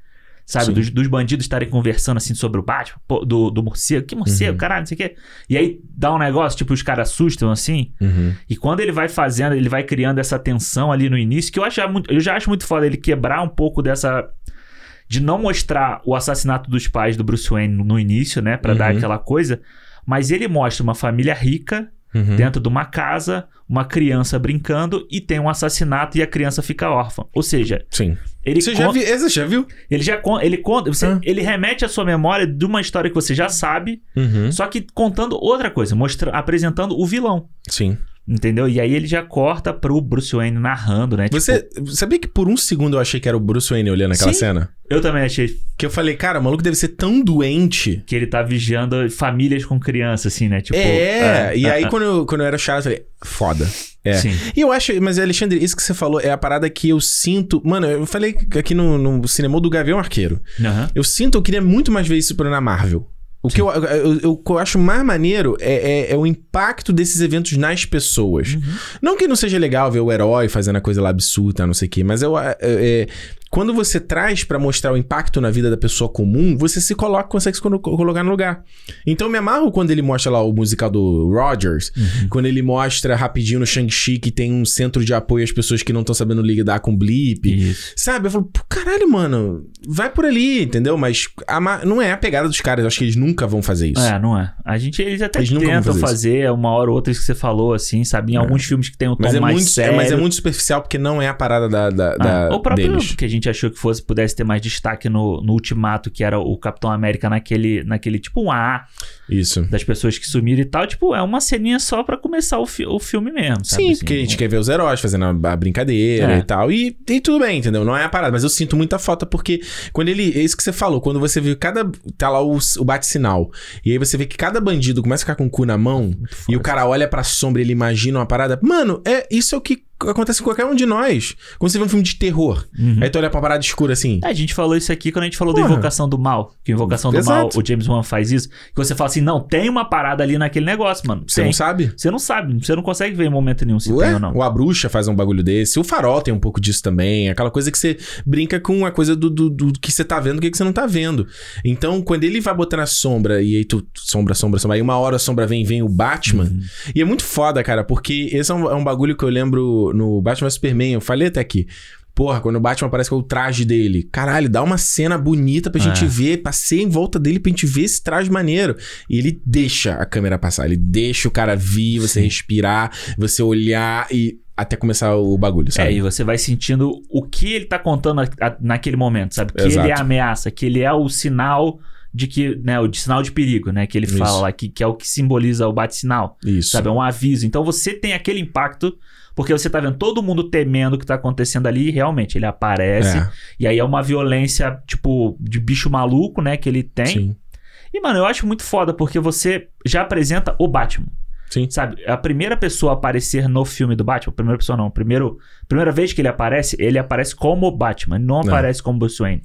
Speaker 2: Sabe?
Speaker 1: Sim.
Speaker 2: Dos, dos bandidos estarem conversando assim sobre o Batman, pô, do, do morcego, que morcego,
Speaker 1: Uhum.
Speaker 2: caralho, não sei o quê. E aí dá um negócio, tipo, os caras assustam assim.
Speaker 1: Uhum.
Speaker 2: E quando ele vai fazendo, ele vai criando essa tensão ali no início, que eu, acho muito, eu já acho muito foda ele quebrar um pouco dessa. De não mostrar o assassinato dos pais do Bruce Wayne no- no início, né? Pra dar
Speaker 1: Uhum.
Speaker 2: aquela coisa. Mas ele mostra uma família rica
Speaker 1: Uhum.
Speaker 2: dentro de uma casa, uma criança brincando e tem um assassinato e a criança fica órfã. Ou seja,
Speaker 1: Sim.
Speaker 2: ele
Speaker 1: Você já,
Speaker 2: con-
Speaker 1: vi, eh, você já viu?
Speaker 2: ele já con- ele conta, você-
Speaker 1: Ah.
Speaker 2: ele remete à sua memória de uma história que você já sabe,
Speaker 1: Uhum.
Speaker 2: só que contando outra coisa, mostrando, apresentando o vilão,
Speaker 1: Sim.
Speaker 2: entendeu? E aí ele já corta pro Bruce Wayne narrando, né? Tipo,
Speaker 1: Você sabia que por um segundo eu achei que era o Bruce Wayne olhando aquela
Speaker 2: Sim.
Speaker 1: cena?
Speaker 2: Tipo, eu também achei
Speaker 1: Que eu falei, cara, o maluco deve ser tão doente.
Speaker 2: que ele tá vigiando famílias com criança assim, né? Tipo,
Speaker 1: é,
Speaker 2: é,
Speaker 1: e
Speaker 2: é,
Speaker 1: aí
Speaker 2: é.
Speaker 1: quando, eu, quando eu era chato, eu falei, foda. É.
Speaker 2: Sim.
Speaker 1: E eu acho, mas Alexandre, isso que você falou é a parada que eu sinto. Mano, eu falei aqui no, no cinema do Gavião Arqueiro.
Speaker 2: Aham.
Speaker 1: Eu sinto, eu queria muito mais ver isso pra- na Marvel. O que eu, eu, eu- o que eu acho mais maneiro é, é- é o impacto desses eventos nas
Speaker 2: Uhum.
Speaker 1: pessoas. Não que não seja legal ver o herói fazendo a coisa lá absurda, não sei o quê, mas eu. é, é, Quando você traz pra mostrar o impacto na vida da pessoa comum, você se coloca, consegue se colo- colocar no lugar. Então eu me amarro quando ele mostra lá o musical do Rogers,
Speaker 2: Uhum.
Speaker 1: quando ele mostra rapidinho no Shang-Chi que tem um centro de apoio às pessoas que não estão sabendo lidar com blip.
Speaker 2: Isso.
Speaker 1: Sabe? Eu falo, pô, caralho, mano, vai por ali, entendeu? Mas a ma- não é a pegada dos caras, eu acho que eles nunca vão fazer isso.
Speaker 2: É, não é. A gente, eles até
Speaker 1: Eles nunca vão
Speaker 2: tentam
Speaker 1: fazer isso.
Speaker 2: fazer, uma hora ou outra, isso que você falou, assim, sabe? Em alguns filmes que tem um tom
Speaker 1: Mas é,
Speaker 2: mais
Speaker 1: muito, é-
Speaker 2: sério.
Speaker 1: mas é muito superficial porque não é a parada da, da,
Speaker 2: Ah,
Speaker 1: da-
Speaker 2: o próprio
Speaker 1: deles.
Speaker 2: que a gente achou que fosse pudesse ter mais destaque no, no Ultimato, que era o Capitão América naquele, naquele tipo um A
Speaker 1: Isso.
Speaker 2: das pessoas que sumiram e tal. Tipo, é uma ceninha só pra começar o, fi- o filme mesmo, sabe?
Speaker 1: Sim,
Speaker 2: assim?
Speaker 1: porque a gente quer ver os heróis fazendo a, a brincadeira
Speaker 2: É.
Speaker 1: e tal. E, e tudo bem, entendeu? Não é a parada. Mas eu sinto muita falta porque quando ele. É isso que você falou. Quando você viu cada. Tá lá o, o bate-sinal. E aí você vê que cada bandido começa a ficar com o cu na mão.
Speaker 2: Muito
Speaker 1: E
Speaker 2: foda.
Speaker 1: o cara olha pra sombra e ele imagina uma parada. Mano, é isso é o que acontece com qualquer um de nós. Quando você vê um filme de terror.
Speaker 2: Uhum.
Speaker 1: Aí tu olha pra uma parada escura assim.
Speaker 2: É, A gente falou isso aqui quando a gente falou da
Speaker 1: Porra.
Speaker 2: Invocação do Mal. Que Invocação do
Speaker 1: Exato.
Speaker 2: Mal, o James Wan faz isso. Que você fala assim, não, tem uma parada ali naquele negócio, mano.
Speaker 1: Você
Speaker 2: tem.
Speaker 1: não sabe?
Speaker 2: Você não sabe, você não consegue ver em momento nenhum se tem
Speaker 1: Ué,
Speaker 2: ou não.
Speaker 1: ou a bruxa faz um bagulho desse. O farol tem um pouco disso também. Aquela coisa que você brinca com a coisa do, do, do que você tá vendo, o que que você não tá vendo. Então, quando ele vai botar na sombra, e aí tu sombra, sombra, sombra, aí uma hora a sombra vem, vem o Batman.
Speaker 2: Uhum.
Speaker 1: E é muito foda, cara, porque esse é um, é um bagulho que eu lembro no Batman vs Superman. Eu falei até aqui. Porra, quando o Batman aparece com o traje dele. Caralho, dá uma cena bonita pra gente
Speaker 2: É.
Speaker 1: ver. Passei em volta dele pra gente ver esse traje maneiro. E ele deixa a câmera passar. Ele deixa o cara vir, você
Speaker 2: Sim.
Speaker 1: respirar, você olhar e até começar o bagulho,
Speaker 2: É,
Speaker 1: sabe?
Speaker 2: e você vai sentindo o que ele tá contando a- a- naquele momento, sabe? Que
Speaker 1: Exato.
Speaker 2: ele é a ameaça, que ele é o sinal de que, né, o de sinal de perigo, né, que ele
Speaker 1: Isso.
Speaker 2: fala lá, que, que é o que simboliza o bate-sinal,
Speaker 1: Isso.
Speaker 2: sabe? É um aviso. Então você tem aquele impacto, porque você tá vendo todo mundo temendo o que tá acontecendo ali, e realmente ele aparece.
Speaker 1: É,
Speaker 2: E aí é uma violência, tipo, de bicho maluco, né, que ele tem.
Speaker 1: sim.
Speaker 2: E, mano, eu acho muito foda, porque você já apresenta o Batman.
Speaker 1: Sim.
Speaker 2: Sabe, a primeira pessoa a aparecer no filme do Batman, a primeira pessoa não, primeiro, primeira vez que ele aparece, ele aparece como o Batman, ele não
Speaker 1: É.
Speaker 2: aparece como Bruce Wayne.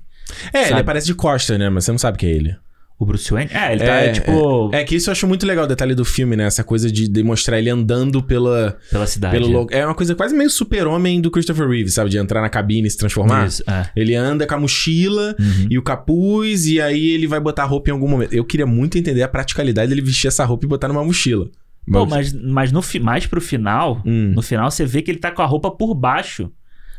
Speaker 1: É, ele
Speaker 2: Sabe?
Speaker 1: aparece de costa, né? Mas você não sabe que é ele.
Speaker 2: O Bruce Wayne? É, ele tá,
Speaker 1: É,
Speaker 2: tipo,
Speaker 1: É que isso eu acho muito legal o detalhe do filme, né? Essa coisa de demonstrar ele andando pela.
Speaker 2: pela cidade.
Speaker 1: Pelo logo. É uma coisa quase meio super-homem do Christopher Reeve, sabe? De entrar na cabine e se transformar.
Speaker 2: Isso, é.
Speaker 1: Ele anda com a mochila
Speaker 2: Uhum.
Speaker 1: e o capuz, e aí ele vai botar a roupa em algum momento. Eu queria muito entender a praticalidade dele vestir essa roupa e botar numa mochila.
Speaker 2: Pô, mas, mas no, fi- mais pro final,
Speaker 1: Hum,
Speaker 2: no final você vê que ele tá com a roupa por baixo,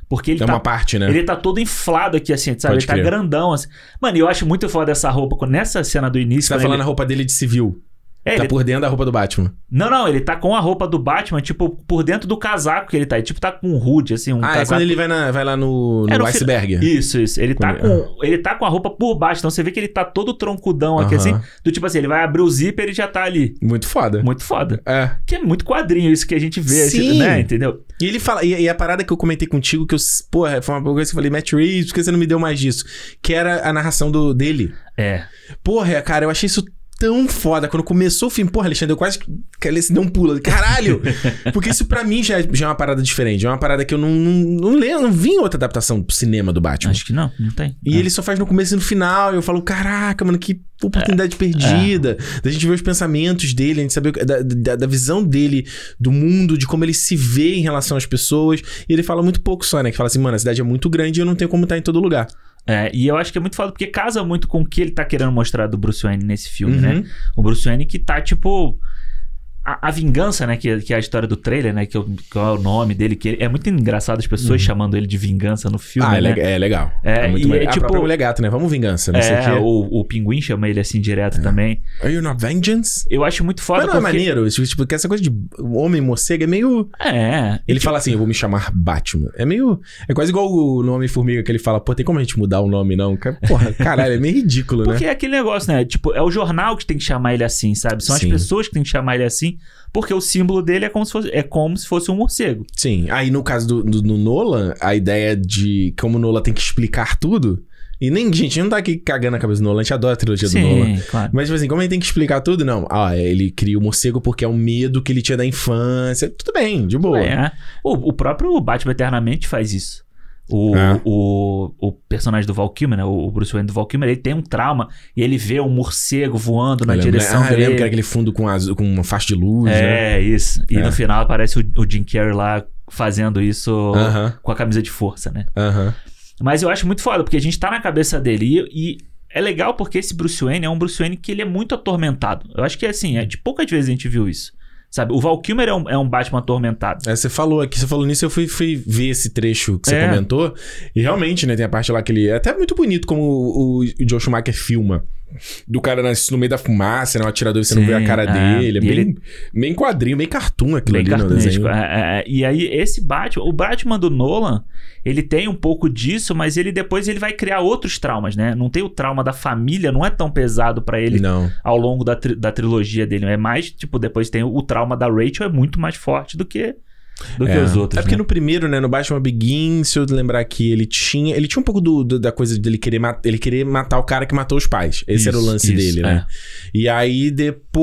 Speaker 2: porque ele
Speaker 1: é
Speaker 2: tá
Speaker 1: uma parte, né?
Speaker 2: Ele tá todo inflado aqui, assim, sabe?
Speaker 1: Pode
Speaker 2: ele tá
Speaker 1: crer.
Speaker 2: grandão, assim. Mano, e eu acho muito foda essa roupa. quando- Nessa cena do início...
Speaker 1: Você tá
Speaker 2: quando
Speaker 1: falando
Speaker 2: ele-
Speaker 1: a roupa dele de civil.
Speaker 2: É,
Speaker 1: tá
Speaker 2: ele-
Speaker 1: por dentro da roupa do Batman.
Speaker 2: Não, não, ele tá com a roupa do Batman, tipo, por dentro do casaco que ele tá. Ele, tipo, tá com um hood, assim, um
Speaker 1: ah, é
Speaker 2: casaco.
Speaker 1: quando ele vai, na- vai lá no, no
Speaker 2: É, no fi-
Speaker 1: iceberg.
Speaker 2: Isso, isso. Ele tá,
Speaker 1: Quando ele-
Speaker 2: com, ele tá com a roupa por baixo. Então você vê que ele tá todo troncudão aqui,
Speaker 1: Aham.
Speaker 2: assim. Do tipo assim, ele vai abrir o zíper e já tá ali.
Speaker 1: Muito foda.
Speaker 2: Muito foda.
Speaker 1: É.
Speaker 2: Que é muito quadrinho isso que a gente vê, assim,
Speaker 1: Sim.
Speaker 2: né? Entendeu?
Speaker 1: E ele fala, e, e a parada que eu comentei contigo, que eu. Porra, foi uma coisa que eu falei, Matt Reeves, por que você não me deu mais disso? Que era a narração do, dele.
Speaker 2: É.
Speaker 1: Porra, cara, eu achei isso tão foda. Quando começou o filme, porra, Alexandre, eu quase. que Ele se deu um pulo. Caralho! Porque isso pra mim já, é- já é uma parada diferente. É uma parada que eu não, não, não lembro, não vi em outra adaptação pro cinema do Batman.
Speaker 2: Acho que não, não tem.
Speaker 1: E
Speaker 2: É.
Speaker 1: ele só faz no começo e no final. E eu falo, caraca, mano, que oportunidade
Speaker 2: É,
Speaker 1: perdida. Da gente ver os pensamentos dele, a gente saber o que- da, da, da visão dele do mundo, de como ele se vê em relação às pessoas. E ele fala muito pouco só, né? Que fala assim, mano, a cidade é muito grande e eu não tenho como estar em todo lugar.
Speaker 2: É, e eu acho que é muito foda, porque casa muito com o que ele tá querendo mostrar do Bruce Wayne nesse filme,
Speaker 1: Uhum.
Speaker 2: né? O Bruce Wayne que tá, tipo. A, a vingança, né? Que, que é a história do trailer, né? Que, eu- que é o nome dele. que ele- É muito engraçado as pessoas chamando ele de vingança no filme,
Speaker 1: Uhum. ah, é,
Speaker 2: né?
Speaker 1: lega- é legal.
Speaker 2: É,
Speaker 1: muito
Speaker 2: e
Speaker 1: maneiro.
Speaker 2: é
Speaker 1: Ah,
Speaker 2: tipo-
Speaker 1: a própria mulher gato, né? Vamos vingança, não sei o
Speaker 2: É,
Speaker 1: quê.
Speaker 2: o, o Pinguim chama ele assim direto também.
Speaker 1: Are you not vengeance?
Speaker 2: Eu acho muito
Speaker 1: É. Mas
Speaker 2: foda
Speaker 1: não é
Speaker 2: porque...
Speaker 1: maneiro, isso, tipo, que essa coisa de homem morcego é meio.
Speaker 2: É,
Speaker 1: Ele fala assim, eu vou me chamar Batman. É meio. É quase igual o nome Formiga que ele fala, pô, tem como a gente mudar o nome, não? Cara, Porra, caralho, é meio ridículo, né?
Speaker 2: porque é aquele negócio, né? Tipo, é o jornal que tem que chamar ele assim, sabe? São
Speaker 1: Sim.
Speaker 2: as pessoas que tem que chamar ele assim, porque o símbolo dele é como se fosse, é como se fosse um morcego.
Speaker 1: Sim. Aí no caso do, do, do Nolan, a ideia de como o Nolan tem que explicar tudo. E nem, gente, não tá aqui cagando a cabeça do Nolan, a gente adora a trilogia do Nolan.
Speaker 2: Sim, claro.
Speaker 1: Mas, tipo assim, como ele tem que explicar tudo? Não. Ah, ele cria o morcego porque é um medo que ele tinha da infância. Tudo bem, de boa.
Speaker 2: É. O, o próprio Batman Eternamente faz isso. O,
Speaker 1: É.
Speaker 2: o, o personagem do Val Kilmer, né? O Bruce Wayne do Val Kilmer, ele tem um trauma e ele vê um morcego voando na
Speaker 1: Eu lembro,
Speaker 2: direção
Speaker 1: ah, eu lembro que era
Speaker 2: dele.
Speaker 1: aquele fundo com, azul, com uma faixa de luz, né?
Speaker 2: É, isso. E
Speaker 1: É.
Speaker 2: no final aparece o, o Jim Carrey lá fazendo isso
Speaker 1: Aham,
Speaker 2: com a camisa de força, né?
Speaker 1: aham.
Speaker 2: Mas eu acho muito foda, porque a gente tá na cabeça dele. E, e é legal porque esse Bruce Wayne é um Bruce Wayne que ele é muito atormentado. Eu acho que é assim, é de poucas vezes a gente viu isso. Sabe? O Val Kilmer é um, é um Batman atormentado.
Speaker 1: É, você falou aqui, você falou nisso, eu fui, fui ver esse trecho que você
Speaker 2: É.
Speaker 1: comentou. E realmente, né, tem a parte lá que ele. É até muito bonito como o, o, o Joe Schumacher filma. Do cara nas- no meio da fumaça, né? O atirador você não
Speaker 2: Sim,
Speaker 1: vê a cara
Speaker 2: é.
Speaker 1: dele. É
Speaker 2: E
Speaker 1: bem, bem quadrinho, bem cartoon aquilo
Speaker 2: Bem
Speaker 1: ali no
Speaker 2: cartunesco.
Speaker 1: desenho.
Speaker 2: É, é, é. E aí, esse Batman, o Batman do Nolan, ele tem um pouco disso, mas ele depois ele vai criar outros traumas, né? Não tem o trauma da família, não é tão pesado pra ele
Speaker 1: Não.
Speaker 2: ao longo da, tri- da trilogia dele. É mais, tipo, depois tem o, o trauma da Rachel, é muito mais forte do que, do que
Speaker 1: é.
Speaker 2: os outros.
Speaker 1: É porque
Speaker 2: né?
Speaker 1: no primeiro, né, no Batman Begins, se eu lembrar que ele tinha, ele tinha um pouco do, do- da coisa dele querer, ma- ele querer matar o cara que matou os pais. Esse era o
Speaker 2: Isso,
Speaker 1: lance
Speaker 2: isso, é.
Speaker 1: dele, né? E aí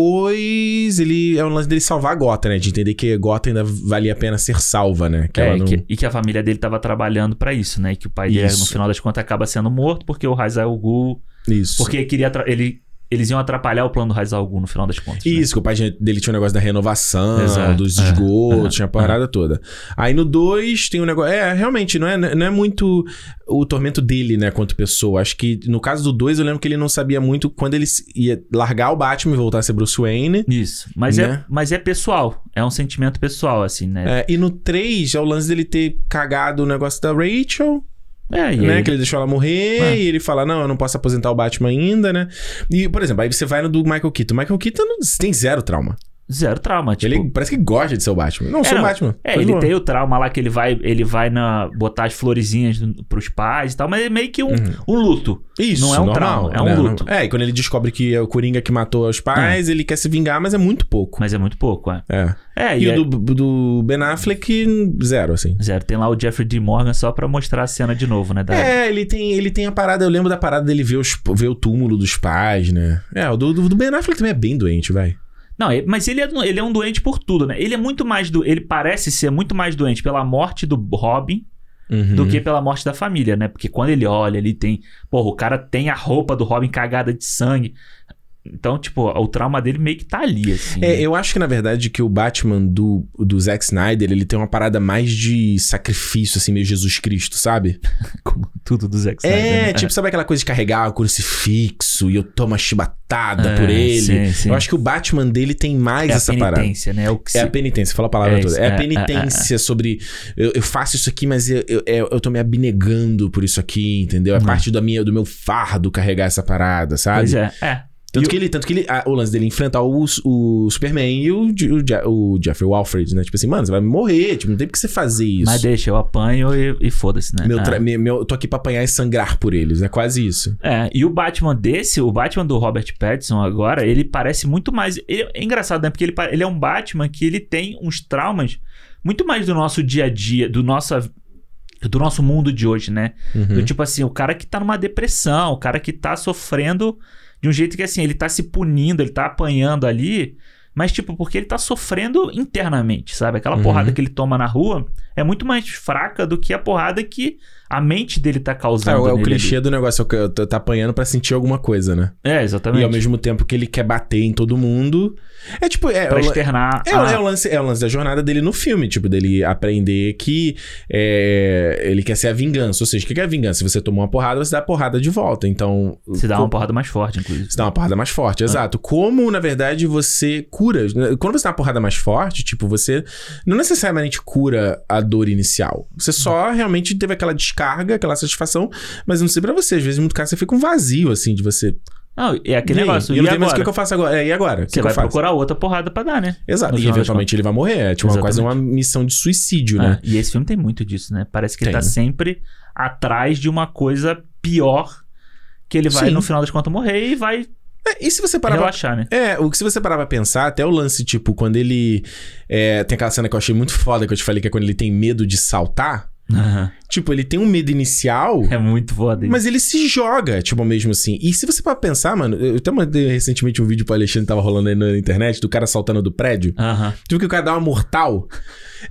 Speaker 1: depois ele é um lance dele salvar a Gota, né? De entender que Gota ainda valia a pena ser salva, né? Que
Speaker 2: É,
Speaker 1: ela
Speaker 2: e
Speaker 1: não
Speaker 2: que- e que a família dele tava trabalhando pra isso, né? E que o pai dele, no
Speaker 1: Isso.
Speaker 2: final das contas, acaba sendo morto porque o Ra's al Ghul...
Speaker 1: isso.
Speaker 2: Porque queria atra- ele, eles iam atrapalhar o plano do Ra's al Ghul, no final das contas. né?
Speaker 1: Isso, que o pai dele tinha um negócio da renovação,
Speaker 2: Exato,
Speaker 1: dos
Speaker 2: é,
Speaker 1: esgotos,
Speaker 2: é,
Speaker 1: tinha a parada toda. Aí no 2 tem um negócio. É, realmente, não é, não é muito o tormento dele, né, quanto pessoa. Acho que no caso do 2, eu lembro que ele não sabia muito quando ele se- ia largar o Batman e voltar a ser Bruce Wayne.
Speaker 2: Isso. Mas, é,
Speaker 1: Né?
Speaker 2: mas é pessoal. É um sentimento pessoal, assim, né?
Speaker 1: É, e no 3 é o lance dele ter cagado o negócio da Rachel.
Speaker 2: É, e
Speaker 1: né?
Speaker 2: aí-
Speaker 1: Que ele deixou ela morrer
Speaker 2: É.
Speaker 1: e ele fala: Não, eu não posso aposentar o Batman ainda, né? E, por exemplo, aí você vai no do Michael Keaton. O Michael Keaton não- tem zero trauma.
Speaker 2: zero trauma, tipo.
Speaker 1: ele tá parece que gosta de ser o Batman. Não, sou
Speaker 2: não.
Speaker 1: o Batman.
Speaker 2: É,
Speaker 1: Foi
Speaker 2: ele
Speaker 1: bom.
Speaker 2: tem o trauma lá que ele vai, ele vai na, botar as florezinhas no- pros pais e tal, mas é meio que um,
Speaker 1: Uhum.
Speaker 2: um luto.
Speaker 1: Isso,
Speaker 2: não é um
Speaker 1: normal,
Speaker 2: trauma, é um
Speaker 1: né?
Speaker 2: luto.
Speaker 1: É, e quando ele descobre que é o Coringa que matou os pais, ele quer se vingar, mas é muito pouco.
Speaker 2: Mas é muito pouco, é.
Speaker 1: É.
Speaker 2: É,
Speaker 1: E,
Speaker 2: e, é-
Speaker 1: o do, do Ben Affleck, zero, assim.
Speaker 2: Zero. Tem lá o Jeffrey D. Morgan só pra mostrar a cena de novo, né? da-
Speaker 1: É, ele tem, ele tem a parada, eu lembro da parada dele ver, os, ver o túmulo dos pais, né? É, o do, do do Ben Affleck também é bem doente, vai.
Speaker 2: Não, ele- mas ele é, do- ele é um doente por tudo, né? Ele é muito mais do, ele parece ser muito mais doente pela morte do Robin do
Speaker 1: Uhum.
Speaker 2: que pela morte da família, né? Porque quando ele olha, ele tem, porra, o cara tem a roupa do Robin cagada de sangue. Então, tipo, o trauma dele meio que tá ali, assim.
Speaker 1: É,
Speaker 2: né?
Speaker 1: eu acho que na verdade que o Batman do, do Zack Snyder, ele tem uma parada mais de sacrifício, assim, meio Jesus Cristo, sabe?
Speaker 2: Como tudo do Zack Snyder.
Speaker 1: É,
Speaker 2: né?
Speaker 1: tipo, sabe aquela coisa de carregar o crucifixo e eu tomo a chibatada
Speaker 2: É,
Speaker 1: por ele?
Speaker 2: sim, sim.
Speaker 1: Eu acho que o Batman dele tem mais
Speaker 2: é a
Speaker 1: essa parada.
Speaker 2: penitência, né? O que se-
Speaker 1: É a penitência, fala a palavra
Speaker 2: É isso,
Speaker 1: toda. É,
Speaker 2: é,
Speaker 1: a penitência sobre. Eu, eu faço isso aqui, mas eu, eu, eu- eu tô me abnegando por isso aqui, entendeu? É
Speaker 2: Uhum.
Speaker 1: parte da minha, do meu fardo carregar essa parada, sabe?
Speaker 2: Pois é, é.
Speaker 1: Tanto
Speaker 2: E
Speaker 1: que ele, tanto que ele, ah, o lance dele enfrentar o, o Superman e o, Je- o, Je- o Jeffrey Walfred, né? Tipo assim, mano, você vai morrer, tipo, não tem por que você fazer isso.
Speaker 2: Mas deixa, eu apanho e, e foda-se, né?
Speaker 1: meu,
Speaker 2: É.
Speaker 1: tra- me- meu, eu tô aqui pra apanhar e sangrar por eles, é quase isso.
Speaker 2: É, e o Batman desse, o Batman do Robert Pattinson agora, ele parece muito mais. ele- é engraçado, né? Porque ele, pa- ele é um Batman que ele tem uns traumas muito mais do nosso dia a dia, do nossa. Do nosso mundo de hoje, né?
Speaker 1: Uhum.
Speaker 2: Do tipo assim, o cara que tá numa depressão, o cara que tá sofrendo de um jeito que assim, ele tá se punindo, ele tá apanhando ali, mas tipo, porque ele tá sofrendo internamente, sabe? Aquela
Speaker 1: Uhum.
Speaker 2: porrada que ele toma na rua é muito mais fraca do que a porrada que a mente dele tá
Speaker 1: É,
Speaker 2: causando.
Speaker 1: é o
Speaker 2: nele ali.
Speaker 1: clichê do negócio, é o que eu tô- tá apanhando pra sentir alguma coisa, né?
Speaker 2: É, exatamente.
Speaker 1: E ao mesmo tempo que ele quer bater em todo mundo. É tipo, é,
Speaker 2: pra
Speaker 1: o, lan-
Speaker 2: externar. ah,
Speaker 1: é, o-
Speaker 2: a-
Speaker 1: é o lance, é o lance da jornada dele no filme, tipo, dele aprender que é, ele quer ser a vingança. Ou seja, o que que é a vingança? Se você tomou uma porrada, você dá a porrada de volta. Então.
Speaker 2: Se dá
Speaker 1: co-
Speaker 2: uma Ah. porrada mais forte, inclusive.
Speaker 1: Você dá uma porrada mais forte, exato. Como, na verdade, você cura. né? Quando você dá uma porrada mais forte, tipo, você não necessariamente cura a dor inicial. Você só realmente teve aquela descarga, aquela satisfação. Mas eu não sei pra você, às vezes, muito caso, você fica um vazio, assim, de você.
Speaker 2: Não, é aquele
Speaker 1: e aí?
Speaker 2: negócio.
Speaker 1: E eu
Speaker 2: E
Speaker 1: não tenho mais o
Speaker 2: agora?
Speaker 1: que, que eu faço agora. É, e agora? O que
Speaker 2: Você
Speaker 1: que
Speaker 2: vai
Speaker 1: eu faço?
Speaker 2: procurar outra porrada pra dar, né?
Speaker 1: Exato.
Speaker 2: no
Speaker 1: E
Speaker 2: final das
Speaker 1: eventualmente ele vai morrer. É tipo uma, quase uma missão de suicídio, né?
Speaker 2: É, E esse filme tem muito disso, né? Parece que ele
Speaker 1: Tem.
Speaker 2: tá sempre atrás de uma coisa pior que ele vai,
Speaker 1: Sim.
Speaker 2: no final das contas, morrer e vai
Speaker 1: É, e se você parar pra
Speaker 2: relaxar, né?
Speaker 1: É, o que se você parar pra pensar, até o lance, tipo, quando ele. é, tem aquela cena que eu achei muito foda que eu te falei, que é quando ele tem medo de saltar. Tipo, ele tem um medo inicial,
Speaker 2: É muito foda. isso.
Speaker 1: mas ele se joga, tipo, mesmo assim. E se você parar pra pensar, mano, eu até mandei recentemente um vídeo pro Alexandre tava rolando aí na internet, do cara saltando do prédio.
Speaker 2: Aham.
Speaker 1: Tipo, que o cara dá uma mortal.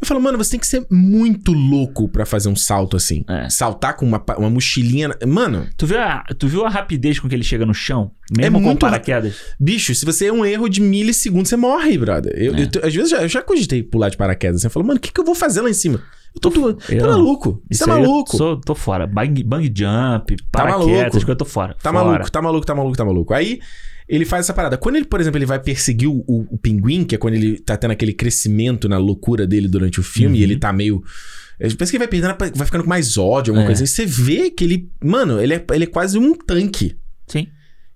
Speaker 1: Eu falo, mano, você tem que ser muito louco pra fazer um salto assim.
Speaker 2: É.
Speaker 1: Saltar com uma, pa- uma mochilinha. na- Mano,
Speaker 2: Tu, viu a, tu viu a rapidez com que ele chega no chão? Mesmo com
Speaker 1: É muito
Speaker 2: paraquedas?
Speaker 1: Bicho, se você é um erro de milissegundos, você morre, brother. Eu,
Speaker 2: É.
Speaker 1: assim. eu te- às vezes eu já, eu já cogitei pular de paraquedas. Você falou, mano, o que, que eu vou fazer lá em cima? Eu tô doido. Tá
Speaker 2: Eu-
Speaker 1: maluco. Você
Speaker 2: Isso
Speaker 1: tá
Speaker 2: aí é eu
Speaker 1: maluco. Tá
Speaker 2: sou- tô fora. Bang, bang jump,
Speaker 1: maluco.
Speaker 2: paraquedas, essas coisas, eu tô fora.
Speaker 1: Tá
Speaker 2: Fora.
Speaker 1: maluco, tá maluco, tá maluco, tá maluco. Aí ele faz essa parada. Quando ele, por exemplo, ele vai perseguir o, o- o pinguim, que é quando ele tá tendo aquele crescimento na loucura dele durante o filme, e
Speaker 2: Uhum.
Speaker 1: ele tá meio. eu Parece que ele vai perdendo, a- vai ficando com mais ódio, alguma
Speaker 2: É.
Speaker 1: coisa. E você vê que ele. Mano, ele é, ele é quase um tanque.
Speaker 2: Sim.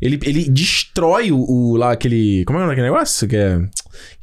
Speaker 1: Ele, ele destrói o, o- lá aquele. Como é o nome daquele negócio? Que é.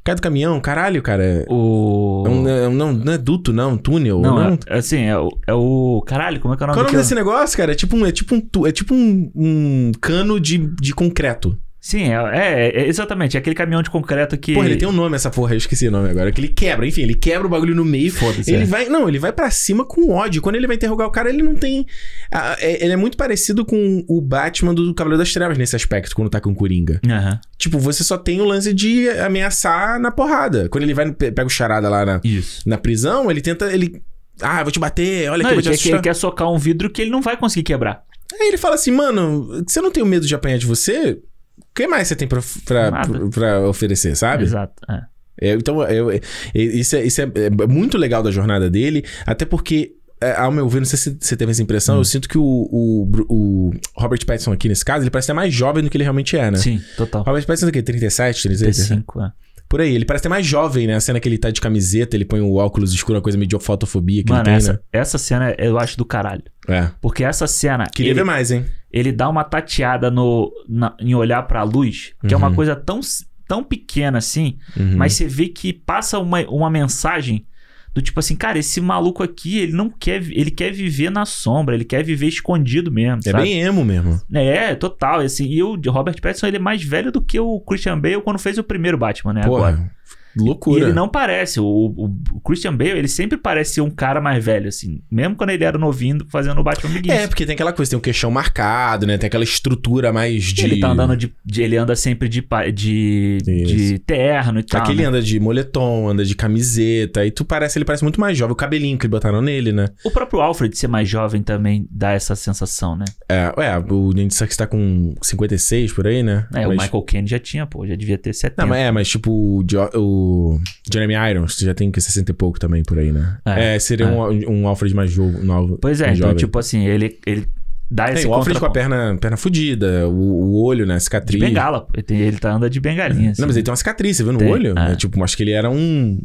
Speaker 1: Cai do caminhão, caralho, cara.
Speaker 2: O.
Speaker 1: É um- é um- não, não é duto, não, túnel.
Speaker 2: Não,
Speaker 1: não, um-
Speaker 2: é, assim, é o, é o. Caralho, como é que é o nome
Speaker 1: Qual o nome
Speaker 2: daquilo?
Speaker 1: desse negócio, cara? É tipo um, é tipo um, tu- é tipo um, um cano de, de concreto.
Speaker 2: Sim, é, é- é exatamente. É aquele caminhão de concreto que.
Speaker 1: Porra, ele tem um nome essa porra, eu esqueci o nome agora. Que ele quebra, enfim, ele quebra o bagulho no meio.
Speaker 2: Foda-se.
Speaker 1: Ele
Speaker 2: é.
Speaker 1: vai, não, ele vai pra cima com ódio. Quando ele vai interrogar o cara, ele não tem. a- é- ele é muito parecido com o Batman do Cavaleiro das Trevas nesse aspecto, quando tá com o Coringa.
Speaker 2: é. Aham,
Speaker 1: Tipo, você só tem o lance de ameaçar na porrada. Quando ele vai, no- pe- pega o charada lá na,
Speaker 2: Isso.
Speaker 1: na prisão, ele tenta. Ele. Ah, eu vou te bater, olha
Speaker 2: Não,
Speaker 1: aqui, eu vou
Speaker 2: ele,
Speaker 1: te
Speaker 2: quer,
Speaker 1: assustar.
Speaker 2: ele quer socar um vidro que ele não vai conseguir quebrar.
Speaker 1: Aí ele fala assim, mano, você não tem medo de apanhar de você? O que mais você tem pra, pra,
Speaker 2: Nada.
Speaker 1: pra oferecer, sabe?
Speaker 2: Exato. é.
Speaker 1: É, então, eu- é, isso, é, isso é, é muito legal da jornada dele, até porque, é, ao meu ver, não sei se você teve essa impressão,
Speaker 2: Hum.
Speaker 1: eu sinto que o, o, Bru- o Robert Pattinson aqui, nesse caso, ele parece ser mais jovem do que ele realmente é, né?
Speaker 2: Sim, total.
Speaker 1: Robert Pattinson é o quê? 37, 36?
Speaker 2: P5, é.
Speaker 1: Por aí, ele parece ser mais jovem, né? A cena que ele tá de camiseta, ele põe o óculos escuro, uma coisa meio de fotofobia que
Speaker 2: Mano,
Speaker 1: ele tem,
Speaker 2: essa, essa cena é, eu acho do caralho.
Speaker 1: né? É.
Speaker 2: Porque essa cena.
Speaker 1: Queria
Speaker 2: ele-
Speaker 1: ver mais, hein?
Speaker 2: ele dá uma tateada no, na- em olhar pra luz, que é
Speaker 1: Uhum.
Speaker 2: uma coisa tão, tão pequena assim,
Speaker 1: Uhum.
Speaker 2: mas você vê que passa uma, uma mensagem do tipo assim, cara, esse maluco aqui, ele não quer, vi- ele quer viver na sombra, ele quer viver escondido mesmo,
Speaker 1: É
Speaker 2: sabe?
Speaker 1: bem emo mesmo.
Speaker 2: É, total, assim, e o Robert Pattinson, ele é mais velho do que o Christian Bale quando fez o primeiro Batman, né, agora.
Speaker 1: Porra,
Speaker 2: E
Speaker 1: loucura.
Speaker 2: ele não parece, o, o- o Christian Bale, ele sempre parece um cara mais velho, assim, mesmo quando ele era novinho fazendo o Batman Begins.
Speaker 1: É, porque tem aquela coisa, tem um queixão marcado, né? Tem aquela estrutura mais de.
Speaker 2: Ele tá andando de, de- Ele anda sempre de, pa- de,
Speaker 1: Isso.
Speaker 2: de terno e tal.
Speaker 1: Aqui ele
Speaker 2: né?
Speaker 1: anda de moletom, anda de camiseta, e tu parece, ele parece muito mais jovem, o cabelinho que botaram nele, né?
Speaker 2: O próprio Alfred ser mais jovem também dá essa sensação, né?
Speaker 1: É, ué, o Andy Serkis tá com 56 por aí, né?
Speaker 2: É, o
Speaker 1: Mas-
Speaker 2: Michael Caine já tinha, pô, já devia ter 70.
Speaker 1: Não, mas é, mas tipo o, Jo- o Jeremy Irons já tem que 60 e pouco também por aí, né? É,
Speaker 2: É,
Speaker 1: seria
Speaker 2: é.
Speaker 1: Um, um Alfred mais jovem. novo-
Speaker 2: Pois é,
Speaker 1: mais
Speaker 2: então,
Speaker 1: jovem.
Speaker 2: tipo assim, ele, ele dá
Speaker 1: Tem
Speaker 2: esse
Speaker 1: o Alfred com a
Speaker 2: contraponto.
Speaker 1: perna, perna fudida, o, o olho, né?
Speaker 2: De
Speaker 1: Cicatriz.
Speaker 2: bengala, pô. Ele, tem- ele tá anda de bengalinha. assim.
Speaker 1: Não, mas ele tem uma cicatriz, você viu no
Speaker 2: Tem,
Speaker 1: olho?
Speaker 2: é.
Speaker 1: É, tipo, acho que ele era um.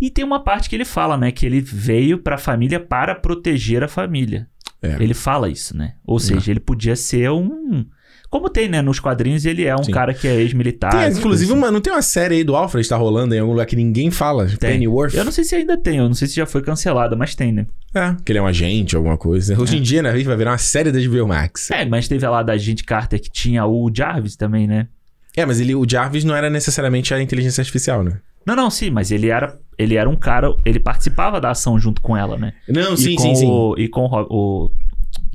Speaker 2: E tem uma parte que ele fala, né? Que ele veio pra família para proteger a família.
Speaker 1: É.
Speaker 2: Ele fala isso, né? Ou seja, ele podia ser um. Como tem, né? Nos quadrinhos, ele é um
Speaker 1: Sim.
Speaker 2: cara que é ex-militar.
Speaker 1: Tem,
Speaker 2: essas
Speaker 1: inclusive,
Speaker 2: coisas
Speaker 1: uma, não tem uma série aí do Alfred tá rolando em algum lugar que ninguém fala? Pennyworth?
Speaker 2: Eu não sei se ainda tem, eu não sei se já foi cancelada, mas tem, né?
Speaker 1: É, que ele é um agente, alguma coisa. Hoje em dia, né, a gente vai virar uma série da HBO Max.
Speaker 2: É, mas teve lá da gente Carter que tinha o Jarvis também, né?
Speaker 1: É, mas ele, o Jarvis não era necessariamente a inteligência artificial, né?
Speaker 2: Não, não, sim, mas ele era, ele era um cara, ele participava da ação junto com ela, né?
Speaker 1: Não,
Speaker 2: e
Speaker 1: sim,
Speaker 2: com
Speaker 1: sim, sim.
Speaker 2: O, e com o, Rob- o,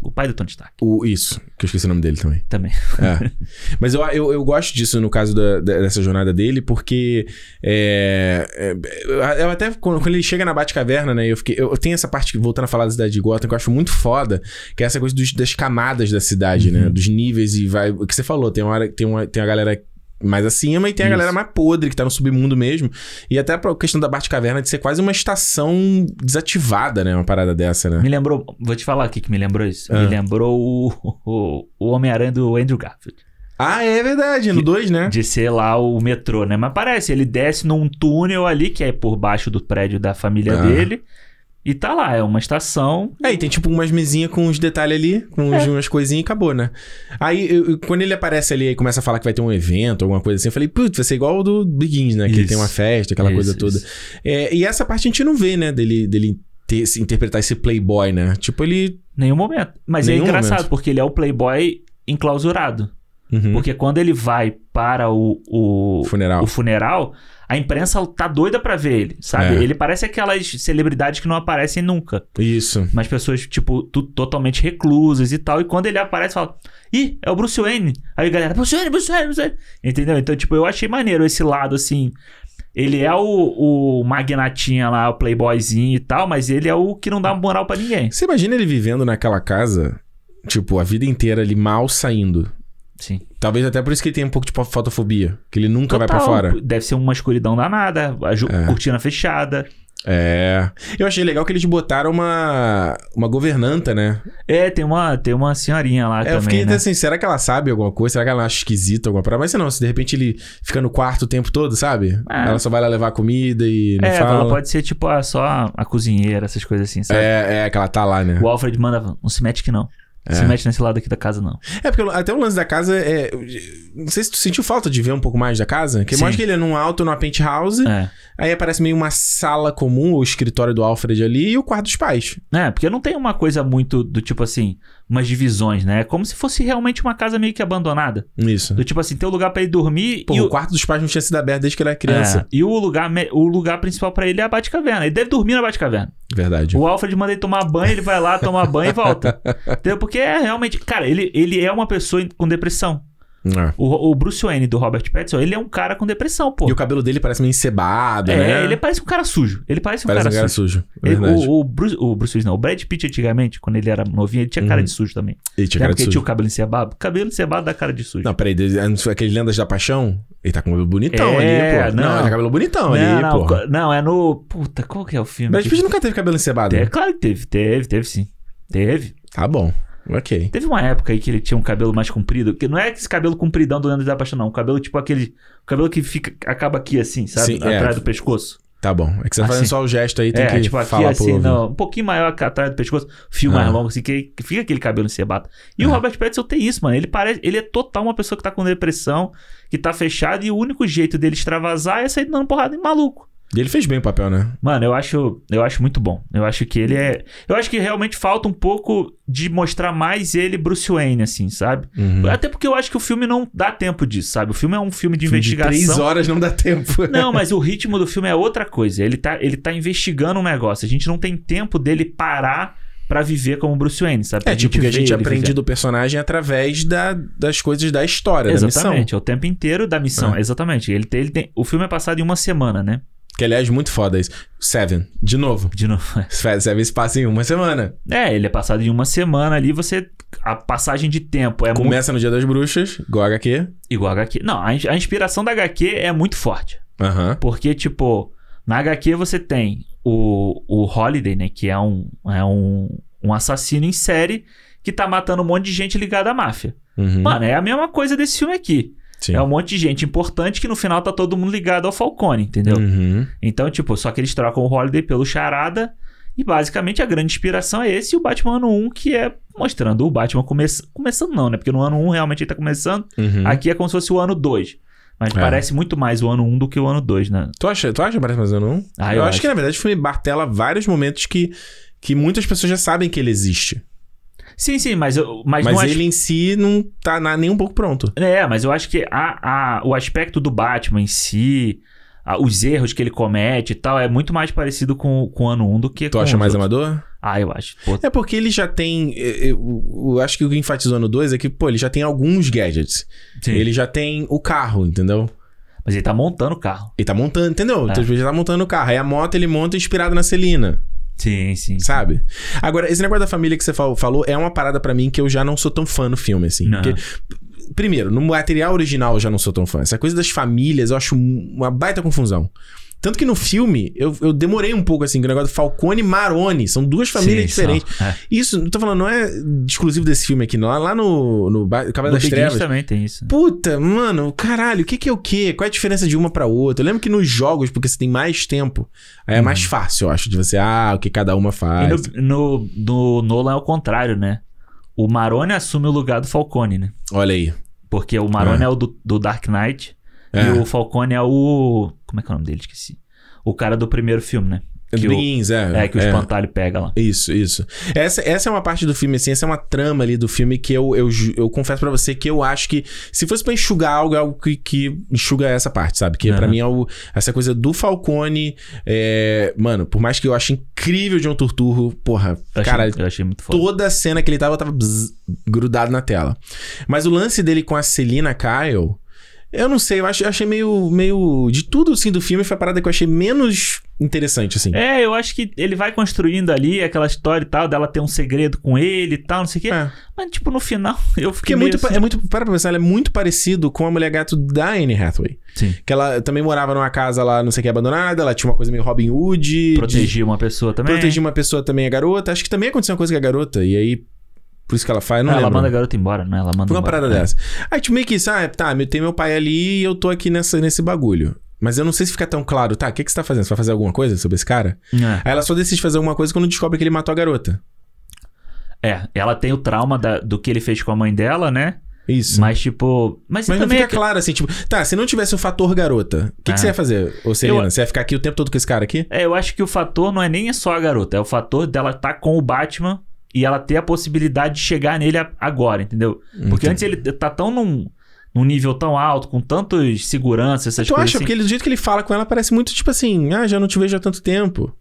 Speaker 2: o pai do Tony Stark
Speaker 1: O, isso, que eu esqueci o nome dele também.
Speaker 2: também.
Speaker 1: É. Mas eu, eu, eu gosto disso no caso da- da- dessa jornada dele, porque é, é, eu até quando, quando ele chega na Batcaverna, né? Eu, fiquei, eu, eu tenho essa parte que, voltando a falar da cidade de Gotham, que eu acho muito foda, que é essa coisa dos- das camadas da cidade, né? Dos níveis e vai. O que você falou, tem uma hora tem uma, tem a galera. Mais acima e tem a
Speaker 2: Isso.
Speaker 1: galera mais podre que tá no submundo mesmo. E até a questão da Batcaverna de ser quase uma estação desativada, né? Uma parada dessa, né?
Speaker 2: Me lembrou, vou te falar o que que me lembrou isso.
Speaker 1: Ah.
Speaker 2: Me lembrou o, o, o Homem-Aranha do Andrew Garfield.
Speaker 1: Ah, é verdade. No 2, né?
Speaker 2: De ser lá o metrô, né? Mas parece, ele desce num túnel ali, que é por baixo do prédio da família
Speaker 1: Ah.
Speaker 2: dele. E tá lá, é uma estação.
Speaker 1: Aí tem tipo umas mesinhas com uns detalhes ali, com uns- umas coisinhas e acabou, né? Aí eu- eu- quando ele aparece ali e começa a falar que vai ter um evento, alguma coisa assim, eu falei, putz, vai ser igual o do Begins, né? Que ele
Speaker 2: Isso.
Speaker 1: tem uma festa, aquela coisa
Speaker 2: Isso,
Speaker 1: toda.
Speaker 2: isso.
Speaker 1: É, e essa parte a gente não vê, né? Dele, dele ter- se interpretar esse playboy, né? Tipo, ele.
Speaker 2: Nenhum momento. Mas
Speaker 1: Nenhum
Speaker 2: é engraçado,
Speaker 1: momento.
Speaker 2: porque ele é o playboy enclausurado.
Speaker 1: Uhum.
Speaker 2: Porque quando ele vai para o, o,
Speaker 1: funeral.
Speaker 2: o funeral, a imprensa tá doida pra ver ele, sabe?
Speaker 1: É.
Speaker 2: Ele parece aquelas celebridades que não aparecem nunca.
Speaker 1: Isso.
Speaker 2: Mas pessoas, tipo, tu- totalmente reclusas e tal. E quando ele aparece, fala... Ih, é o Bruce Wayne. Aí a galera... Bruce Wayne, Bruce Wayne, Bruce Wayne. Entendeu? Então, tipo, eu achei maneiro esse lado, assim... Ele é o, o magnatinha lá, o playboyzinho e tal, mas ele é o que não dá moral pra ninguém.
Speaker 1: Você imagina ele vivendo naquela casa, tipo, a vida inteira ali mal saindo.
Speaker 2: Sim.
Speaker 1: Talvez até por isso que ele tem um pouco de fotofobia, que ele nunca vai pra
Speaker 2: Total,
Speaker 1: fora.
Speaker 2: Deve ser uma escuridão danada, a ju-
Speaker 1: É.
Speaker 2: cortina fechada.
Speaker 1: É. Eu achei legal que eles botaram uma, uma governanta, né?
Speaker 2: É, tem uma, tem uma senhorinha lá
Speaker 1: É, eu
Speaker 2: também,
Speaker 1: fiquei
Speaker 2: né?
Speaker 1: até assim, será que ela sabe alguma coisa? Será que ela acha esquisita alguma parada? Mas se não, se de repente ele fica no quarto o tempo todo, sabe?
Speaker 2: Ah.
Speaker 1: Ela só vai lá levar comida e não
Speaker 2: É,
Speaker 1: fala.
Speaker 2: ela pode ser tipo ah, só a, a cozinheira, essas coisas assim, sabe?
Speaker 1: É, é que ela tá lá, né?
Speaker 2: O Alfred manda, não se mete aqui não. Não Se mete nesse lado aqui da casa não.
Speaker 1: É, porque até o lance da casa é. eu- Não sei se tu sentiu falta de ver um pouco mais da casa. Que
Speaker 2: Sim.
Speaker 1: mostra que ele é num alto, numa penthouse.
Speaker 2: É.
Speaker 1: Aí aparece meio uma sala comum, o escritório do Alfred ali e o quarto dos pais.
Speaker 2: É, porque não tem uma coisa muito do tipo assim, umas divisões, né? É como se fosse realmente uma casa meio que abandonada.
Speaker 1: Isso.
Speaker 2: Do tipo assim, tem um lugar pra ele dormir
Speaker 1: Pô,
Speaker 2: e
Speaker 1: o...
Speaker 2: o,
Speaker 1: quarto dos pais não tinha sido aberto desde que ele era criança.
Speaker 2: É, e o lugar, me- o lugar principal pra ele é a Batcaverna. Ele deve dormir na Batcaverna.
Speaker 1: Verdade.
Speaker 2: É. O Alfred manda ele tomar banho, ele vai lá, toma banho e volta. Entendeu? Porque é realmente. Cara, ele, ele é uma pessoa com depressão.
Speaker 1: É.
Speaker 2: O, o Bruce Wayne do Robert Pattinson, ele é um cara com depressão, pô.
Speaker 1: E o cabelo dele parece meio encebado,
Speaker 2: é,
Speaker 1: né?
Speaker 2: ele parece um cara sujo. Ele parece um
Speaker 1: Parece
Speaker 2: cara
Speaker 1: um cara
Speaker 2: sujo.
Speaker 1: sujo.
Speaker 2: Ele-
Speaker 1: Verdade.
Speaker 2: o, o Bruce, o Bruce Wayne, não. O Brad Pitt antigamente, quando ele era novinho, ele tinha cara
Speaker 1: Uhum.
Speaker 2: de sujo também.
Speaker 1: Ele tinha
Speaker 2: Lembra
Speaker 1: cara
Speaker 2: que
Speaker 1: de
Speaker 2: ele
Speaker 1: sujo.
Speaker 2: tinha o é, cabelo encebado? O cabelo encebado dá cara de sujo.
Speaker 1: Não, peraí, desde- antes foi aquele Lendas da Paixão, ele tá com o cabelo bonitão
Speaker 2: É,
Speaker 1: ali, pô.
Speaker 2: não.
Speaker 1: ele tá com o cabelo bonitão
Speaker 2: não,
Speaker 1: ali,
Speaker 2: não,
Speaker 1: pô.
Speaker 2: co- não, é no. Puta, qual que é o filme?
Speaker 1: Brad
Speaker 2: que-
Speaker 1: Pitt nunca teve cabelo encebado.
Speaker 2: É, claro que teve, teve, teve sim. Teve.
Speaker 1: Tá bom. Ok.
Speaker 2: Teve uma época aí que ele tinha um cabelo mais comprido, que não é esse cabelo compridão do Leandro da Paixão, não. Um cabelo tipo aquele. O cabelo que fica, acaba aqui assim, sabe?
Speaker 1: Sim, é.
Speaker 2: atrás do pescoço.
Speaker 1: Tá bom. É que você tá
Speaker 2: Assim.
Speaker 1: fazendo só o gesto aí, tem
Speaker 2: é,
Speaker 1: que
Speaker 2: tipo aqui
Speaker 1: falar pro
Speaker 2: assim,
Speaker 1: ouvinte.
Speaker 2: não, um pouquinho maior que atrás do pescoço, fio mais
Speaker 1: Ah.
Speaker 2: longo, assim, que, que fica aquele cabelo encebado. E o
Speaker 1: Ah.
Speaker 2: Robert Pattinson tem isso, mano. Ele parece. Ele é total uma pessoa que tá com depressão, que tá fechado, e o único jeito dele extravasar é sair dando porrada em maluco.
Speaker 1: E ele fez bem o papel, né?
Speaker 2: Mano, eu acho, eu acho muito bom. Eu acho que ele é. Eu acho que realmente falta um pouco de mostrar mais ele Bruce Wayne, assim, sabe?
Speaker 1: Uhum.
Speaker 2: Até porque eu acho que o filme não dá tempo disso, sabe? O filme é um filme de
Speaker 1: Filme
Speaker 2: investigação.
Speaker 1: De três horas não dá tempo.
Speaker 2: Não, mas o ritmo do filme é outra coisa. Ele tá, ele tá investigando um negócio. A gente não tem tempo dele parar pra viver como Bruce Wayne,
Speaker 1: É,
Speaker 2: sabe? Pra
Speaker 1: tipo, que a
Speaker 2: ver
Speaker 1: gente
Speaker 2: ele
Speaker 1: aprende
Speaker 2: viver.
Speaker 1: do personagem através da- das coisas da história, da missão.
Speaker 2: Exatamente, é o tempo inteiro da missão.
Speaker 1: É.
Speaker 2: Exatamente. Ele tem, ele tem- o filme é passado em uma semana, né?
Speaker 1: Que, aliás, muito foda isso. Seven, de novo.
Speaker 2: De novo.
Speaker 1: Seven se passa em uma semana.
Speaker 2: É, ele é passado em uma semana ali, você. A passagem de tempo é muito.
Speaker 1: Começa no Dia das Bruxas, igual HQ.
Speaker 2: Igual a HQ. Não, a, in- a inspiração da HQ é muito forte.
Speaker 1: Aham.
Speaker 2: Porque, tipo, na HQ você tem o, o Holiday, né? Que é, um, é um, um assassino em série que tá matando um monte de gente ligada à máfia.
Speaker 1: Uhum.
Speaker 2: Mano, é a mesma coisa desse filme aqui.
Speaker 1: Sim.
Speaker 2: É um monte de gente importante que no final tá todo mundo ligado ao Falcone, entendeu?
Speaker 1: Uhum.
Speaker 2: Então, tipo, só que eles trocam o Holiday pelo Charada. E basicamente a grande inspiração é esse e o Batman Ano 1, que é mostrando o Batman começa- começando, não, né? Porque no ano 1 realmente ele tá começando.
Speaker 1: Uhum.
Speaker 2: Aqui é como se fosse o ano 2. Mas
Speaker 1: É.
Speaker 2: parece muito mais o ano 1 do que o ano 2, né?
Speaker 1: Tu acha, tu acha que parece mais ou não?
Speaker 2: Ah,
Speaker 1: eu
Speaker 2: eu
Speaker 1: acho,
Speaker 2: acho.
Speaker 1: que, na verdade, o filme martela vários momentos que, que muitas pessoas já sabem que ele existe.
Speaker 2: Sim, sim, mas, eu, mas,
Speaker 1: Mas,
Speaker 2: não
Speaker 1: ele em si não tá na- nem um pouco pronto.
Speaker 2: acho... É, mas eu acho que a, a- o aspecto do Batman em si, a- os erros que ele comete e tal, é muito mais parecido com, com o ano 1 do que
Speaker 1: Tu
Speaker 2: com
Speaker 1: acha
Speaker 2: os
Speaker 1: mais
Speaker 2: outros.
Speaker 1: amador?
Speaker 2: Ah, eu acho. Pô,
Speaker 1: É porque ele já tem. Eu, eu- eu acho que o que enfatizou no 2 é que, pô, ele já tem alguns gadgets.
Speaker 2: sim.
Speaker 1: Ele já tem o carro, entendeu?
Speaker 2: Mas ele tá montando o carro.
Speaker 1: Ele tá montando, entendeu?
Speaker 2: É.
Speaker 1: Então, tipo, ele já tá montando o carro. Aí a moto ele monta inspirado na Celina.
Speaker 2: Sim, sim.
Speaker 1: Sabe? Agora, esse negócio da família que você fal- falou é uma parada pra mim que eu já não sou tão fã no filme, assim.
Speaker 2: Não.
Speaker 1: Porque, primeiro, no material original eu já não sou tão fã. Essa coisa das famílias eu acho um- uma baita confusão. Tanto que no filme, eu, eu demorei um pouco, assim, com o negócio do Falcone e Maroni. São duas famílias
Speaker 2: Sim,
Speaker 1: diferentes.
Speaker 2: são. É.
Speaker 1: Isso, não tô falando, não é exclusivo desse filme aqui, não. Lá no, no Ba- Cavaleiro
Speaker 2: No
Speaker 1: das
Speaker 2: Big é-
Speaker 1: Trevas.
Speaker 2: Trevas também tem isso.
Speaker 1: Puta, mano, caralho, o que, que é o que? Qual é a diferença de uma pra outra? Eu lembro que nos jogos, porque você tem mais tempo, aí é mais fácil, eu acho, de você, ah, o que cada uma
Speaker 2: Uhum. E
Speaker 1: faz.
Speaker 2: no, no, no Nolan é o contrário, né? O Marone assume o lugar do Falcone, né?
Speaker 1: Olha aí.
Speaker 2: Porque o Marone é, o do, do Dark Knight
Speaker 1: É.
Speaker 2: e o Falcone é o. Como é que é o nome dele? Esqueci. O cara do primeiro filme, né?
Speaker 1: Que
Speaker 2: Que o-
Speaker 1: Begins, é.
Speaker 2: É, que o espantalho pega lá.
Speaker 1: Isso, isso. Essa, essa é uma parte do filme, assim, essa é uma trama ali do filme que eu, eu, ju- eu confesso pra você que eu acho que se fosse pra enxugar algo, é algo que, que enxuga essa parte, sabe? Que pra
Speaker 2: Aham.
Speaker 1: mim é o, essa coisa do Falcone. é, mano, por mais que eu ache incrível de um turturro, porra,
Speaker 2: Eu achei,
Speaker 1: cara,
Speaker 2: eu achei muito foda.
Speaker 1: toda a cena que ele tava, tava bzz, grudado na tela. Mas o lance dele com a Celina Kyle, eu não sei, eu, acho, eu achei meio, meio. De tudo assim do filme, foi a parada que eu achei menos interessante, assim.
Speaker 2: É, eu acho que ele vai construindo ali aquela história e tal, dela ter um segredo com ele e tal, não sei o quê.
Speaker 1: É.
Speaker 2: Mas, tipo, no final, eu
Speaker 1: Porque
Speaker 2: fiquei
Speaker 1: é
Speaker 2: meio
Speaker 1: muito, pa-
Speaker 2: assim,
Speaker 1: é muito. Para pra pensar, ela é muito parecido com a mulher gato da Anne Hathaway.
Speaker 2: Sim.
Speaker 1: Que ela também morava numa casa lá, não sei o que, abandonada. Ela tinha uma coisa meio Robin Hood. de
Speaker 2: Proteger né? uma pessoa também.
Speaker 1: Proteger uma pessoa também, a garota. Acho que também aconteceu uma coisa com a garota. E aí. Por isso que ela faz. Não
Speaker 2: Ah, ela
Speaker 1: lembro.
Speaker 2: manda a garota embora, né? Ela manda
Speaker 1: Foi uma
Speaker 2: embora.
Speaker 1: parada
Speaker 2: É.
Speaker 1: dessa. Aí, tipo, meio que isso, ah, tá, meu- tem meu pai ali e eu tô aqui nessa, nesse bagulho. Mas eu não sei se fica tão claro, tá? O que, que você tá fazendo? Você vai fazer alguma coisa sobre esse cara?
Speaker 2: É.
Speaker 1: Aí ela só decide fazer alguma coisa quando descobre que ele matou a garota.
Speaker 2: É, ela tem o trauma da- do que ele fez com a mãe dela, né?
Speaker 1: Isso. Mas,
Speaker 2: Mas, tipo. Mas,
Speaker 1: não
Speaker 2: também.
Speaker 1: fica claro assim, tipo, tá, se não tivesse o fator garota, o que,
Speaker 2: É.
Speaker 1: que você ia fazer, ô Serena?
Speaker 2: Eu-
Speaker 1: Você ia ficar aqui o tempo todo com esse cara aqui?
Speaker 2: É, eu acho que o fator não é nem só a garota, é o fator dela estar com o Batman e ela ter a possibilidade de chegar nele a- agora, entendeu? Porque
Speaker 1: Entendi.
Speaker 2: antes ele tá tão num, num nível tão alto, com tantos segurança, essas
Speaker 1: Tu
Speaker 2: coisas.
Speaker 1: acha?
Speaker 2: assim.
Speaker 1: Porque ele- do jeito que ele fala com ela, parece muito tipo assim, ah, já não te vejo há tanto tempo.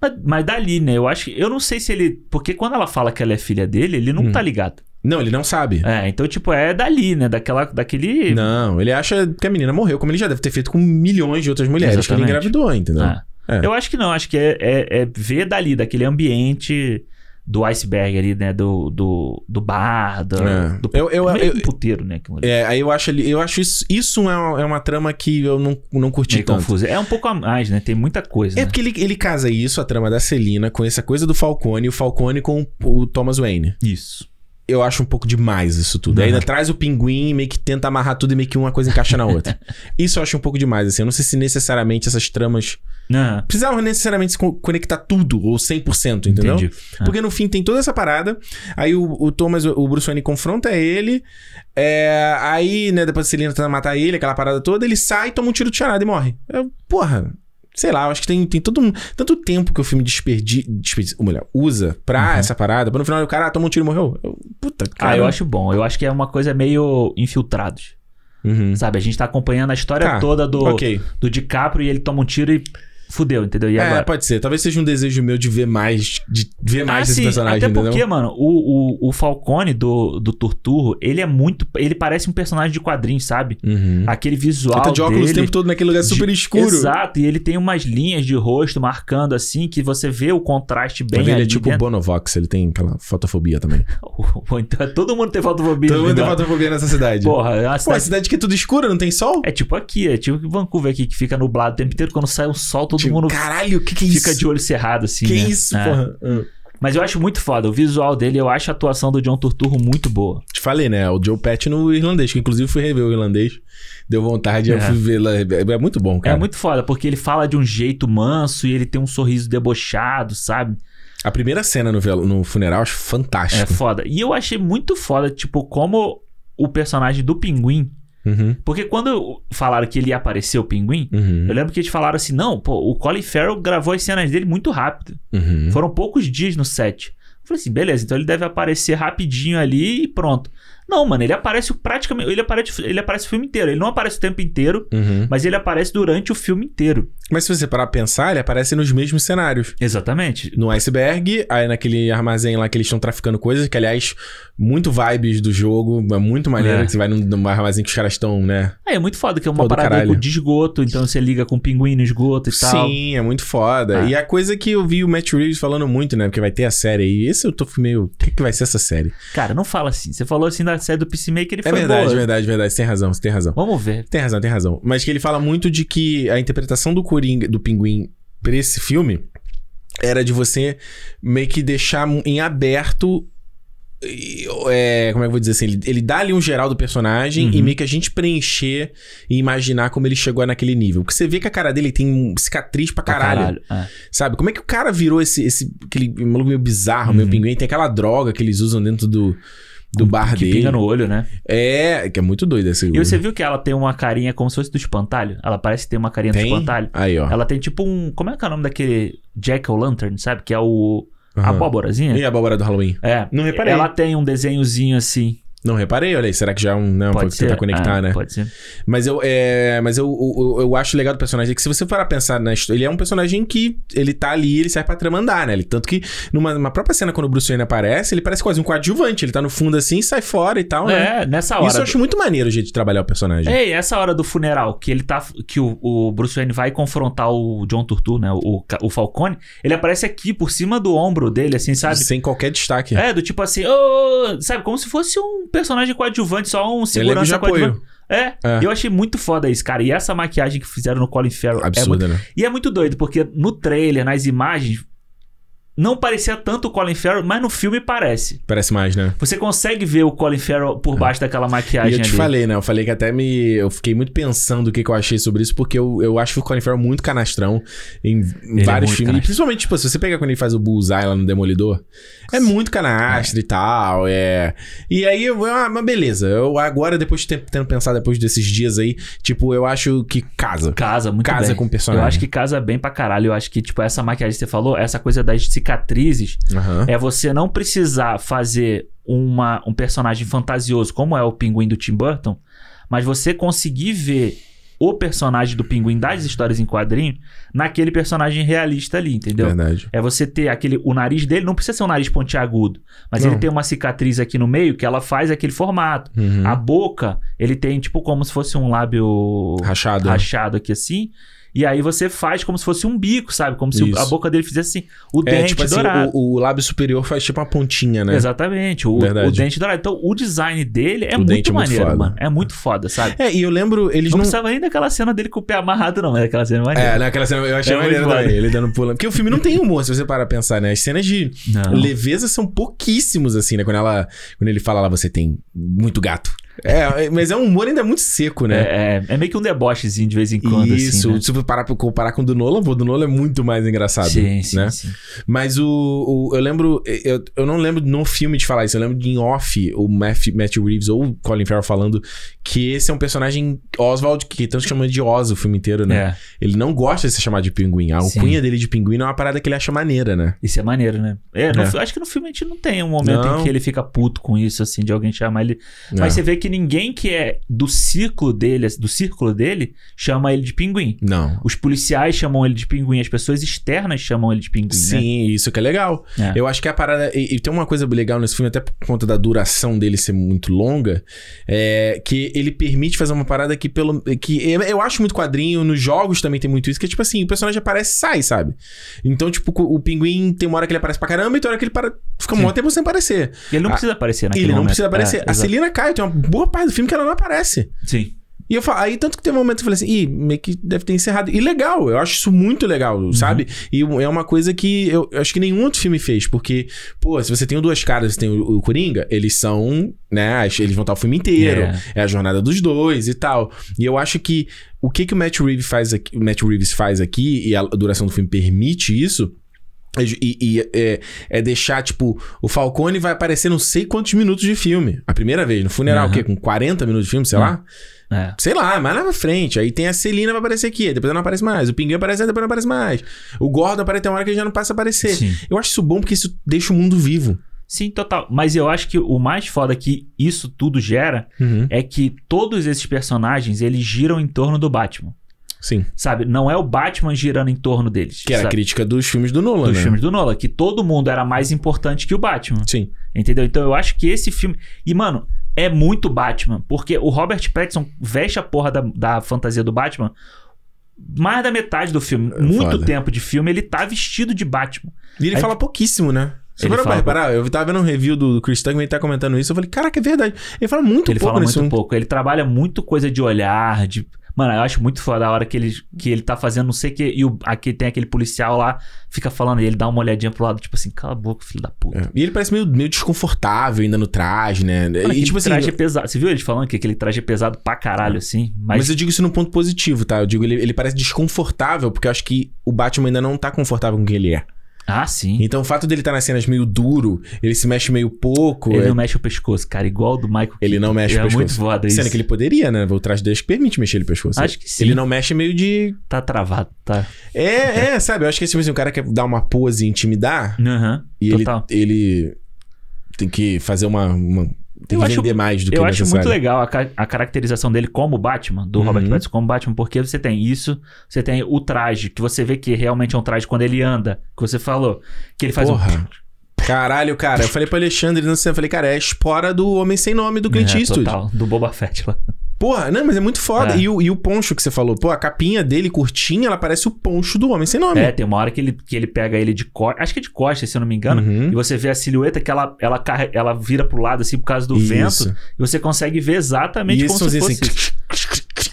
Speaker 2: Mas, mas dali, né? Eu acho que. Eu não sei se ele. Porque quando ela fala que ela é filha dele, ele não
Speaker 1: Hum.
Speaker 2: tá ligado.
Speaker 1: Não, ele não sabe.
Speaker 2: É, então, tipo, é dali, né? Daquela, daquele.
Speaker 1: Não, ele acha que a menina morreu, como ele já deve ter feito com milhões de outras mulheres que ele
Speaker 2: Exatamente.
Speaker 1: engravidou, entendeu?
Speaker 2: Ah.
Speaker 1: É.
Speaker 2: Eu acho que não, acho que é, é- é ver dali, daquele ambiente do iceberg ali, né? Do, do, do bar, do,
Speaker 1: É.
Speaker 2: do
Speaker 1: Eu- eu-
Speaker 2: meio
Speaker 1: eu-
Speaker 2: um puteiro, né? aquilo ali.
Speaker 1: É, aí eu acho ali, eu acho isso, isso é uma, é uma trama que eu não, não curti
Speaker 2: meio
Speaker 1: tanto.
Speaker 2: confuso. É um pouco a mais, né? Tem muita coisa.
Speaker 1: É
Speaker 2: né?
Speaker 1: porque ele, ele casa isso, a trama da Celina, com essa coisa do Falcone, o Falcone com o Thomas Wayne.
Speaker 2: Isso.
Speaker 1: Eu acho um pouco demais isso tudo. Aí
Speaker 2: Uhum.
Speaker 1: Ainda traz o pinguim e meio que tenta amarrar tudo e meio que uma coisa encaixa na outra. isso eu acho um pouco demais, assim. Eu não sei se necessariamente essas tramas.
Speaker 2: Não,
Speaker 1: Precisavam necessariamente se co- conectar tudo, ou 100%, entendeu?
Speaker 2: entendi. Ah.
Speaker 1: Porque no fim tem toda essa parada. Aí o, o Thomas, o Bruce Wayne confronta ele. é, aí, né, depois a Selina tenta matar ele, aquela parada toda, ele sai, toma um tiro de charada e morre. Eu, porra, sei lá, eu acho que tem, tem todo um, tanto tempo que o filme desperdi, desperdi, ou melhor, usa pra essa parada. Pra no final o cara ah, toma um tiro e morreu. Eu, puta, cara.
Speaker 2: Uhum. Ah, eu acho bom. Eu acho que é uma coisa meio infiltrados.
Speaker 1: Uhum.
Speaker 2: Sabe? A gente tá acompanhando a história
Speaker 1: Tá,
Speaker 2: toda do,
Speaker 1: Ok.
Speaker 2: do DiCaprio e ele toma um tiro e fudeu, entendeu? E
Speaker 1: É,
Speaker 2: agora? Ah,
Speaker 1: pode ser. Talvez seja um desejo meu de ver mais, de ver mais esse
Speaker 2: sim,
Speaker 1: personagem,
Speaker 2: até
Speaker 1: entendeu?
Speaker 2: porque, mano, o, o, o Falcone do, do Turturro, ele é muito. Ele parece um personagem de quadrinho, sabe?
Speaker 1: Uhum.
Speaker 2: Aquele visual.
Speaker 1: Ele tá de óculos
Speaker 2: dele.
Speaker 1: o tempo todo naquele lugar super
Speaker 2: De-
Speaker 1: escuro.
Speaker 2: Exato, e ele tem umas linhas de rosto marcando assim que você vê o contraste bem
Speaker 1: Mas ele
Speaker 2: ali né?
Speaker 1: é tipo o
Speaker 2: dentro.
Speaker 1: Bonovox, ele tem aquela fotofobia também.
Speaker 2: Então, todo mundo tem fotofobia.
Speaker 1: Todo mundo tem
Speaker 2: né?
Speaker 1: fotofobia nessa cidade.
Speaker 2: Porra, é uma
Speaker 1: Pô, a
Speaker 2: cidade-
Speaker 1: cidade que é tudo escura, não tem sol?
Speaker 2: É tipo aqui, é tipo Vancouver aqui, que fica nublado o tempo inteiro. Quando sai o sol, todo
Speaker 1: Tipo,
Speaker 2: mundo
Speaker 1: Caralho, o que, que é
Speaker 2: fica
Speaker 1: isso?
Speaker 2: de olho cerrado, assim,
Speaker 1: que
Speaker 2: né?
Speaker 1: isso,
Speaker 2: É.
Speaker 1: porra? Hum.
Speaker 2: Mas eu acho muito foda. O visual dele, eu acho a atuação do John Turturro muito boa.
Speaker 1: Te falei, né? O Joe Patch no irlandês, que inclusive fui rever o irlandês. Deu vontade, eu
Speaker 2: É.
Speaker 1: fui ver lá. É é muito bom, cara.
Speaker 2: É muito foda, porque ele fala de um jeito manso e ele tem um sorriso debochado, sabe?
Speaker 1: A primeira cena no, velo- no funeral eu acho
Speaker 2: É
Speaker 1: fantástico.
Speaker 2: foda. E eu achei muito foda, tipo, como o personagem do Pinguim
Speaker 1: Uhum,
Speaker 2: Porque quando falaram que ele ia aparecer o pinguim,
Speaker 1: uhum,
Speaker 2: eu lembro que eles falaram assim: não, pô, o Colin Farrell gravou as cenas dele muito rápido.
Speaker 1: uhum.
Speaker 2: Foram poucos dias no set. Eu falei assim: beleza, então ele deve aparecer rapidinho ali e pronto. Não, mano, ele aparece praticamente. Ele aparece, ele aparece o filme inteiro. Ele não aparece o tempo inteiro,
Speaker 1: uhum.
Speaker 2: mas ele aparece durante o filme inteiro.
Speaker 1: Mas se você parar pra pensar, ele aparece nos mesmos cenários.
Speaker 2: Exatamente.
Speaker 1: No iceberg, aí naquele armazém lá que eles estão traficando coisas, que aliás, muito vibes do jogo, é muito maneiro
Speaker 2: É.
Speaker 1: que você vai num, num armazém que os caras estão, né?
Speaker 2: Aí é muito foda, que é uma
Speaker 1: Pô, do
Speaker 2: parada
Speaker 1: caralho.
Speaker 2: de esgoto, então você liga com o pinguim no esgoto e tal.
Speaker 1: Sim, é muito foda.
Speaker 2: Ah.
Speaker 1: E a coisa que eu vi o Matt Reeves falando muito, né? Porque vai ter a série aí. Esse eu tô meio. O que, que vai ser essa série?
Speaker 2: Cara, não fala assim. Você falou assim da série do Peacemaker e
Speaker 1: É
Speaker 2: foi
Speaker 1: verdade,
Speaker 2: boa.
Speaker 1: verdade, verdade. Você tem razão, você tem razão.
Speaker 2: Vamos ver.
Speaker 1: Tem razão, tem razão. Mas que ele fala muito de que a interpretação do Coringa, do Pinguim, pra esse filme, era de você meio que deixar em aberto. e, é, como é que eu vou dizer assim? Ele, ele dá ali um geral do personagem
Speaker 2: Uhum.
Speaker 1: e meio que a gente preencher e imaginar como ele chegou naquele nível. Porque você vê que a cara dele tem um cicatriz pra
Speaker 2: Pra
Speaker 1: caralho.
Speaker 2: É.
Speaker 1: Sabe? Como é que o cara virou esse, esse aquele maluco meio bizarro, meio
Speaker 2: Uhum.
Speaker 1: pinguim? Tem aquela droga que eles usam dentro do, do bar
Speaker 2: Que
Speaker 1: dele.
Speaker 2: pinga no olho, né?
Speaker 1: É, que é muito doido esse.
Speaker 2: E você viu que ela tem uma carinha como se fosse do espantalho? Ela parece ter uma carinha do
Speaker 1: tem?
Speaker 2: espantalho.
Speaker 1: Aí, ó.
Speaker 2: Ela tem tipo um. Como é que é o nome daquele Jack o Lantern, sabe? Que é o.
Speaker 1: Aham.
Speaker 2: A abóborazinha?
Speaker 1: E a abóbora do Halloween?
Speaker 2: É.
Speaker 1: Não reparei.
Speaker 2: Ela tem um desenhozinho assim.
Speaker 1: Não reparei, olha aí. Será que já é um. Não,
Speaker 2: Pode
Speaker 1: pode
Speaker 2: ser.
Speaker 1: tentar conectar,
Speaker 2: Ah,
Speaker 1: né?
Speaker 2: Pode ser.
Speaker 1: Mas eu, é, mas eu, eu, eu acho legal do personagem é que se você parar a pensar na história, ele é um personagem que ele tá ali, ele serve pra trama andar, né? Ele, tanto que numa, numa própria cena quando o Bruce Wayne aparece, ele parece quase um coadjuvante, ele tá no fundo assim, sai fora e tal, né?
Speaker 2: É, nessa hora.
Speaker 1: Isso eu acho muito maneiro o jeito de trabalhar o personagem.
Speaker 2: É, e essa hora do funeral, que ele tá. Que o, o Bruce Wayne vai confrontar o John Turturro, né? O, o Falcone, ele aparece aqui por cima do ombro dele, assim, sabe?
Speaker 1: Sem qualquer destaque.
Speaker 2: É, do tipo assim, ô, ô, sabe, como se fosse um personagem coadjuvante, só um
Speaker 1: ele é de
Speaker 2: segurança coadjuvante.
Speaker 1: apoio.
Speaker 2: É,
Speaker 1: É.
Speaker 2: e eu achei muito foda isso, cara. E essa maquiagem que fizeram no Colin Farrell é muito...
Speaker 1: Absurdo, né?
Speaker 2: E é muito doido, porque no trailer, nas imagens, não parecia tanto o Colin Farrell, mas no filme parece.
Speaker 1: Parece mais, né?
Speaker 2: Você consegue ver o Colin Farrell por baixo daquela
Speaker 1: É. E
Speaker 2: maquiagem
Speaker 1: eu te
Speaker 2: ali.
Speaker 1: falei, né? Eu falei que até me. Eu fiquei muito pensando o que, que eu achei sobre isso, porque eu, eu acho o Colin Farrell muito canastrão em
Speaker 2: é
Speaker 1: vários
Speaker 2: muito
Speaker 1: filmes. E
Speaker 2: canastra.
Speaker 1: principalmente, tipo, se você pegar quando ele faz o Bullseye lá no Demolidor, é muito canastra e tal. É. E aí, eu, ah, mas beleza. Eu agora, depois de ter, tendo pensado depois desses dias aí, tipo, eu acho que casa.
Speaker 2: Casa, muito
Speaker 1: Casa
Speaker 2: bem.
Speaker 1: com o personagem.
Speaker 2: Eu acho que casa bem pra caralho. Eu acho que, tipo, essa maquiagem que você falou, essa coisa das cicatrizes,
Speaker 1: Aham.
Speaker 2: é você não precisar fazer uma, um personagem fantasioso, como é o pinguim do Tim Burton, mas você conseguir ver o personagem do pinguim das histórias em quadrinho naquele personagem realista ali, entendeu?
Speaker 1: Verdade.
Speaker 2: É você ter aquele. O nariz dele não precisa ser um nariz pontiagudo, mas
Speaker 1: Não.
Speaker 2: ele tem uma cicatriz aqui no meio que ela faz aquele formato.
Speaker 1: Uhum.
Speaker 2: A boca, ele tem tipo como se fosse um lábio
Speaker 1: Rachado.
Speaker 2: rachado aqui assim. E aí você faz como se fosse um bico, sabe? Como se o-
Speaker 1: Isso.
Speaker 2: a boca dele fizesse assim. O
Speaker 1: É,
Speaker 2: dente
Speaker 1: tipo assim,
Speaker 2: dourado.
Speaker 1: o, o lábio superior faz tipo uma pontinha, né?
Speaker 2: Exatamente, o,
Speaker 1: Verdade.
Speaker 2: o dente dourado. Então, o design dele é
Speaker 1: O
Speaker 2: muito
Speaker 1: dente é muito
Speaker 2: maneiro,
Speaker 1: foda.
Speaker 2: mano. É muito foda, sabe?
Speaker 1: É, e eu lembro, eles
Speaker 2: Não,
Speaker 1: não.
Speaker 2: precisava nem daquela cena dele com o pé amarrado, não. Era aquela cena maneira.
Speaker 1: É, naquela cena eu achei
Speaker 2: É muito
Speaker 1: maneiro
Speaker 2: foda.
Speaker 1: também, ele dando pulando. Porque o filme não tem humor, se você parar pra pensar, né? As cenas de
Speaker 2: Não.
Speaker 1: leveza são pouquíssimos, assim, né? Quando, ela, quando ele fala lá, você tem muito gato. É, é, mas é um humor ainda muito seco, né?
Speaker 2: É, é- é meio que um debochezinho de vez em quando,
Speaker 1: Isso,
Speaker 2: assim. né?
Speaker 1: se você parar pra comparar com o do Nolan, pô, o do Nolan é muito mais engraçado,
Speaker 2: Sim, sim,
Speaker 1: né?
Speaker 2: sim.
Speaker 1: Mas o, o- eu lembro, eu, eu não lembro no filme de falar isso, eu lembro de em off, o Matthew, Matthew Reeves ou o Colin Farrell falando que esse é um personagem Oswald, que tanto chama de Oz o filme inteiro, né?
Speaker 2: É,
Speaker 1: Ele não gosta de ser chamado de pinguim. A
Speaker 2: Sim.
Speaker 1: alcunha dele de pinguim não é uma parada que ele acha maneira, né?
Speaker 2: isso é maneiro, né? É, no
Speaker 1: É.
Speaker 2: fi- acho que no filme a gente não tem um momento
Speaker 1: Não.
Speaker 2: em que ele fica puto com isso, assim, de alguém chamar ele. Mas
Speaker 1: É.
Speaker 2: você vê que ninguém que é do círculo dele, do círculo dele, chama ele de pinguim.
Speaker 1: Não.
Speaker 2: Os policiais chamam ele de pinguim, as pessoas externas chamam ele de pinguim. né?
Speaker 1: Sim, isso que é legal.
Speaker 2: É.
Speaker 1: Eu acho que a parada. E, e tem uma coisa legal nesse filme, até por conta da duração dele ser muito longa, é que ele permite fazer uma parada que, pelo. que eu, eu acho muito quadrinho, nos jogos também tem muito isso, que é tipo assim, o personagem aparece e sai, sabe? Então, tipo, o pinguim tem uma hora que ele aparece pra caramba e tem hora que ele para, fica um
Speaker 2: Sim.
Speaker 1: maior tempo sem aparecer.
Speaker 2: Ele não
Speaker 1: Ah,
Speaker 2: precisa aparecer naquele
Speaker 1: ele não
Speaker 2: momento.
Speaker 1: precisa aparecer. assim-
Speaker 2: É,
Speaker 1: a
Speaker 2: exato.
Speaker 1: Celina cai, tem uma boa parte do filme que ela não aparece.
Speaker 2: Sim.
Speaker 1: E eu falo, aí tanto que teve um momento que eu falei assim, ih, meio que deve ter encerrado. E legal, eu acho isso muito legal,
Speaker 2: Uhum.
Speaker 1: sabe? E é uma coisa que eu, eu acho que nenhum outro filme fez, porque, pô, se você tem o Duas Caras e tem o, o Coringa, eles são, né, as- eles vão estar o filme inteiro.
Speaker 2: É.
Speaker 1: É. a jornada dos dois e tal. E eu acho que o que, que o, Matt Reeves faz aqui, o Matt Reeves faz aqui, e a duração do filme permite isso, é ju- e, e é, é deixar, tipo, o Falcone vai aparecer não sei quantos minutos de filme. A primeira vez, no funeral,
Speaker 2: Aham.
Speaker 1: o quê? Com 40 minutos de filme, sei
Speaker 2: Uhum.
Speaker 1: lá?
Speaker 2: É.
Speaker 1: Sei lá, mais lá na frente. Aí tem a Celina vai aparecer aqui, aí depois ela não aparece mais. O Pinguim aparece, aí depois não aparece mais. O Gordon aparece tem uma hora que ele já não passa a aparecer.
Speaker 2: Sim.
Speaker 1: Eu acho isso bom porque isso deixa o mundo vivo.
Speaker 2: Sim, total. Mas eu acho que o mais foda que isso tudo gera é que todos esses personagens, eles giram em torno do Batman.
Speaker 1: Sim.
Speaker 2: Sabe? Não é o Batman girando em torno deles.
Speaker 1: Que era a
Speaker 2: sabe?
Speaker 1: crítica dos filmes do Nolan,
Speaker 2: Dos
Speaker 1: né?
Speaker 2: filmes do Nolan, que todo mundo era mais importante que o Batman.
Speaker 1: Sim.
Speaker 2: Entendeu? Então eu acho que esse filme. E, mano, é muito Batman. Porque o Robert Pattinson veste a porra da, da fantasia do Batman mais da metade do filme. muito
Speaker 1: É foda.
Speaker 2: tempo de filme, ele tá vestido de Batman.
Speaker 1: E ele
Speaker 2: Aí-
Speaker 1: fala pouquíssimo, né? Você
Speaker 2: Ele
Speaker 1: parou pra
Speaker 2: fala
Speaker 1: reparar? Eu tava vendo um review do do Chris Tuckman, ele tá comentando isso. Eu falei, caraca, é verdade. Ele fala muito
Speaker 2: ele
Speaker 1: pouco
Speaker 2: fala muito
Speaker 1: nesse filme.
Speaker 2: pouco. Ele trabalha muito coisa de olhar, de. Mano, eu acho muito foda a hora que ele, que ele tá fazendo não sei o que. E o, aqui tem aquele policial lá, fica falando, e ele dá uma olhadinha pro lado, tipo assim, cala a boca, filho da puta.
Speaker 1: É. E ele parece meio, meio desconfortável ainda no traje, né?
Speaker 2: Mano,
Speaker 1: e
Speaker 2: aquele
Speaker 1: tipo assim. Ah.
Speaker 2: traje é pesado. Você viu ele falando que aquele traje é pesado pra caralho, assim?
Speaker 1: Mas...
Speaker 2: Mas,
Speaker 1: eu digo isso num ponto positivo, tá? Eu digo, ele, ele parece desconfortável, porque eu acho que o Batman ainda não tá confortável com quem ele é.
Speaker 2: Ah, sim.
Speaker 1: Então o fato dele estar nas cenas meio duro, ele se mexe meio pouco. é-
Speaker 2: Ele
Speaker 1: Ele,
Speaker 2: não mexe o pescoço, cara, igual o do Michael. Keaton.
Speaker 1: não mexe
Speaker 2: é
Speaker 1: o pescoço.
Speaker 2: muito foda isso.
Speaker 1: Sendo que ele poderia, né? O traje dele acho que permite mexer ele pescoço.
Speaker 2: Acho que sim.
Speaker 1: Ele não mexe meio de.
Speaker 2: Tá travado, tá.
Speaker 1: É, é, sabe? Eu acho que tipo assim, o cara quer dar uma pose e intimidar.
Speaker 2: Aham.
Speaker 1: E ele,
Speaker 2: Total.
Speaker 1: ele tem que fazer uma, uma- Tem
Speaker 2: Eu
Speaker 1: que
Speaker 2: acho-
Speaker 1: vender mais do que
Speaker 2: eu
Speaker 1: é
Speaker 2: acho muito
Speaker 1: necessário.
Speaker 2: legal a, ca- a caracterização dele como Batman, do
Speaker 1: Uhum.
Speaker 2: Robert Pattinson como Batman, porque você tem isso, você tem o traje, que você vê que realmente é um traje quando ele anda, que você falou, que ele faz
Speaker 1: Porra. Caralho, cara. Eu falei pro Alexandre não sei, eu falei, cara, é a espora do Homem Sem Nome do
Speaker 2: um...
Speaker 1: Clint
Speaker 2: É,
Speaker 1: Eastwood.
Speaker 2: total, do Boba Fett lá.
Speaker 1: Porra, não, mas é muito foda.
Speaker 2: É.
Speaker 1: E, o, e o poncho que você falou, pô, a capinha dele curtinha, ela parece o poncho do Homem Sem Nome.
Speaker 2: É, tem uma hora que ele, que ele pega ele de costas, acho que é de costas, se eu não me engano,
Speaker 1: Uhum.
Speaker 2: e você vê a silhueta que ela, ela, carre- ela vira pro lado assim por causa do vento,
Speaker 1: Isso.
Speaker 2: e você consegue ver exatamente
Speaker 1: E isso
Speaker 2: como
Speaker 1: fazia
Speaker 2: se fosse
Speaker 1: assim.
Speaker 2: isso.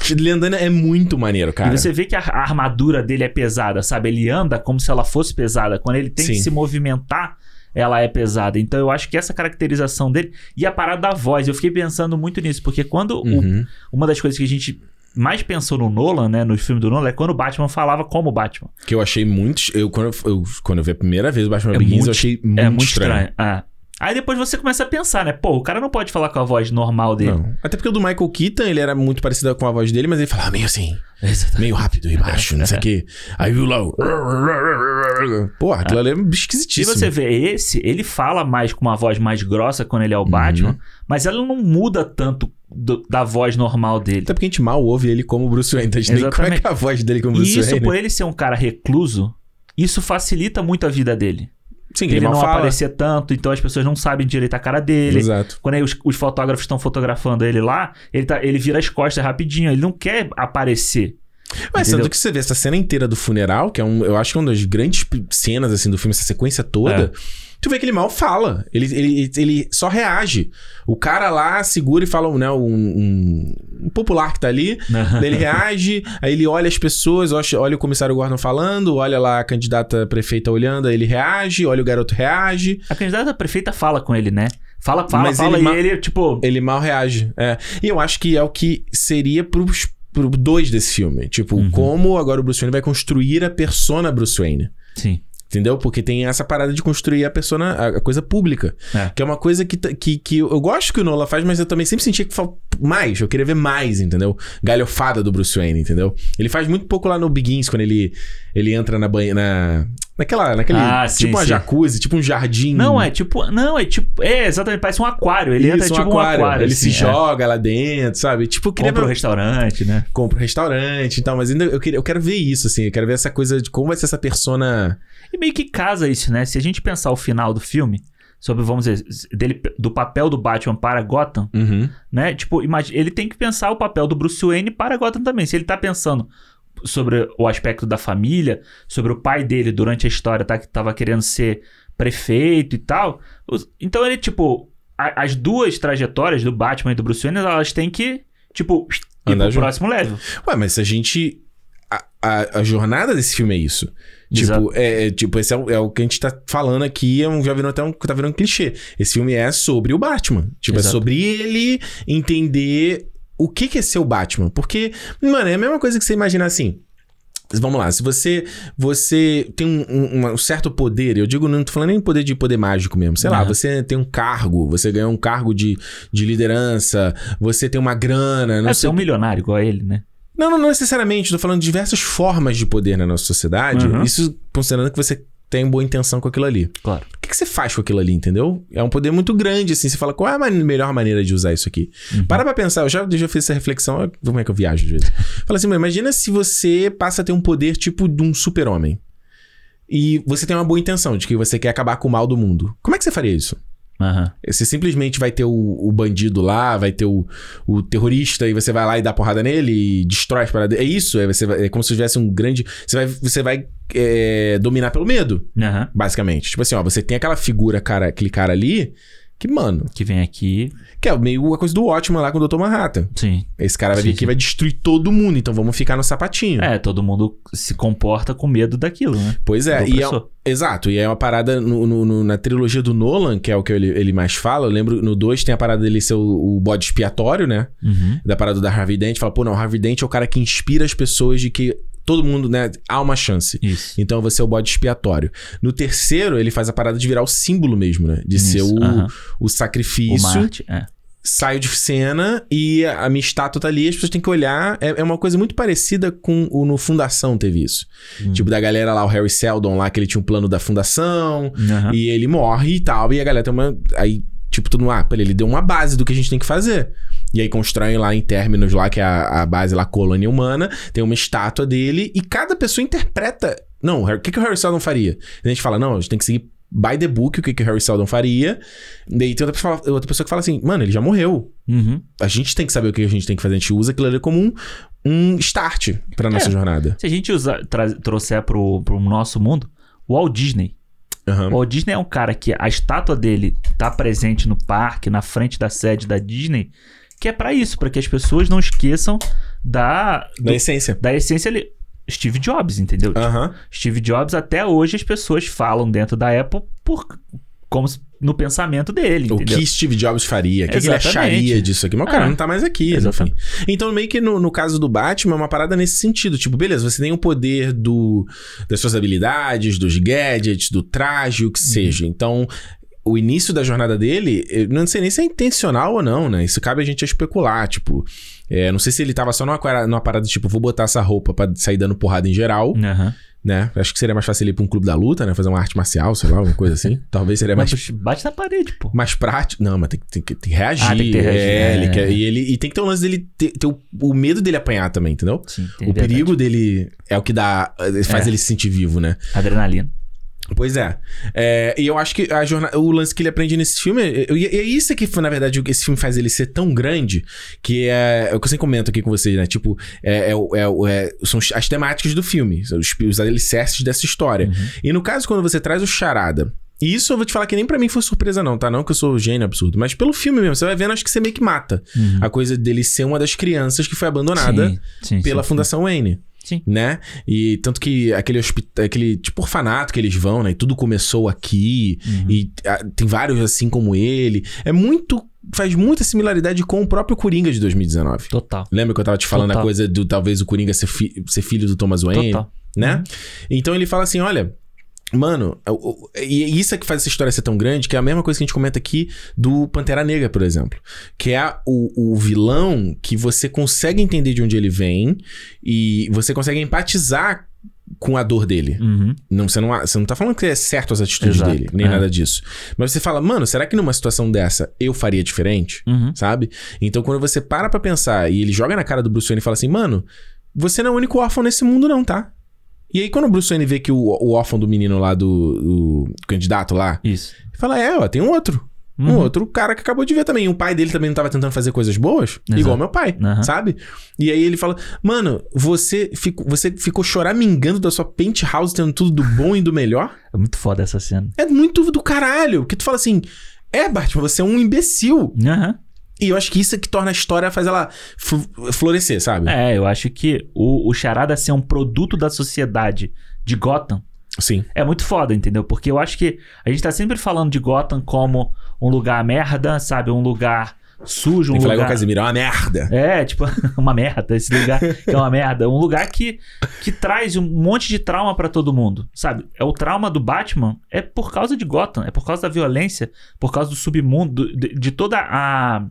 Speaker 1: Ele andando é muito maneiro, cara.
Speaker 2: E você vê que a, a armadura dele é pesada, sabe? Ele anda como se ela fosse pesada. Quando ele tem que
Speaker 1: Sim.
Speaker 2: se movimentar, ela é pesada. Então eu acho que essa caracterização dele. E a parada da voz, eu fiquei pensando muito nisso, porque quando. o-
Speaker 1: Uhum.
Speaker 2: uma das coisas que a gente mais pensou no Nolan, né? No filme do Nolan, é quando o Batman falava como o Batman.
Speaker 1: Que eu achei muito. Eu, quando, eu, eu- quando eu vi a primeira vez o Batman
Speaker 2: É
Speaker 1: Begins,
Speaker 2: muito-
Speaker 1: eu achei muito,
Speaker 2: é muito
Speaker 1: estranho.
Speaker 2: estranho. Ah. Aí depois você começa a pensar, né? Pô, o cara não pode falar com a voz normal dele.
Speaker 1: Não. Até porque o do Michael Keaton, ele era muito parecido com a voz dele, mas ele falava meio assim,
Speaker 2: Exatamente. É.
Speaker 1: meio rápido e baixo, não sei o quê. Aí viu lá. o- Porra, aquilo ali é um bicho
Speaker 2: E
Speaker 1: esquisitíssimo.
Speaker 2: você vê esse, ele fala mais com uma voz mais grossa quando ele é o
Speaker 1: Uhum.
Speaker 2: Batman, mas ela não muda tanto do- da voz normal dele.
Speaker 1: Até porque a gente mal ouve ele como Bruce Wayne, então a gente nem como é
Speaker 2: Exatamente.
Speaker 1: que é a voz dele como
Speaker 2: E
Speaker 1: Bruce
Speaker 2: isso,
Speaker 1: Wayne.
Speaker 2: por ele ser um cara recluso, isso facilita muito a vida dele.
Speaker 1: Sim,
Speaker 2: Ele,
Speaker 1: ele, mal
Speaker 2: não
Speaker 1: fala.
Speaker 2: aparecer tanto, então as pessoas não sabem direito a cara dele.
Speaker 1: Exato.
Speaker 2: Quando aí os, os fotógrafos estão fotografando ele lá, ele, tá, ele vira as costas rapidinho, ele não quer aparecer.
Speaker 1: Mas
Speaker 2: Entendeu?
Speaker 1: tanto que você vê essa cena inteira do funeral, que é um, eu acho que é uma das grandes p- cenas assim do filme, essa sequência
Speaker 2: É.
Speaker 1: toda. Tu vê que ele mal fala. Ele, ele, ele só reage. O cara lá segura e fala né, um, um, um popular que tá ali. daí Ele reage, aí ele olha as pessoas, olha olha o comissário Gordon falando, olha lá a candidata prefeita olhando, aí ele reage, olha o garoto reage,
Speaker 2: A candidata prefeita fala com ele, né? Fala, fala,
Speaker 1: Mas
Speaker 2: fala,
Speaker 1: ele
Speaker 2: e
Speaker 1: ma-
Speaker 2: ele, tipo,
Speaker 1: ele mal reage. É. E eu acho que é o que seria pros, pro dois desse filme. Tipo,
Speaker 2: Uhum.
Speaker 1: como agora o Bruce Wayne vai construir a persona Bruce Wayne.
Speaker 2: sim.
Speaker 1: Entendeu? Porque tem essa parada de construir a persona, a a coisa pública.
Speaker 2: É.
Speaker 1: Que é uma coisa que, ta- que, que eu eu gosto que o Nola faz, mas eu também sempre sentia que falta mais. Eu queria ver mais, entendeu? Galhofada do Bruce Wayne, entendeu? Ele faz muito pouco lá no Begins, quando ele, ele entra na banha. Na, naquela. Naquele,
Speaker 2: Ah, sim,
Speaker 1: tipo uma
Speaker 2: sim.
Speaker 1: jacuzzi, tipo um jardim.
Speaker 2: Não, é tipo. Não, é tipo. É, exatamente, parece um aquário. Ele entra
Speaker 1: Isso,
Speaker 2: tipo um aquário.
Speaker 1: Ele
Speaker 2: assim,
Speaker 1: se
Speaker 2: é.
Speaker 1: joga lá dentro, sabe? Tipo, eu queria
Speaker 2: Compra o
Speaker 1: ver-
Speaker 2: restaurante, né?
Speaker 1: compra um restaurante e tal, mas ainda eu, queria, eu quero ver isso, assim. Eu quero ver essa coisa de como vai ser essa persona.
Speaker 2: E meio que casa isso, né? Se a gente pensar o final do filme, sobre, vamos dizer, dele, do papel do Batman para Gotham,
Speaker 1: Uhum.
Speaker 2: né? Tipo, imagina, ele tem que pensar o papel do Bruce Wayne para Gotham também. Se ele tá pensando sobre o aspecto da família, sobre o pai dele durante a história, tá? Que tava querendo ser prefeito e tal. os- Então ele, tipo, a- as duas trajetórias do Batman e do Bruce Wayne, elas têm que, tipo, ir
Speaker 1: Andar
Speaker 2: pro
Speaker 1: junto.
Speaker 2: próximo level.
Speaker 1: Ué, mas se a gente. A, a, a jornada desse filme é isso.
Speaker 2: Exato.
Speaker 1: Tipo, é, é, tipo, esse é o, é o que a gente tá falando aqui, é um, já virou até um, tá virando um clichê. Esse filme é sobre o Batman. Tipo, é
Speaker 2: Exato.
Speaker 1: sobre ele entender o que, que é ser o Batman. Porque, mano, é a mesma coisa que você imaginar assim. Vamos lá, se você você tem um, um- um certo poder, eu digo, não tô falando nem poder de poder mágico mesmo, sei lá,
Speaker 2: Aham.
Speaker 1: você tem um cargo, você ganhou um cargo de, de liderança, você tem uma grana, não
Speaker 2: é
Speaker 1: sei
Speaker 2: ser um milionário igual a ele, né?
Speaker 1: não, não, não necessariamente. Tô falando de diversas formas de poder na nossa sociedade.
Speaker 2: Uhum.
Speaker 1: Isso considerando que você tem boa intenção com aquilo ali.
Speaker 2: Claro.
Speaker 1: O que, que você faz com aquilo ali, entendeu? É um poder muito grande, assim. Você fala, qual é a mane- melhor maneira de usar isso aqui?
Speaker 2: Uhum.
Speaker 1: Para pra pensar. Eu já, já fiz essa reflexão. olha Como é que eu viajo às vezes? Fala assim, "Mãe, imagina se você passa a ter um poder tipo de um super-homem. E você tem uma boa intenção de que você quer acabar com o mal do mundo. Como é que você faria isso?
Speaker 2: Aham.
Speaker 1: Você simplesmente vai ter o, o bandido lá, vai ter o, o terrorista e você vai lá e dá porrada nele e destrói as paradas. É isso? É, você vai- é como se tivesse um grande. Você vai, você vai é, dominar pelo medo,
Speaker 2: Aham.
Speaker 1: basicamente. Tipo assim, ó, você tem aquela figura, cara, aquele cara ali, que, mano,
Speaker 2: Que vem aqui.
Speaker 1: que é meio a coisa do ótimo lá com o Dr. Manhattan.
Speaker 2: Sim.
Speaker 1: Esse cara vai
Speaker 2: Sim,
Speaker 1: vir aqui e
Speaker 2: sim.
Speaker 1: vai destruir todo mundo, então vamos ficar no sapatinho.
Speaker 2: É, todo mundo se comporta com medo daquilo, né?
Speaker 1: Pois é,
Speaker 2: Do
Speaker 1: e é,
Speaker 2: opressor.
Speaker 1: Exato, e é uma parada no- no- no- na trilogia do Nolan, que é o que ele, ele mais fala. Eu lembro no 2 tem a parada dele ser o, o bode expiatório, né?
Speaker 2: Uhum.
Speaker 1: Da parada da Harvey Dent. Fala, pô, não, Harvey Dent é o cara que inspira as pessoas de que todo mundo, né, há uma chance.
Speaker 2: Isso.
Speaker 1: Então você é o bode expiatório. No terceiro, ele faz a parada de virar o símbolo mesmo, né? De ser
Speaker 2: Isso,
Speaker 1: o,
Speaker 2: aham.
Speaker 1: o
Speaker 2: O
Speaker 1: sacrifício.
Speaker 2: Marte, é.
Speaker 1: Saio de cena e a minha estátua tá ali, as pessoas têm que olhar. É, é uma coisa muito parecida com o no Fundação teve isso.
Speaker 2: Hum.
Speaker 1: Tipo, da galera lá, o Harry Seldon lá, que ele tinha um plano da fundação.
Speaker 2: Aham.
Speaker 1: E ele morre e tal. E a galera tem uma. Aí, Tipo, tu não, ah, peraí, ele deu uma base do que a gente tem que fazer. E aí constroem lá em términos lá, que é a, a base lá, colônia humana, tem uma estátua dele e cada pessoa interpreta. Não, o que, que o Harry Seldon faria? A gente fala, não, a gente tem que seguir by the book o que, que o Harry Seldon faria. Daí tem outra pessoa, outra pessoa que fala assim, mano, ele já morreu.
Speaker 2: Uhum.
Speaker 1: A gente tem que saber o que a gente tem que fazer. A gente usa aquilo ali como um, um start pra nossa
Speaker 2: É.
Speaker 1: jornada.
Speaker 2: Se a gente usar, tra- trouxer pro, pro nosso mundo, o Walt Disney.
Speaker 1: Aham.
Speaker 2: O Walt Disney é um cara que a estátua dele tá presente no parque, na frente da sede da Disney, que é pra isso, pra que as pessoas não esqueçam da,
Speaker 1: Da
Speaker 2: do-
Speaker 1: essência.
Speaker 2: da essência ali. Steve Jobs, entendeu?
Speaker 1: Aham.
Speaker 2: Steve Jobs, até hoje as pessoas falam dentro da Apple por, como se- no pensamento dele,
Speaker 1: O
Speaker 2: entendeu?
Speaker 1: que Steve Jobs faria? O que, que ele
Speaker 2: Exatamente.
Speaker 1: acharia disso aqui? Mas o cara
Speaker 2: Ah.
Speaker 1: não tá mais aqui.
Speaker 2: Exatamente.
Speaker 1: enfim. Então, meio que no, no caso do Batman, é uma parada nesse sentido. Tipo, beleza, você tem o poder do, das suas habilidades, dos gadgets, do traje, o que
Speaker 2: Uhum.
Speaker 1: seja. Então, o início da jornada dele, eu não sei nem se é intencional ou não, né? Isso cabe a gente especular. Tipo, é, não sei se ele tava só numa, quara- numa parada tipo, vou botar essa roupa pra sair dando porrada em geral,
Speaker 2: Aham.
Speaker 1: né? Acho que seria mais fácil ele ir pra um clube da luta, né? Fazer uma arte marcial, sei lá, alguma coisa assim. Talvez seria mais
Speaker 2: Mas tu bate na parede, pô.
Speaker 1: mais prático. Não, mas tem, que- tem que tem que reagir.
Speaker 2: Ah, tem que ter reagir,
Speaker 1: É,
Speaker 2: é.
Speaker 1: ele quer- e, ele, e tem que ter um lance dele ter, ter o, o medo dele apanhar também, entendeu?
Speaker 2: Sim,
Speaker 1: o perigo dele é o que dá. faz
Speaker 2: É.
Speaker 1: ele se sentir vivo, né?
Speaker 2: Adrenalina.
Speaker 1: Pois é. É, E eu acho que a jorna- o lance que ele aprende nesse filme. E e- e é isso que, na verdade, o que esse filme faz ele ser tão grande. Que é. é o que eu sempre comento aqui com vocês, né? Tipo, é, é o- é o- é- são as temáticas do filme, são os, os alicerces dessa história. E no caso, quando você traz o charada. E isso eu vou te falar que nem pra mim foi surpresa, não, tá? Não que eu sou gênio absurdo, mas pelo filme mesmo, você vai vendo, acho que você meio que mata
Speaker 2: Uhum.
Speaker 1: a coisa dele ser uma das crianças que foi abandonada
Speaker 2: Sim, sim,
Speaker 1: pela
Speaker 2: sim.
Speaker 1: Fundação Wayne.
Speaker 2: Sim.
Speaker 1: Né? E tanto que aquele, hospi- aquele tipo orfanato que eles vão, né? E tudo começou aqui.
Speaker 2: Uhum.
Speaker 1: E ah, tem vários assim como ele. É muito. Faz muita similaridade com o próprio Coringa de 2019.
Speaker 2: Total.
Speaker 1: Lembra que eu tava te falando a
Speaker 2: Total.
Speaker 1: coisa do talvez o Coringa ser, fi- ser filho do Thomas Wayne?
Speaker 2: Total.
Speaker 1: né? Então ele fala assim, olha, mano, o- o- e isso é que faz essa história ser tão grande, que é a mesma coisa que a gente comenta aqui do Pantera Negra, por exemplo, que é a- o, o vilão que você consegue entender de onde ele vem e você consegue empatizar com a dor dele.
Speaker 2: Uhum.
Speaker 1: Não, você, não, você não tá falando que é certo as atitudes
Speaker 2: Exato,
Speaker 1: dele, nem
Speaker 2: é.
Speaker 1: nada disso. Mas você fala, mano, será que numa situação dessa eu faria diferente?
Speaker 2: Uhum.
Speaker 1: sabe? Então quando você para pra pensar e ele joga na cara do Bruce Wayne e fala assim, mano, você não é o único órfão nesse mundo não, tá? E aí quando o Bruce Wayne vê que o, o órfão do menino lá, do, do candidato lá,
Speaker 2: Isso.
Speaker 1: ele fala, é, ó, tem um outro. Um
Speaker 2: Uhum.
Speaker 1: outro cara que acabou de ver também. O pai dele também não tava tentando fazer coisas boas,
Speaker 2: Exato. Uhum.
Speaker 1: igual meu pai,
Speaker 2: Aham.
Speaker 1: sabe? E aí ele fala, mano, você, fico, você ficou choramingando da sua penthouse tendo tudo do bom e do melhor?
Speaker 2: É muito foda essa cena.
Speaker 1: É muito do caralho. Porque tu fala assim, é, Batman, você é um imbecil.
Speaker 2: Aham.
Speaker 1: E eu acho que isso é que torna a história, faz ela fl- florescer, sabe?
Speaker 2: É, eu acho que o, o Charada ser um produto da sociedade de Gotham
Speaker 1: Sim.
Speaker 2: é muito foda, entendeu? Porque eu acho que a gente tá sempre falando de Gotham como um lugar merda, sabe? Um lugar sujo, um
Speaker 1: Tem que falar igual
Speaker 2: lugar...
Speaker 1: o Casimiro, é uma merda.
Speaker 2: É, tipo, uma merda esse lugar, que é uma merda. Um lugar que, que traz um monte de trauma pra todo mundo, sabe? É o trauma do Batman é por causa de Gotham, é por causa da violência, por causa do submundo, de, de toda a,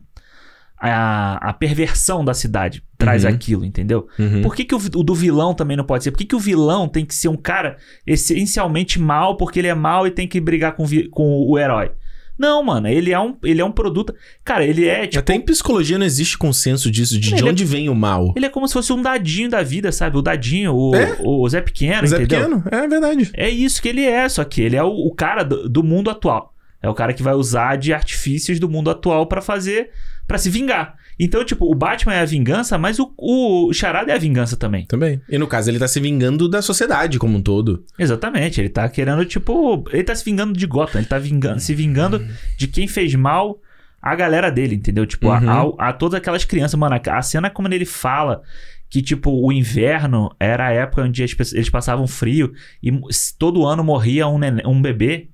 Speaker 2: a a perversão da cidade traz
Speaker 1: Uhum.
Speaker 2: aquilo, entendeu?
Speaker 1: Uhum.
Speaker 2: Por que, que o, vi- o do vilão também não pode ser? Por que, que o vilão tem que ser um cara essencialmente mal porque ele é mal e tem que brigar com, o vi- com o herói? Não, mano, ele é um ele é um produto. Cara, ele é tipo
Speaker 1: Até em psicologia não existe consenso disso, de, de
Speaker 2: Ele é-
Speaker 1: onde vem o mal.
Speaker 2: ele é como se fosse um dadinho da vida, sabe? O dadinho, o,
Speaker 1: É?
Speaker 2: o, o Zé Pequeno,
Speaker 1: Mas é
Speaker 2: entendeu?
Speaker 1: pequeno, é verdade.
Speaker 2: É isso que ele é, só que ele é o, o cara do, do mundo atual. É o cara que vai usar de artifícios do mundo atual pra fazer, pra se vingar. Então, tipo, o Batman é a vingança, mas o, o Charada é a vingança também.
Speaker 1: Também. E no caso, ele tá se vingando da sociedade como um todo.
Speaker 2: Exatamente, ele tá querendo, tipo, ele tá se vingando de Gotham, ele tá vingando, se vingando de quem fez mal a galera dele, entendeu? Tipo, a-
Speaker 1: Uhum.
Speaker 2: ao- a, todas aquelas crianças, mano, a, a cena como ele fala que, tipo, o inverno era a época onde as pessoas- eles passavam frio e mo- s- todo ano morria um, neném- um bebê,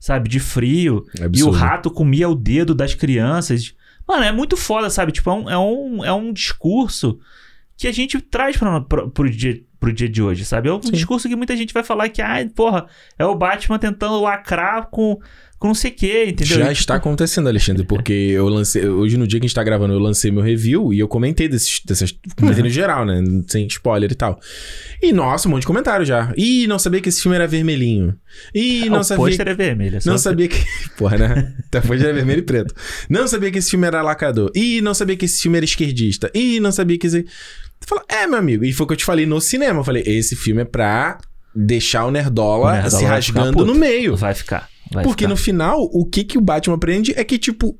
Speaker 2: sabe, de frio,
Speaker 1: É
Speaker 2: e o
Speaker 1: absurdo.
Speaker 2: rato comia o dedo das crianças. Mano, é muito foda, sabe? Tipo, é um, é um, é um discurso que a gente traz pra, pra, pro dia pro dia de hoje, sabe? É um
Speaker 1: Sim.
Speaker 2: discurso que muita gente vai falar que, ah, porra, é o Batman tentando lacrar com, com não sei o quê, entendeu?
Speaker 1: Já
Speaker 2: E, tipo,
Speaker 1: está acontecendo, Alexandre, porque eu lancei. Hoje, no dia que a gente tá gravando, eu lancei meu review e eu comentei desses, dessas. Comentei no geral, né? Sem spoiler e tal. E, nossa, um monte de comentário já. Ih, não sabia que esse filme era vermelhinho. Ih, não
Speaker 2: o
Speaker 1: sabia.
Speaker 2: pôster é vermelho. é só-
Speaker 1: Não sabia que. Porra, né? Tá foi era vermelho e preto. Não sabia que esse filme era lacrador. Ih, não sabia que esse filme era esquerdista. Ih, não sabia que esse. Tu Fala, é, meu amigo. E foi o que eu te falei no cinema. Eu falei, esse filme é pra deixar o Nerdola,
Speaker 2: O Nerdola
Speaker 1: se
Speaker 2: vai ficar
Speaker 1: rasgando no
Speaker 2: puto.
Speaker 1: meio.
Speaker 2: Vai ficar. vai
Speaker 1: Porque
Speaker 2: ficar.
Speaker 1: no final, o que que o Batman aprende é que, tipo,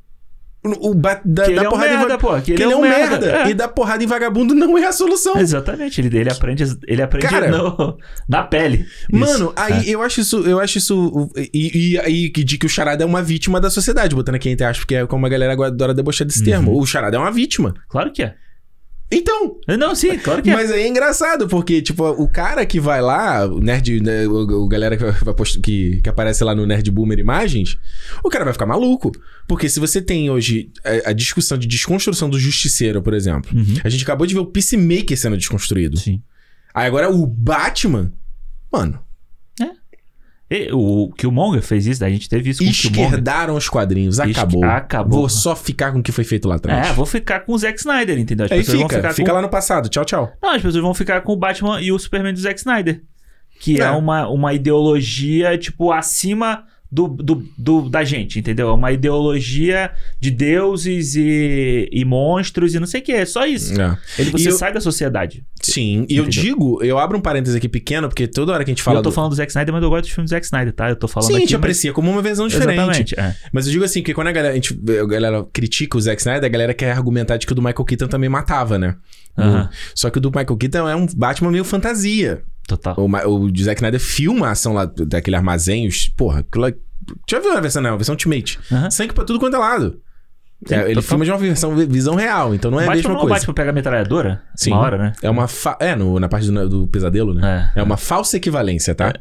Speaker 1: o Bat da,
Speaker 2: Que ele
Speaker 1: da
Speaker 2: é um
Speaker 1: porrada em va-
Speaker 2: merda, pô. Que
Speaker 1: que
Speaker 2: ele é um merda. É.
Speaker 1: E dar porrada em vagabundo não é a solução.
Speaker 2: Exatamente, ele, ele aprende, ele aprende
Speaker 1: Cara.
Speaker 2: no- na pele. Isso. É.
Speaker 1: Mano, aí eu acho isso, eu acho isso. E, e aí que de que o Charada é uma vítima da sociedade, botando aqui entre aspas, porque é como a galera agora adora debochar
Speaker 2: Uhum.
Speaker 1: desse termo. O Charada é uma vítima.
Speaker 2: Claro que é.
Speaker 1: Então,
Speaker 2: Não, sim, claro que é.
Speaker 1: mas aí é engraçado, porque, tipo, o cara que vai lá, o nerd, né, o, o galera que, vai post- que, que aparece lá no Nerd Boomer Imagens, o cara vai ficar maluco. Porque se você tem hoje a, a discussão de desconstrução do justiceiro, por exemplo,
Speaker 2: Uhum.
Speaker 1: a gente acabou de ver o Peacemaker sendo desconstruído.
Speaker 2: Sim.
Speaker 1: Aí agora o Batman, mano,
Speaker 2: E o Killmonger fez isso, a gente teve isso com o Killmonger.
Speaker 1: esquerdaram os quadrinhos,
Speaker 2: Esque-
Speaker 1: acabou.
Speaker 2: acabou.
Speaker 1: Vou só ficar com o que foi feito lá atrás.
Speaker 2: É, vou ficar com o Zack Snyder, entendeu? As
Speaker 1: Aí
Speaker 2: pessoas
Speaker 1: fica,
Speaker 2: vão ficar
Speaker 1: fica
Speaker 2: com...
Speaker 1: lá no passado, tchau, tchau.
Speaker 2: Não, as pessoas vão ficar com o Batman e o Superman do Zack Snyder. Que é,
Speaker 1: É.
Speaker 2: uma, uma ideologia, tipo, acima do, do, do- da gente, entendeu? É uma ideologia de deuses e, e monstros e não sei o que. É só isso.
Speaker 1: É.
Speaker 2: Ele,
Speaker 1: E
Speaker 2: você
Speaker 1: eu-
Speaker 2: sai da sociedade.
Speaker 1: Sim, e eu
Speaker 2: Entendeu?
Speaker 1: digo, eu abro um parênteses aqui pequeno, porque toda hora que a gente
Speaker 2: E
Speaker 1: fala
Speaker 2: eu tô
Speaker 1: do-
Speaker 2: falando do Zack Snyder, mas eu gosto do filme do Zack Snyder, tá? Eu tô falando
Speaker 1: Sim, a
Speaker 2: aqui.
Speaker 1: gente
Speaker 2: mas-
Speaker 1: aprecia como uma versão diferente.
Speaker 2: Exatamente. é.
Speaker 1: Mas eu digo assim, que quando a galera, a gente, a galera critica o Zack Snyder, a galera quer argumentar de que o do Michael Keaton também matava, né?
Speaker 2: Aham.
Speaker 1: Só que o do Michael Keaton é um Batman meio fantasia.
Speaker 2: Total.
Speaker 1: O, Ma- o de Zack Snyder filma a ação lá daquele armazém, os- porra, aquilo lá- já viu a versão, não, a versão Ultimate.
Speaker 2: Aham.
Speaker 1: Sangue pra tudo quanto é lado.
Speaker 2: Sim,
Speaker 1: É, ele
Speaker 2: total.
Speaker 1: filma de uma versão, visão real, então não é a
Speaker 2: Batman
Speaker 1: mesma
Speaker 2: não
Speaker 1: coisa.
Speaker 2: bate pra pegar a metralhadora?
Speaker 1: Sim.
Speaker 2: Uma hora, né?
Speaker 1: É uma. fa- É, no- na parte do, do pesadelo, né?
Speaker 2: É.
Speaker 1: É uma falsa equivalência, tá?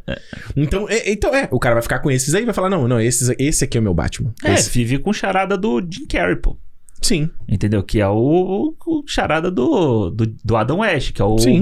Speaker 1: Então é, então, é, o cara vai ficar com esses aí e vai falar: não, não, esses, esse aqui é o meu Batman.
Speaker 2: É,
Speaker 1: Esse-
Speaker 2: vive com charada do Jim Carrey, pô.
Speaker 1: Sim.
Speaker 2: Entendeu? Que é o, o charada do, do, do Adam West, que é o
Speaker 1: Sim.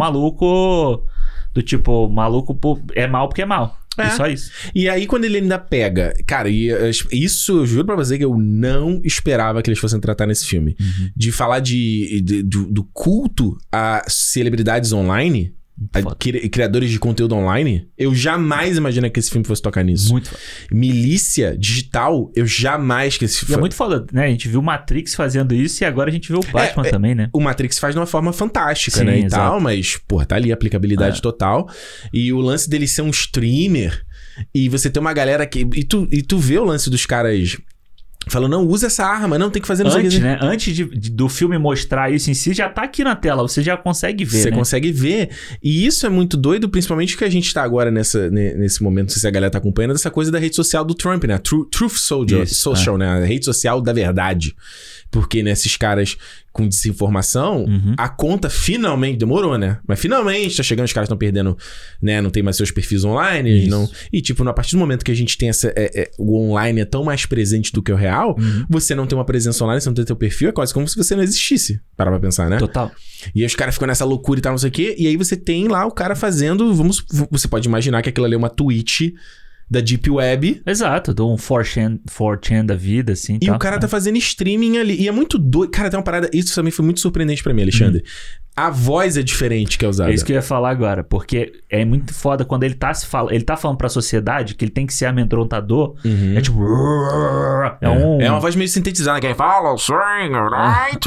Speaker 2: maluco do tipo, maluco pô, é mal porque é mal.
Speaker 1: É.
Speaker 2: É só isso.
Speaker 1: E aí, quando ele ainda pega. Cara, e, eh, isso eu juro pra você que eu não esperava que eles fossem tratar nesse filme.
Speaker 2: Uhum.
Speaker 1: De falar de, de- do, do culto a celebridades online, a
Speaker 2: Foda.
Speaker 1: cri- criadores de conteúdo online, eu jamais imaginei que esse filme fosse tocar nisso.
Speaker 2: Muito foda.
Speaker 1: Milícia digital, eu jamais que esse
Speaker 2: E é
Speaker 1: fi-
Speaker 2: muito foda, né? A gente viu Matrix fazendo isso e agora a gente viu
Speaker 1: É,
Speaker 2: o Batman também, né?
Speaker 1: o Matrix faz de uma forma fantástica,
Speaker 2: Sim,
Speaker 1: né? E
Speaker 2: exato. É.
Speaker 1: tal, mas, porra, tá ali a aplicabilidade total. E o lance dele ser um streamer e você ter uma galera que. E tu, e tu vê o lance dos caras falando, não, usa essa arma, não, tem que fazer não sei o
Speaker 2: Antes,
Speaker 1: que.
Speaker 2: né? Antes de- de- do filme mostrar isso em si, já tá aqui na tela, você já consegue ver,
Speaker 1: Você
Speaker 2: né?
Speaker 1: consegue ver. E isso é muito doido, principalmente que a gente tá agora nessa, ne- nesse momento, não sei se a galera tá acompanhando, essa coisa da rede social do Trump, né? Tru- Truth Soldier,
Speaker 2: Isso, é.
Speaker 1: Social, né? A rede social da verdade. Porque, né, esses caras com desinformação,
Speaker 2: Uhum.
Speaker 1: a conta finalmente demorou, né? Mas finalmente tá chegando, os caras estão perdendo, né? Não tem mais seus perfis online, eles
Speaker 2: Isso.
Speaker 1: não. E tipo, a partir do momento que a gente tem essa, é- é- o online é tão mais presente do que o real,
Speaker 2: Uhum.
Speaker 1: você não tem uma presença online, você não tem teu perfil, é quase como se você não existisse. Para pra pensar, né?
Speaker 2: Total.
Speaker 1: E aí os caras ficam nessa loucura e tal, não sei o quê. E aí você tem lá o cara fazendo, vamos, você pode imaginar que aquilo ali é uma tweet da deep web.
Speaker 2: Exato, dou um 4chan, 4chan da vida, assim.
Speaker 1: E
Speaker 2: tal.
Speaker 1: o cara tá fazendo streaming ali. E é muito doido. Cara, tem uma parada. Isso também foi muito surpreendente pra mim, Alexandre. A voz é diferente que é usada.
Speaker 2: Uhum. É isso que eu ia falar agora, porque é muito foda quando ele tá se fala, ele tá falando pra sociedade que ele tem que ser amedrontador.
Speaker 1: Uhum.
Speaker 2: É tipo. É um.
Speaker 1: É uma voz meio sintetizada, que ele fala assim, right,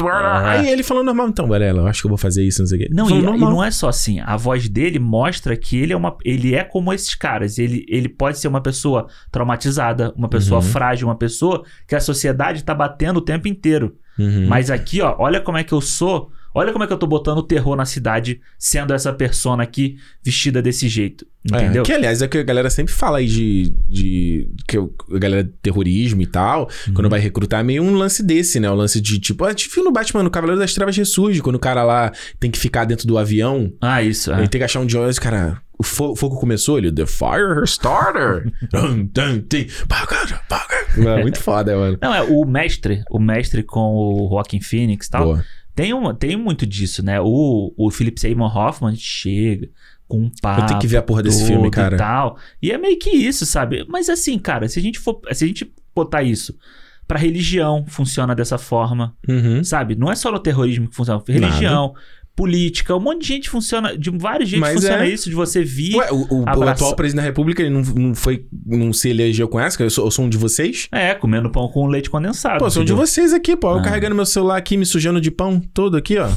Speaker 2: Ah.
Speaker 1: Aí ele falou normal, então, Varela, eu acho que eu vou fazer isso, não sei o quê.
Speaker 2: Não, e,
Speaker 1: Falou
Speaker 2: e
Speaker 1: normal.
Speaker 2: não é só assim. A voz dele mostra que ele é uma. Ele é como esses caras. Ele, ele pode ser uma pessoa traumatizada, uma pessoa
Speaker 1: Uhum.
Speaker 2: frágil, uma pessoa que a sociedade tá batendo o tempo inteiro.
Speaker 1: Uhum.
Speaker 2: é- Mas aqui, ó, olha como é que eu sou. Olha como é que eu tô botando terror na cidade, sendo essa persona aqui vestida desse jeito.
Speaker 1: É,
Speaker 2: Entendeu?
Speaker 1: que, aliás, é o que a galera sempre fala aí de. de que o- a galera de terrorismo e tal,
Speaker 2: Uhum.
Speaker 1: quando vai recrutar, é meio um lance desse, né? O lance de tipo, ah, a gente viu no Batman, no Cavaleiro das Trevas ressurge, quando o cara lá tem que ficar dentro do avião,
Speaker 2: Ah, isso. É.
Speaker 1: ele tem que achar um Jones, cara. O fo- fogo começou, ele, The Fire Starter! Dun, dun, dun, bagulho, bagulho. Mano, Muito foda, mano.
Speaker 2: Não, é o mestre, o mestre com o Joaquin Phoenix e tal.
Speaker 1: Boa.
Speaker 2: Tem, uma, tem muito disso, né? O, o Philip Seymour Hoffman chega, com um papo.
Speaker 1: Eu tenho que ver a porra desse
Speaker 2: todo
Speaker 1: filme, cara.
Speaker 2: E, tal. e é meio que isso, sabe? Mas assim, cara, se a gente for, se a gente botar isso pra religião, funciona dessa forma,
Speaker 1: Uhum.
Speaker 2: sabe? Não é só no terrorismo que funciona, religião, política, um monte de gente funciona, de vários jeitos
Speaker 1: Mas
Speaker 2: funciona
Speaker 1: é.
Speaker 2: isso de você vir.
Speaker 1: Ué, o, o- o
Speaker 2: abraça-
Speaker 1: atual presidente da república, ele não, não foi, não se elegeu com essa? que Eu sou, eu sou um de vocês?
Speaker 2: É, comendo pão com leite condensado.
Speaker 1: Pô, eu sou um de
Speaker 2: entendeu?
Speaker 1: vocês aqui, pô. Eu
Speaker 2: Ah.
Speaker 1: carregando meu celular aqui, me sujando de pão todo aqui, ó.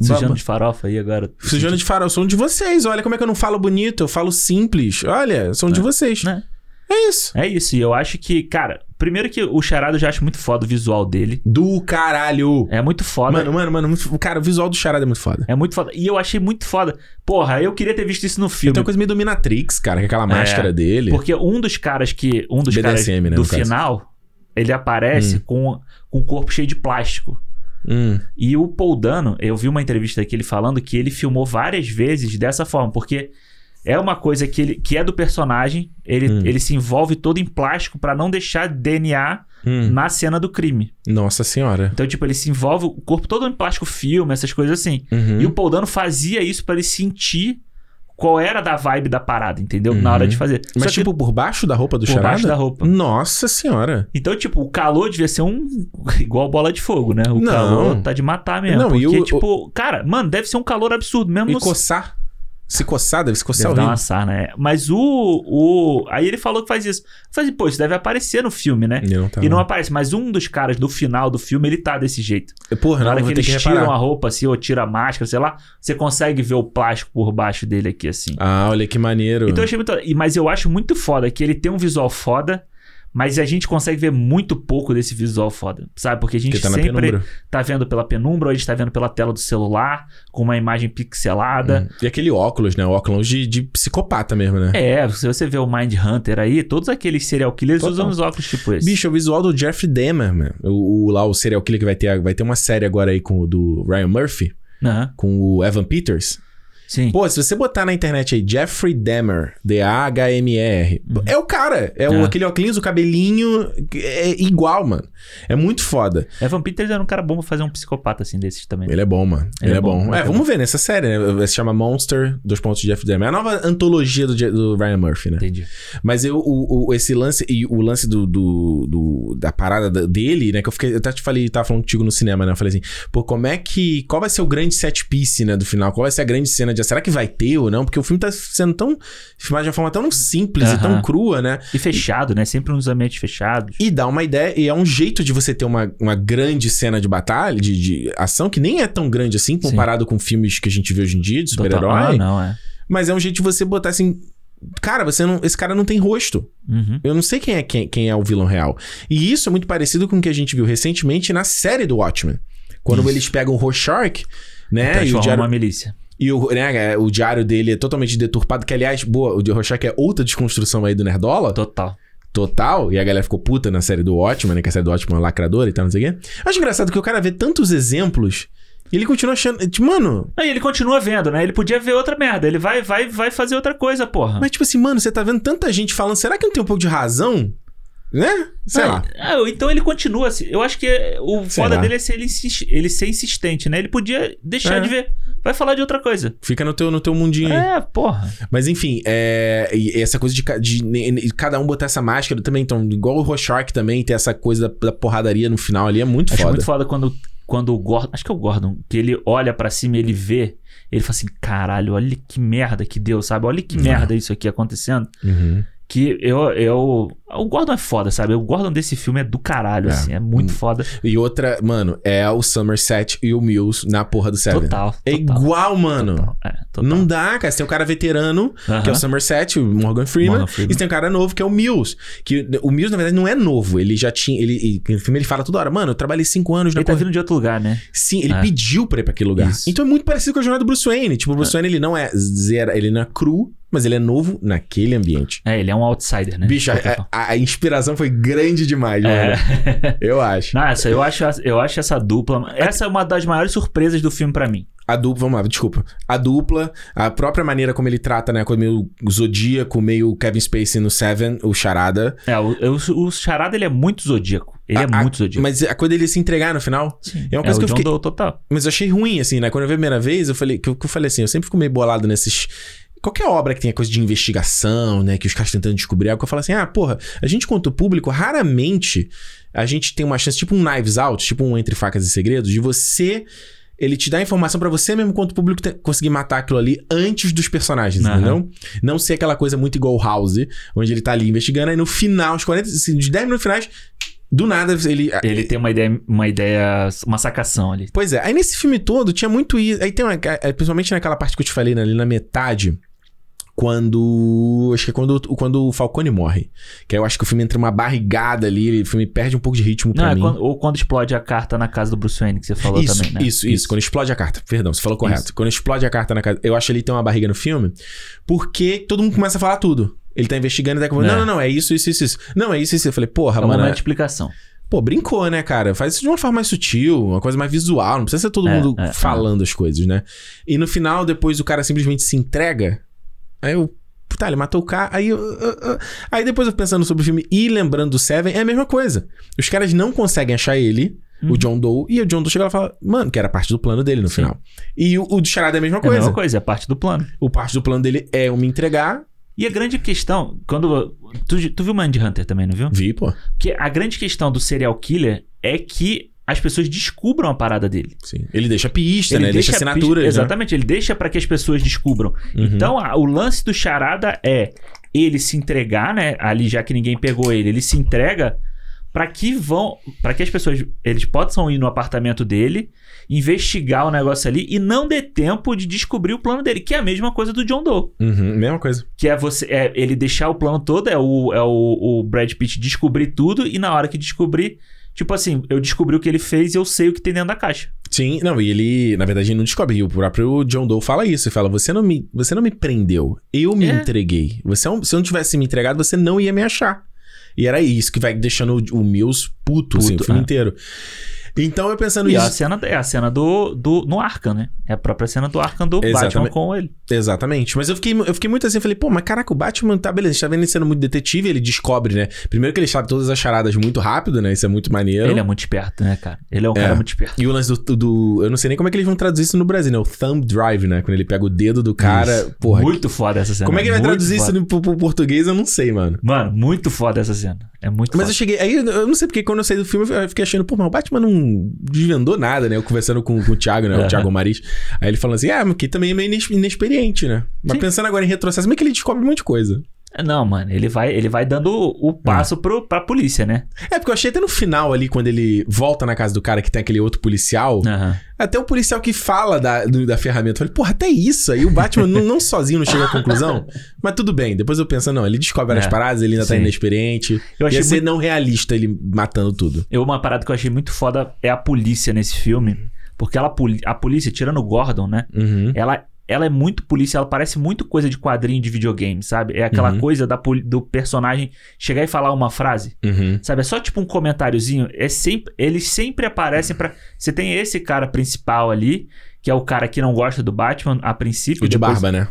Speaker 2: Sujando
Speaker 1: Baba-
Speaker 2: de farofa aí agora.
Speaker 1: Sujando de farol, sou um de vocês. Olha como é que eu não falo bonito, eu falo simples. Olha, sou um de vocês.
Speaker 2: Né?
Speaker 1: É isso.
Speaker 2: É isso, e eu acho que, cara, primeiro que o Charada eu já acho muito foda o visual dele.
Speaker 1: Do caralho.
Speaker 2: É muito foda.
Speaker 1: Mano, mano, mano, muito- cara, o visual do charada é muito foda.
Speaker 2: É muito foda. E eu achei muito foda. Porra, eu queria ter visto isso no
Speaker 1: Tem
Speaker 2: filme.
Speaker 1: uma coisa meio dominatrix, cara, com
Speaker 2: É.
Speaker 1: aquela máscara dele.
Speaker 2: Porque um dos caras que. Um dos
Speaker 1: BDSM,
Speaker 2: caras
Speaker 1: né,
Speaker 2: do
Speaker 1: no caso.
Speaker 2: final, ele aparece com, com o corpo cheio de plástico.
Speaker 1: Hum.
Speaker 2: E o Paul Dano, eu vi uma entrevista aqui ele falando que ele filmou várias vezes dessa forma, porque é uma coisa que, ele, que é do personagem, ele,
Speaker 1: Hum.
Speaker 2: ele se envolve todo em plástico pra não deixar DNA
Speaker 1: Hum.
Speaker 2: na cena do crime.
Speaker 1: Nossa senhora.
Speaker 2: Então, tipo, ele se envolve o corpo todo em plástico filme, essas coisas assim.
Speaker 1: Uhum.
Speaker 2: E o Paul Dano fazia isso pra ele sentir qual era da vibe da parada, entendeu? Na
Speaker 1: Uhum.
Speaker 2: hora de fazer. Só
Speaker 1: Mas,
Speaker 2: que
Speaker 1: tipo, por baixo da roupa do
Speaker 2: por
Speaker 1: charada? Hum.
Speaker 2: baixo da roupa.
Speaker 1: Nossa senhora.
Speaker 2: Então, tipo, o calor devia ser um. igual bola de fogo, né? O
Speaker 1: Não.
Speaker 2: calor tá de matar mesmo.
Speaker 1: Não,
Speaker 2: porque,
Speaker 1: e o-
Speaker 2: tipo, cara, mano, deve ser um calor absurdo, mesmo
Speaker 1: E
Speaker 2: no.
Speaker 1: coçar? Se coçar, deve se coçar
Speaker 2: Deve dar
Speaker 1: horrível.
Speaker 2: uma sarna, é. Mas o, o. Aí ele falou que faz isso. Eu falei, pô, isso deve aparecer no filme, né?
Speaker 1: Ele não tá
Speaker 2: E não
Speaker 1: lá.
Speaker 2: aparece, mas um dos caras do final do filme, ele tá desse jeito.
Speaker 1: Porra,
Speaker 2: Na
Speaker 1: não,
Speaker 2: hora
Speaker 1: vou
Speaker 2: que
Speaker 1: ter
Speaker 2: eles
Speaker 1: que
Speaker 2: tiram
Speaker 1: reparar.
Speaker 2: a roupa assim, ou tira a máscara, sei lá, você consegue ver o plástico por baixo dele aqui, assim.
Speaker 1: Ah, olha que maneiro.
Speaker 2: Então eu achei muito. e- Mas eu acho muito foda que ele tem um visual foda, mas a gente consegue ver muito pouco desse visual foda. Sabe? Porque a gente
Speaker 1: Porque tá na
Speaker 2: sempre
Speaker 1: penumbra.
Speaker 2: tá vendo pela penumbra, ou a gente tá vendo pela tela do celular, com uma imagem pixelada.
Speaker 1: Hum. E aquele óculos, né? O óculos de, de psicopata mesmo, né?
Speaker 2: É, se você vê o Mind Hunter aí, todos aqueles serial killers
Speaker 1: Total.
Speaker 2: usam os óculos tipo esse.
Speaker 1: Bicho, é o visual do Jeff Dahmer, mano. O, o- lá, o serial killer que vai ter, vai ter uma série agora aí com o do Ryan Murphy,
Speaker 2: Aham,
Speaker 1: com o Evan Peters.
Speaker 2: Sim.
Speaker 1: Pô, se você botar na internet aí, Jeffrey Dahmer, D-A-H-M-E-R, é o cara. É, O,
Speaker 2: É.
Speaker 1: aquele óculos, o cabelinho, é igual, mano. É muito foda.
Speaker 2: Evan Peters era um cara bom pra fazer um psicopata assim desses também.
Speaker 1: Ele é bom, mano. Ele, é, bom.
Speaker 2: ele
Speaker 1: É,
Speaker 2: é
Speaker 1: vamos ver nessa série, né? Vai Se chama Monster, dois pontos de Jeff Dahmer. É a nova antologia do, Je- do Ryan Murphy, né?
Speaker 2: Entendi.
Speaker 1: Mas eu, o, o- esse lance, e o lance do, do- do- da parada da- dele, né? Que eu fiquei, eu até te falei, tava falando contigo no cinema, né? Eu falei assim, pô, como é que, qual vai ser o grande set piece, né? Do final? Qual vai ser a grande cena de, será que vai ter ou não? Porque o filme tá sendo tão, filmado de uma forma tão simples e tão
Speaker 2: Aham.
Speaker 1: crua, né?
Speaker 2: E fechado, né? Sempre nos ambientes fechados.
Speaker 1: E dá uma ideia, e é um jeito de você ter uma, uma grande cena de batalha, de, de ação, que nem é tão grande assim, comparado com filmes que a gente vê hoje em dia, de
Speaker 2: Ah,
Speaker 1: super-herói.
Speaker 2: não, é.
Speaker 1: mas é um jeito de você botar assim, cara, você não, esse cara não tem rosto.
Speaker 2: Uhum.
Speaker 1: Eu não sei quem é quem, quem é o vilão real. E isso é muito parecido com o que a gente viu recentemente na série do Watchmen. Quando
Speaker 2: Isso.
Speaker 1: eles pegam o Rorschach, né? E o,
Speaker 2: Transformou
Speaker 1: diário,
Speaker 2: uma milícia.
Speaker 1: e o, né, o diário dele é totalmente deturpado. Que, aliás, boa, o de Rorschach é outra desconstrução aí do Nerdola.
Speaker 2: Total.
Speaker 1: Total. E a galera ficou puta na série do Watchmen, né? Que a série do Watchmen é lacradora e tal, não sei o quê. Acho engraçado que o cara vê tantos exemplos e ele continua achando... tipo, Mano,
Speaker 2: Aí ele continua vendo, né? Ele podia ver outra merda. Ele vai, vai, vai fazer outra coisa, porra.
Speaker 1: mas tipo assim, mano, você tá vendo tanta gente falando... Será que não tem um pouco de razão? Né? Sei
Speaker 2: Ah,
Speaker 1: lá.
Speaker 2: ah, então ele continua assim. Eu acho que o
Speaker 1: Sei
Speaker 2: foda
Speaker 1: lá.
Speaker 2: dele é ser ele, insis- ele ser insistente, né? Ele podia deixar
Speaker 1: É.
Speaker 2: de ver. Vai falar de outra coisa.
Speaker 1: Fica no teu, no teu mundinho aí.
Speaker 2: É, porra.
Speaker 1: Mas enfim, é, e essa coisa de, ca- de ne- ne- cada um botar essa máscara também, então, igual o Rorschach também, ter essa coisa da, da porradaria no final ali é muito
Speaker 2: Acho
Speaker 1: foda.
Speaker 2: muito foda quando, quando o Gordon. Acho que é o Gordon, que ele olha pra cima e ele vê. Ele fala assim: caralho, olha que merda que deu, sabe? Olha que
Speaker 1: É.
Speaker 2: merda isso aqui acontecendo.
Speaker 1: Uhum.
Speaker 2: Que eu, eu. O Gordon é foda, sabe? O Gordon desse filme é do caralho,
Speaker 1: É.
Speaker 2: assim. É muito foda.
Speaker 1: E outra, mano, é o Somerset e o Mills na porra do Seven.
Speaker 2: Total.
Speaker 1: É
Speaker 2: total,
Speaker 1: igual, mano.
Speaker 2: total. É, total.
Speaker 1: Não dá, cara. Você tem o cara veterano, que é o
Speaker 2: Aham.
Speaker 1: Somerset, o Morgan Freeman,
Speaker 2: Morgan Freeman.
Speaker 1: E você tem um cara novo, que é o Mills. Que o Mills, na verdade, não é novo. Ele já tinha. Ele, e- no filme ele fala toda hora, mano, eu trabalhei cinco anos na
Speaker 2: Ele tá
Speaker 1: corrida.
Speaker 2: vindo de outro lugar, né?
Speaker 1: Sim, ele
Speaker 2: É.
Speaker 1: pediu pra ir pra aquele lugar.
Speaker 2: Isso.
Speaker 1: Então é muito parecido com a jornada do Bruce Wayne. Tipo, o Bruce Wayne ele não é zero, ele não é cru, mas ele é novo naquele ambiente.
Speaker 2: É, ele é um outsider, né?
Speaker 1: Bicho, é- a,
Speaker 2: Total.
Speaker 1: a- a inspiração foi grande demais,
Speaker 2: É.
Speaker 1: mano. Eu acho.
Speaker 2: Nossa, eu acho, eu acho essa dupla. Essa é uma das maiores surpresas do filme pra mim.
Speaker 1: A dupla, vamos lá, desculpa. A dupla, a própria maneira como ele trata, né? Com meio Zodíaco, meio Kevin Spacey no Seven, o Charada.
Speaker 2: É, o, o, o Charada ele é muito zodíaco. Ele é
Speaker 1: A- a-
Speaker 2: muito zodíaco.
Speaker 1: Mas a coisa dele se entregar no final.
Speaker 2: Sim.
Speaker 1: é uma
Speaker 2: É,
Speaker 1: coisa
Speaker 2: o
Speaker 1: que eu
Speaker 2: John
Speaker 1: fiquei-
Speaker 2: Doe total.
Speaker 1: Mas eu achei ruim, assim, né? Quando eu vi a primeira vez, eu falei, que eu, que eu falei assim, eu sempre fico meio bolado nesses Qualquer obra que tenha coisa de investigação, né? Que os caras tentando descobrir algo, que eu falo assim, ah, porra, a gente quanto público, raramente a gente tem uma chance, tipo um Knives Out, tipo um Entre Facas e Segredos, de você... Ele te dá a informação pra você mesmo, quanto público, te- conseguir matar aquilo ali antes dos personagens,
Speaker 2: Aham.
Speaker 1: entendeu? Não ser aquela coisa muito igual o House, onde ele tá ali investigando, aí no final, os 40, assim, os 10 minutos finais, do nada ele.
Speaker 2: Ele tem uma ideia, uma ideia, uma sacação ali.
Speaker 1: Pois é, aí nesse filme todo tinha muito isso. Aí tem uma. é, Principalmente naquela parte que eu te falei né, ali na metade. Quando. Acho que é quando, quando o Falcone morre. Que aí eu acho que o filme entra uma barrigada ali, o filme perde um pouco de ritmo pra
Speaker 2: Não, é
Speaker 1: mim.
Speaker 2: quando- ou quando explode a carta na casa do Bruce Wayne, que você falou
Speaker 1: isso,
Speaker 2: também, né?
Speaker 1: Isso, isso, Quando explode a carta. Perdão, você falou correto.
Speaker 2: Isso.
Speaker 1: Quando explode a carta na casa. Eu acho que ele tem uma barriga no filme. Porque todo mundo começa a falar tudo. Ele tá investigando e tá falando,
Speaker 2: É.
Speaker 1: não, não, não, é isso, isso, isso, isso. Não, é isso, isso. Eu falei, porra,
Speaker 2: É um
Speaker 1: mano.
Speaker 2: momento de explicação.
Speaker 1: Pô, brincou, né, cara? Faz isso de uma forma mais sutil, uma coisa mais visual. Não precisa ser todo
Speaker 2: É,
Speaker 1: mundo
Speaker 2: é, é.
Speaker 1: falando as coisas, né? E no final, depois o cara simplesmente se entrega. Aí eu. Tá, ele matou o cara. Aí, eu- eu- eu- aí depois eu pensando sobre o filme e lembrando do Seven, é a mesma coisa. Os caras não conseguem achar ele,
Speaker 2: Uhum.
Speaker 1: o John Doe, e o John Doe chega lá e fala, mano, que era parte do plano dele no
Speaker 2: Sim.
Speaker 1: final. E o, o do Charada é a mesma
Speaker 2: É a
Speaker 1: coisa.
Speaker 2: mesma coisa, é parte do plano.
Speaker 1: o parte do plano dele é eu me entregar.
Speaker 2: E a grande questão, quando. Tu, tu viu Mindhunter também, não viu?
Speaker 1: Vi, pô.
Speaker 2: Porque a grande questão do serial killer é que as pessoas descubram a parada dele.
Speaker 1: Sim. Ele deixa pista, né? Ele deixa,
Speaker 2: a pista-
Speaker 1: assinaturas. né?
Speaker 2: Exatamente, ele deixa pra que as pessoas descubram.
Speaker 1: Uhum.
Speaker 2: Então, a- o lance do charada é ele se entregar, né? Ali já que ninguém pegou ele, ele se entrega pra que vão, para que as pessoas, eles possam ir no apartamento dele, investigar o negócio ali e não dê tempo de descobrir o plano dele, que é a mesma coisa do John Doe,
Speaker 1: Uhum, mesma coisa.
Speaker 2: que é você, é ele deixar o plano todo, é o é o, o Brad Pitt descobrir tudo e na hora que descobrir, tipo assim, eu descobri o que ele fez e eu sei o que tem dentro da caixa.
Speaker 1: Sim, não, e ele, na verdade, ele não descobre. E o próprio John Doe fala isso. Ele fala: Você não me, você não me prendeu. Eu me
Speaker 2: É.
Speaker 1: entreguei. Você, é um- se eu não tivesse me entregado, você não ia me achar. E era isso que vai deixando o, o Mills puto, assim,
Speaker 2: Puto,
Speaker 1: o filme
Speaker 2: é.
Speaker 1: inteiro. Então eu pensando
Speaker 2: E é
Speaker 1: isso.
Speaker 2: a cena, é a cena do, do. No Arkham, né? É a própria cena do Arkham do Batman
Speaker 1: Exatamente.
Speaker 2: com ele.
Speaker 1: Exatamente. Mas eu fiquei, eu fiquei muito assim, eu falei, pô, mas caraca, o Batman tá beleza, a gente tá vendo ele sendo muito detetive, ele descobre, né? Primeiro que ele sabe todas as charadas muito rápido, né? Isso é muito maneiro.
Speaker 2: Ele é muito esperto, né, cara? Ele é um
Speaker 1: É.
Speaker 2: cara muito esperto.
Speaker 1: E o lance do, do- Eu não sei nem como é que eles vão traduzir isso no Brasil, né? O thumb drive, né? Quando ele pega o dedo do cara.
Speaker 2: Isso.
Speaker 1: Porra,
Speaker 2: muito foda essa cena.
Speaker 1: Como é que ele vai
Speaker 2: muito
Speaker 1: traduzir
Speaker 2: foda.
Speaker 1: isso no- pro, pro português, eu não sei, mano.
Speaker 2: Mano, muito foda essa cena. É muito
Speaker 1: Mas eu
Speaker 2: foda.
Speaker 1: cheguei. Aí eu- eu não sei porque quando eu saí do filme, eu fiquei achando, pô, mas o Batman não desvendou nada, né? Eu conversando com, com o Thiago, né? O
Speaker 2: Aham.
Speaker 1: Thiago Maris. Aí ele falando assim, ah, mas que também é meio inex- inexperiente, né? Mas
Speaker 2: Sim.
Speaker 1: pensando agora em retrocesso, meio que ele descobre um monte de coisa.
Speaker 2: Não, mano, ele vai, ele vai dando o,
Speaker 1: Hum.
Speaker 2: o passo pro, pra polícia, né?
Speaker 1: É, porque eu achei até no final ali, quando ele volta na casa do cara que tem aquele outro policial,
Speaker 2: Aham.
Speaker 1: até o policial que fala da, do- da ferramenta. Eu falei, porra, até isso. Aí o Batman não, não sozinho não chega à conclusão. Mas tudo bem, depois eu penso, não, ele descobre várias
Speaker 2: É.
Speaker 1: paradas, ele ainda tá
Speaker 2: Sim.
Speaker 1: inexperiente.
Speaker 2: Eu achei
Speaker 1: Ia ser
Speaker 2: muito-
Speaker 1: não realista ele matando tudo.
Speaker 2: eu, uma parada que eu achei muito foda é a polícia nesse filme. Porque ela, poli- a polícia, tirando o Gordon, né?
Speaker 1: Uhum.
Speaker 2: ela, ela é muito polícia, ela parece muito coisa de quadrinho de videogame, sabe? É aquela
Speaker 1: Uhum.
Speaker 2: coisa da, poli- do personagem chegar e falar uma frase,
Speaker 1: Uhum.
Speaker 2: sabe? É só tipo um comentáriozinho. É sempre, eles sempre aparecem pra. Você tem esse cara principal ali, que é o cara que não gosta do Batman a princípio.
Speaker 1: O de
Speaker 2: depois-
Speaker 1: barba, né?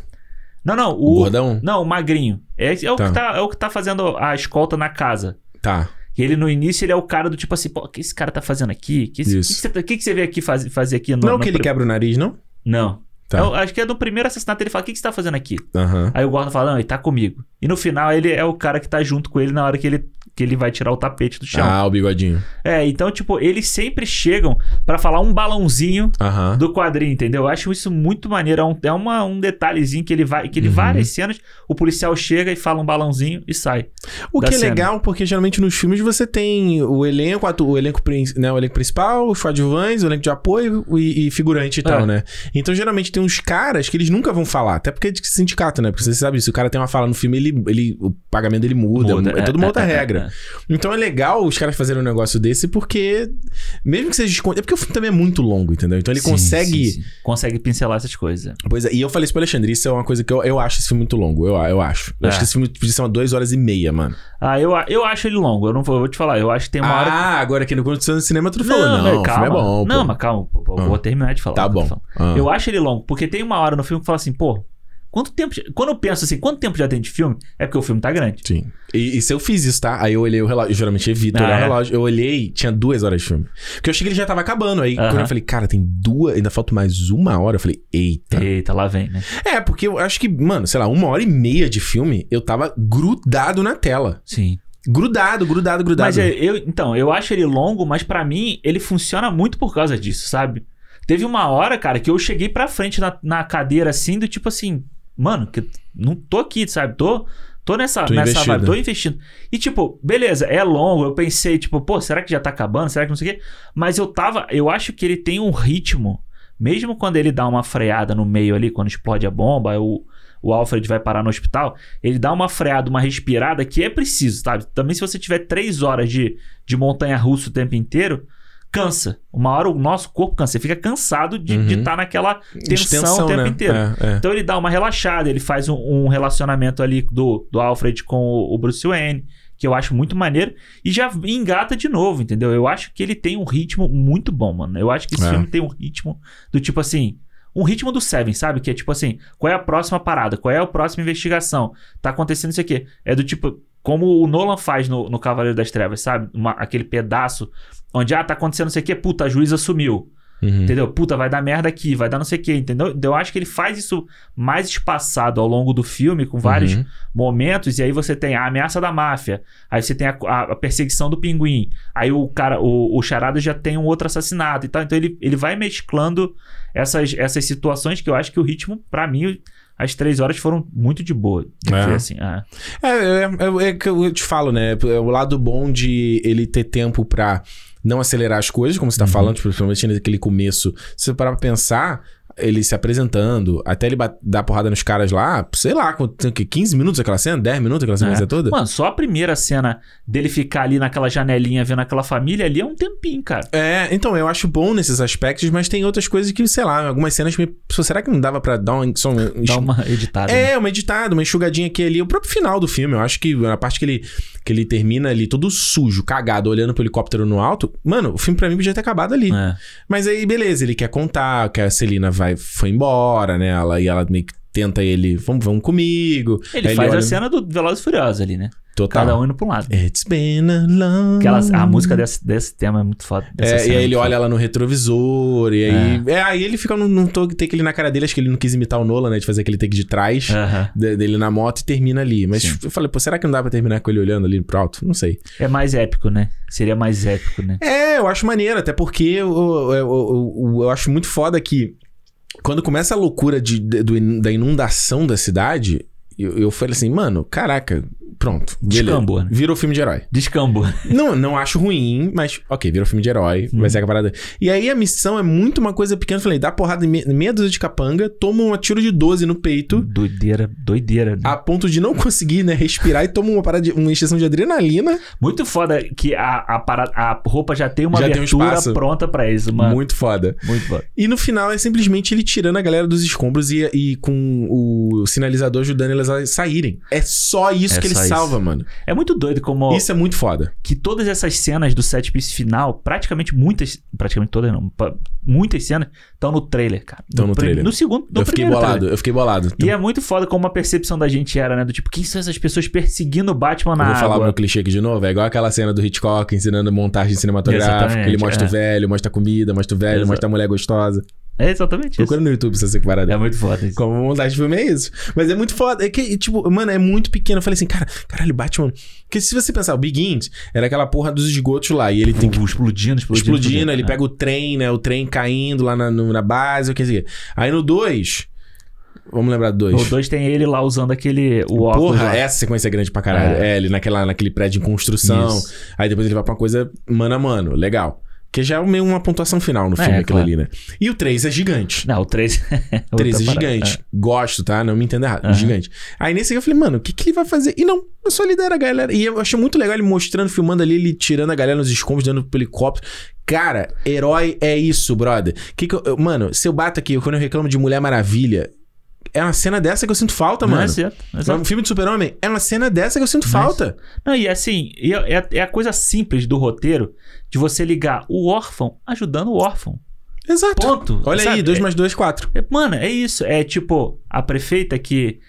Speaker 2: Não, não,
Speaker 1: O,
Speaker 2: o.
Speaker 1: gordão?
Speaker 2: não, o magrinho. É, é o
Speaker 1: Tá.
Speaker 2: que tá, é o que tá fazendo a escolta na casa.
Speaker 1: Tá.
Speaker 2: E ele no início ele é o cara do tipo assim, pô, o que esse cara tá fazendo aqui? O que, esse-
Speaker 1: Isso.
Speaker 2: que, que, você, tá- que, que você veio aqui faz- fazer aqui no.
Speaker 1: Não,
Speaker 2: no
Speaker 1: que ele
Speaker 2: pri-
Speaker 1: quebra o nariz, não?
Speaker 2: Não.
Speaker 1: Tá.
Speaker 2: Eu acho que é no primeiro assassinato ele fala: o que, que você tá fazendo aqui?
Speaker 1: Aham.
Speaker 2: Aí o Gordon fala, não, ele tá comigo. E no final ele é o cara que tá junto com ele na hora que ele, que ele vai tirar o tapete do chão.
Speaker 1: Ah, o bigodinho.
Speaker 2: É, então, tipo, eles sempre chegam pra falar um balãozinho
Speaker 1: Aham.
Speaker 2: do quadrinho, entendeu? Eu acho isso muito maneiro. É um, é uma, um detalhezinho que ele vai. Que ele
Speaker 1: Uhum.
Speaker 2: várias cenas, o policial chega e fala um balãozinho e sai.
Speaker 1: O
Speaker 2: da
Speaker 1: que é
Speaker 2: cena.
Speaker 1: legal, porque geralmente nos filmes você tem o elenco, atu- o elenco, prin- né, o elenco principal, os coadjuvantes, o elenco de apoio e, e figurante e tal,
Speaker 2: É.
Speaker 1: né? Então geralmente tem uns caras que eles nunca vão falar, até porque é de sindicato, né? Porque você sabe isso, o cara tem uma fala no filme, ele, ele, o pagamento dele muda, é, toda uma outra regra. Então é legal os caras fazerem um negócio desse, porque mesmo que seja desconto, é porque o filme também é muito longo, entendeu? Então ele
Speaker 2: Sim,
Speaker 1: consegue
Speaker 2: sim, sim. Consegue pincelar essas coisas.
Speaker 1: Pois é, e eu falei isso pro Alexandre, isso é uma coisa que eu, eu acho esse filme muito longo, eu, eu acho. Eu
Speaker 2: É.
Speaker 1: acho que esse filme podia ser uma 2 horas e meia, mano.
Speaker 2: Ah, eu, a- eu acho ele longo. Eu não vou, eu vou te falar. Eu acho que tem uma
Speaker 1: ah,
Speaker 2: hora. que-
Speaker 1: agora que no condição do cinema tu falou, não, o filme é bom,
Speaker 2: não,
Speaker 1: pô.
Speaker 2: mas calma, pô, pô, eu
Speaker 1: Ah.
Speaker 2: vou terminar de falar.
Speaker 1: Tá
Speaker 2: eu tô
Speaker 1: bom.
Speaker 2: falando.
Speaker 1: Ah.
Speaker 2: Eu acho ele longo, porque tem uma hora no filme que fala assim, pô, Quanto tempo. já- Quando eu penso assim, quanto tempo já tem de filme? É porque o filme tá grande.
Speaker 1: Sim. E, e se eu fiz isso, tá? Aí eu olhei o relógio. Eu geralmente evito
Speaker 2: Ah,
Speaker 1: olhar
Speaker 2: é?
Speaker 1: o relógio. Eu olhei, tinha duas horas de filme. Porque eu achei que ele já tava acabando. Aí
Speaker 2: Aham.
Speaker 1: quando eu falei, cara, tem duas, ainda falta mais uma hora. Eu falei, eita.
Speaker 2: Eita, lá vem, né?
Speaker 1: É, porque eu acho que, mano, sei lá, uma hora e meia de filme, eu tava grudado na tela.
Speaker 2: Sim.
Speaker 1: Grudado, grudado, grudado.
Speaker 2: Mas é, eu, então, eu acho ele longo, mas pra mim ele funciona muito por causa disso, sabe? Teve uma hora, cara, que eu cheguei pra frente na, na cadeira assim, do tipo assim, mano, que eu não tô aqui, sabe? Tô, tô nessa,
Speaker 1: Tô
Speaker 2: nessa
Speaker 1: investido.
Speaker 2: vibe, tô investindo. E tipo, beleza, é longo, eu pensei, tipo, pô, será que já tá acabando? Será que não sei o quê? Mas eu tava, eu acho que ele tem um ritmo, mesmo quando ele dá uma freada no meio ali, quando explode a bomba, o, o Alfred vai parar no hospital, ele dá uma freada, uma respirada que é preciso, sabe? Também se você tiver três horas de, de montanha russa o tempo inteiro, cansa. Uma hora o nosso corpo cansa, você fica cansado de
Speaker 1: Uhum.
Speaker 2: estar naquela tensão o tempo
Speaker 1: né?
Speaker 2: inteiro.
Speaker 1: É, é.
Speaker 2: Então ele dá uma relaxada, ele faz um, um relacionamento ali do, do Alfred com o, o Bruce Wayne, que eu acho muito maneiro, e já engata de novo, entendeu? Eu acho que ele tem um ritmo muito bom, mano. Eu acho que esse
Speaker 1: É.
Speaker 2: filme tem um ritmo do tipo assim. Um ritmo do Seven, sabe? Que é tipo assim, qual é a próxima parada? Qual é a próxima investigação? Tá acontecendo isso aqui. É do tipo, como o Nolan faz no, no Cavaleiro das Trevas, sabe? Uma- aquele pedaço onde, ah, tá acontecendo isso aqui, puta, a juíza sumiu.
Speaker 1: Uhum.
Speaker 2: Entendeu? Puta, vai dar merda aqui, vai dar não sei o que, entendeu? Então, Eu acho que ele faz isso mais espaçado ao longo do filme, com vários
Speaker 1: Uhum.
Speaker 2: momentos, e aí você tem a ameaça da máfia, aí você tem a, a- a perseguição do pinguim, aí o cara, o, o Charada já tem um outro assassinato e tal. Então ele, ele vai mesclando essas, essas situações que eu acho que o ritmo, pra mim, as três horas foram muito de boa. de
Speaker 1: É.
Speaker 2: ver, assim, ah.
Speaker 1: É, é, é, é que eu te falo, né? É o lado bom de ele ter tempo pra não acelerar as coisas, como você tá falando, tipo, principalmente naquele começo. Se você parar pra pensar, ele se apresentando, até ele bat- dar porrada nos caras lá, sei lá, quanto tem o quê? 15 minutos aquela cena? 10 minutos aquela
Speaker 2: É.
Speaker 1: sequência toda?
Speaker 2: Mano, só a primeira cena dele ficar ali naquela janelinha vendo aquela família ali é um tempinho, cara.
Speaker 1: É, então, eu acho bom nesses aspectos, mas tem outras coisas que, sei lá, algumas cenas me. Pô, Será que não dava pra dar um. Só um
Speaker 2: Dá uma editada. né?
Speaker 1: É, uma editada, uma enxugadinha aqui e ali. O próprio final do filme, eu acho que na parte que ele, que ele termina ali, todo sujo, cagado, olhando pro helicóptero no alto. Mano, o filme pra mim podia ter acabado ali.
Speaker 2: É.
Speaker 1: Mas aí, beleza, ele quer contar que a Celina vai, foi embora, né? Ela, e ela meio que tenta ele, vamos, vamos comigo.
Speaker 2: Ele
Speaker 1: Aí
Speaker 2: faz
Speaker 1: olha- Tá.
Speaker 2: a cena do Veloz e Furioso ali, né?
Speaker 1: Total.
Speaker 2: Cada um indo pra um lado.
Speaker 1: It's been a long...
Speaker 2: Aquela, a música desse, desse tema é muito foda. dessa
Speaker 1: É,
Speaker 2: cena
Speaker 1: e aí
Speaker 2: é
Speaker 1: ele
Speaker 2: muito
Speaker 1: olha ela no retrovisor, e aí. É, aí ele fica num, num take ali na cara dele, acho que ele não quis imitar o Nola, né? De fazer aquele take de trás.
Speaker 2: foda. Aham.
Speaker 1: de- dele na moto e termina ali. Mas
Speaker 2: É. Sim.
Speaker 1: eu falei, pô, será que não dá pra terminar com ele olhando ali pro alto? Não sei.
Speaker 2: É mais épico, né? Seria mais épico, né?
Speaker 1: É, eu acho maneiro, até porque eu, eu, eu- eu- eu acho muito foda que quando começa a loucura de, de- do in- da inundação da cidade, eu, eu falei assim, mano, caraca, pronto. beleza.
Speaker 2: Descambou, né?
Speaker 1: Virou filme de herói.
Speaker 2: Descambou.
Speaker 1: Não, não acho ruim, mas ok, virou filme de herói,
Speaker 2: Uhum.
Speaker 1: vai ser a parada. E aí a missão é muito uma coisa pequena. Eu falei, dá porrada em me- meia dúzia de capanga, toma um tiro de 12 no peito.
Speaker 2: Doideira, doideira. né?
Speaker 1: a ponto de não conseguir, né, respirar e toma uma parada de, uma injeção de adrenalina.
Speaker 2: Muito foda que a, a, para- a roupa já tem uma
Speaker 1: Ah. Já tem um
Speaker 2: abertura
Speaker 1: espaço.
Speaker 2: pronta pra isso, mano.
Speaker 1: Muito foda.
Speaker 2: Muito foda.
Speaker 1: E no final é simplesmente ele tirando a galera dos escombros e, e com o sinalizador ajudando elas a saírem. É só isso
Speaker 2: É
Speaker 1: que ele
Speaker 2: só isso.
Speaker 1: salva, mano.
Speaker 2: É muito doido como
Speaker 1: Isso é muito foda.
Speaker 2: que todas essas cenas do set piece final, praticamente muitas, praticamente todas não, pa- muitas cenas estão no trailer, cara.
Speaker 1: Tão no
Speaker 2: prim-
Speaker 1: trailer.
Speaker 2: No segundo, no
Speaker 1: eu fiquei
Speaker 2: primeiro
Speaker 1: bolado,
Speaker 2: trailer.
Speaker 1: eu fiquei bolado.
Speaker 2: E é muito foda como a percepção da gente era, né? Do tipo, quem são essas pessoas perseguindo o Batman
Speaker 1: Eu
Speaker 2: na
Speaker 1: vou falar o
Speaker 2: água?
Speaker 1: meu clichê aqui de novo. É igual aquela cena do Hitchcock ensinando montagem cinematográfica. que Ele
Speaker 2: Exatamente,
Speaker 1: mostra
Speaker 2: é.
Speaker 1: o velho, mostra a comida, mostra o velho,
Speaker 2: Exato.
Speaker 1: mostra a mulher gostosa.
Speaker 2: É exatamente isso.
Speaker 1: Procura no YouTube se você parar
Speaker 2: É muito foda isso.
Speaker 1: Como montagem de filme é isso. Mas é muito foda. É que, tipo, mano, é muito pequeno. Eu falei assim, cara, caralho, Batman. Porque se você pensar, o Begins era aquela porra dos esgotos lá. E ele tem que.
Speaker 2: Pum, explodindo, explodindo. é.
Speaker 1: Explodindo, ele pega o trem, né? O trem caindo lá na, no- na base, o que quer dizer. Aí no 2. Vamos lembrar do
Speaker 2: É. O
Speaker 1: 2.
Speaker 2: 2 tem ele lá usando aquele. O óculos
Speaker 1: Porra,
Speaker 2: lá.
Speaker 1: essa sequência é grande pra caralho. É, ele naquela, naquele prédio em construção.
Speaker 2: Isso.
Speaker 1: Aí depois ele vai pra uma coisa mano a mano. Legal. Que já é meio uma pontuação final no
Speaker 2: É,
Speaker 1: filme, aquilo
Speaker 2: claro.
Speaker 1: ali, né? E o 3 é gigante.
Speaker 2: Não, o é 3.
Speaker 1: 13 é gigante. Gosto, tá? Não me entenda errado. Gigante. Aí nesse aqui eu falei, mano, o que, que ele vai fazer? E não, eu só lidera a galera. E eu achei muito legal ele mostrando, filmando ali, ele tirando a galera nos escombros, dando pro helicóptero. Cara, herói é isso, brother. Que que eu- eu- mano, se eu bato aqui, quando eu reclamo de Mulher Maravilha, é uma cena dessa que eu sinto falta,
Speaker 2: Não, é
Speaker 1: mano.
Speaker 2: certo. é certo.
Speaker 1: Um filme de super-homem é uma cena dessa que eu sinto falta.
Speaker 2: Não, é e assim, e é, é a coisa simples do roteiro de você ligar o órfão ajudando o órfão.
Speaker 1: Exato.
Speaker 2: Ponto.
Speaker 1: Olha
Speaker 2: sabe?
Speaker 1: aí, 2 mais 2, 4.
Speaker 2: É, Mano, é isso. É tipo, a prefeita que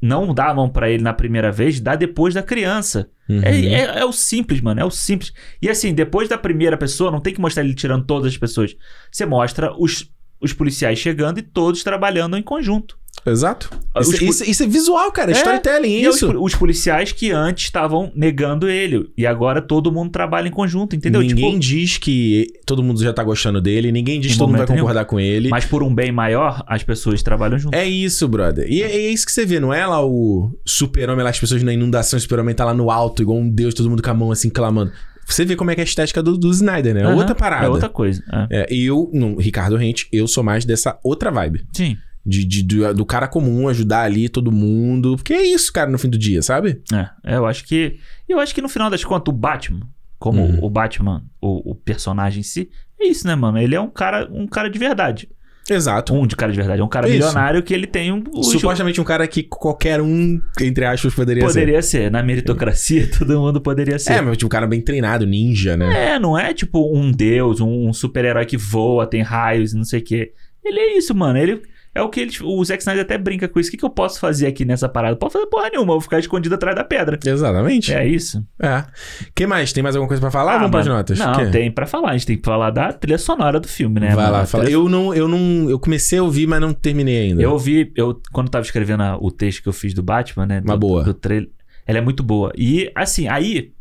Speaker 2: não dá a mão pra ele na primeira vez, dá depois da criança.
Speaker 1: Uhum.
Speaker 2: É, é- é o simples, mano. É o simples. E assim, depois da primeira pessoa, não tem que mostrar ele tirando todas as pessoas. Você mostra os, os policiais chegando e todos trabalhando em conjunto.
Speaker 1: Exato. Isso,
Speaker 2: Ah, Os po-
Speaker 1: isso- isso é visual, cara. É
Speaker 2: É,
Speaker 1: storytelling,
Speaker 2: E é os,
Speaker 1: isso.
Speaker 2: po- os policiais que antes estavam negando ele. E agora todo mundo trabalha em conjunto, entendeu?
Speaker 1: Ninguém
Speaker 2: Tipo,
Speaker 1: diz que todo mundo já tá gostando dele, ninguém diz
Speaker 2: Em
Speaker 1: que todo mundo vai
Speaker 2: momento nenhum.
Speaker 1: concordar com ele.
Speaker 2: mas por um bem maior, as pessoas trabalham junto.
Speaker 1: É isso, brother. E é, é isso que você vê, não é lá o super-homem, lá as pessoas na inundação, o super-homem tá lá no alto, igual um deus, todo mundo com a mão assim, clamando. Você vê como é que é a estética do, do Snyder, né? É
Speaker 2: Aham,
Speaker 1: outra parada.
Speaker 2: É outra coisa. é.
Speaker 1: É, eu, não, Ricardo Rente, eu sou mais dessa outra vibe.
Speaker 2: Sim.
Speaker 1: De, de- do, do cara comum ajudar ali todo mundo. Porque é isso, cara, no fim do dia, sabe?
Speaker 2: É, eu acho que. Eu acho que no final das contas, o Batman, como
Speaker 1: Uhum.
Speaker 2: o Batman, o, o personagem em si, é isso, né, mano? Ele é um cara, um cara de verdade.
Speaker 1: Exato.
Speaker 2: Um de cara de verdade. É um cara
Speaker 1: Isso.
Speaker 2: milionário que ele tem um. o-
Speaker 1: Supostamente um cara que qualquer um, entre aspas, poderia,
Speaker 2: poderia ser. Na meritocracia, todo mundo poderia
Speaker 1: ser. É,
Speaker 2: ser.
Speaker 1: mas tipo, um cara bem treinado, ninja, né?
Speaker 2: É, não é tipo um deus, um, um super-herói que voa, tem raios e não sei o quê. Ele é isso, mano. Ele. É o que ele, o Zack Snyder até brinca com isso. O que, que eu posso fazer aqui nessa parada? Não posso fazer porra nenhuma, eu vou ficar escondido atrás da pedra.
Speaker 1: Exatamente. É.
Speaker 2: É isso. Ah,
Speaker 1: que mais? Tem mais alguma coisa pra falar? Vamos para as
Speaker 2: mano,
Speaker 1: notas.
Speaker 2: Não,
Speaker 1: O quê?
Speaker 2: tem pra falar. A gente tem que falar da trilha sonora do filme, né?
Speaker 1: Vai
Speaker 2: mano?
Speaker 1: lá,
Speaker 2: A
Speaker 1: fala.
Speaker 2: trilha-
Speaker 1: Eu não, eu não. Eu comecei a ouvir, mas não terminei ainda.
Speaker 2: Eu ouvi, eu, quando tava escrevendo a- o texto que eu fiz do Batman, né?
Speaker 1: Uma
Speaker 2: do,
Speaker 1: boa.
Speaker 2: Do trailer, ela é muito boa. E, assim, aí.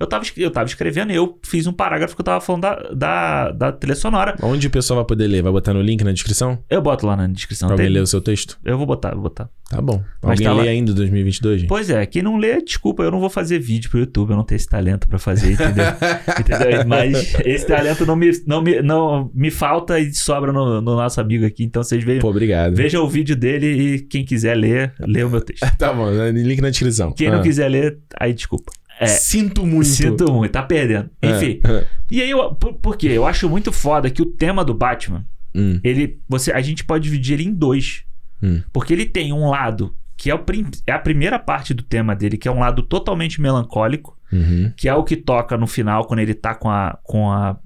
Speaker 2: Eu tava, es- eu tava escrevendo e eu fiz um parágrafo que eu tava falando da, da, da trilha sonora.
Speaker 1: Onde o pessoal vai poder ler? Vai botar no link na descrição?
Speaker 2: Eu boto lá na descrição.
Speaker 1: Pra alguém
Speaker 2: Tem-
Speaker 1: ler o seu texto?
Speaker 2: Eu vou botar, vou botar.
Speaker 1: Tá bom.
Speaker 2: Mas
Speaker 1: alguém
Speaker 2: tá lá.
Speaker 1: lê ainda 2022? gente?
Speaker 2: Pois é, quem não lê, desculpa, eu não vou fazer vídeo pro YouTube, eu não tenho esse talento pra fazer, entendeu? Entendeu? Mas esse talento não me, não me, não me falta e sobra no, no nosso amigo aqui, então vocês vejam.
Speaker 1: Pô, né? obrigado.
Speaker 2: Veja o vídeo dele e quem quiser ler, lê o meu texto.
Speaker 1: Tá bom, né? link na descrição. Ah.
Speaker 2: Quem não quiser ler, aí desculpa. É.
Speaker 1: Sinto muito.
Speaker 2: Sinto muito, tá perdendo.
Speaker 1: É.
Speaker 2: Enfim. E aí, eu, por, por quê? Eu acho muito foda que o tema do Batman,
Speaker 1: Hum,
Speaker 2: ele. Você, a gente pode dividir ele em dois.
Speaker 1: Hum.
Speaker 2: Porque ele tem um lado que é, o, prim- é a primeira parte do tema dele, que é um lado totalmente melancólico,
Speaker 1: uhum.
Speaker 2: que é o que toca no final quando ele tá com a. com a.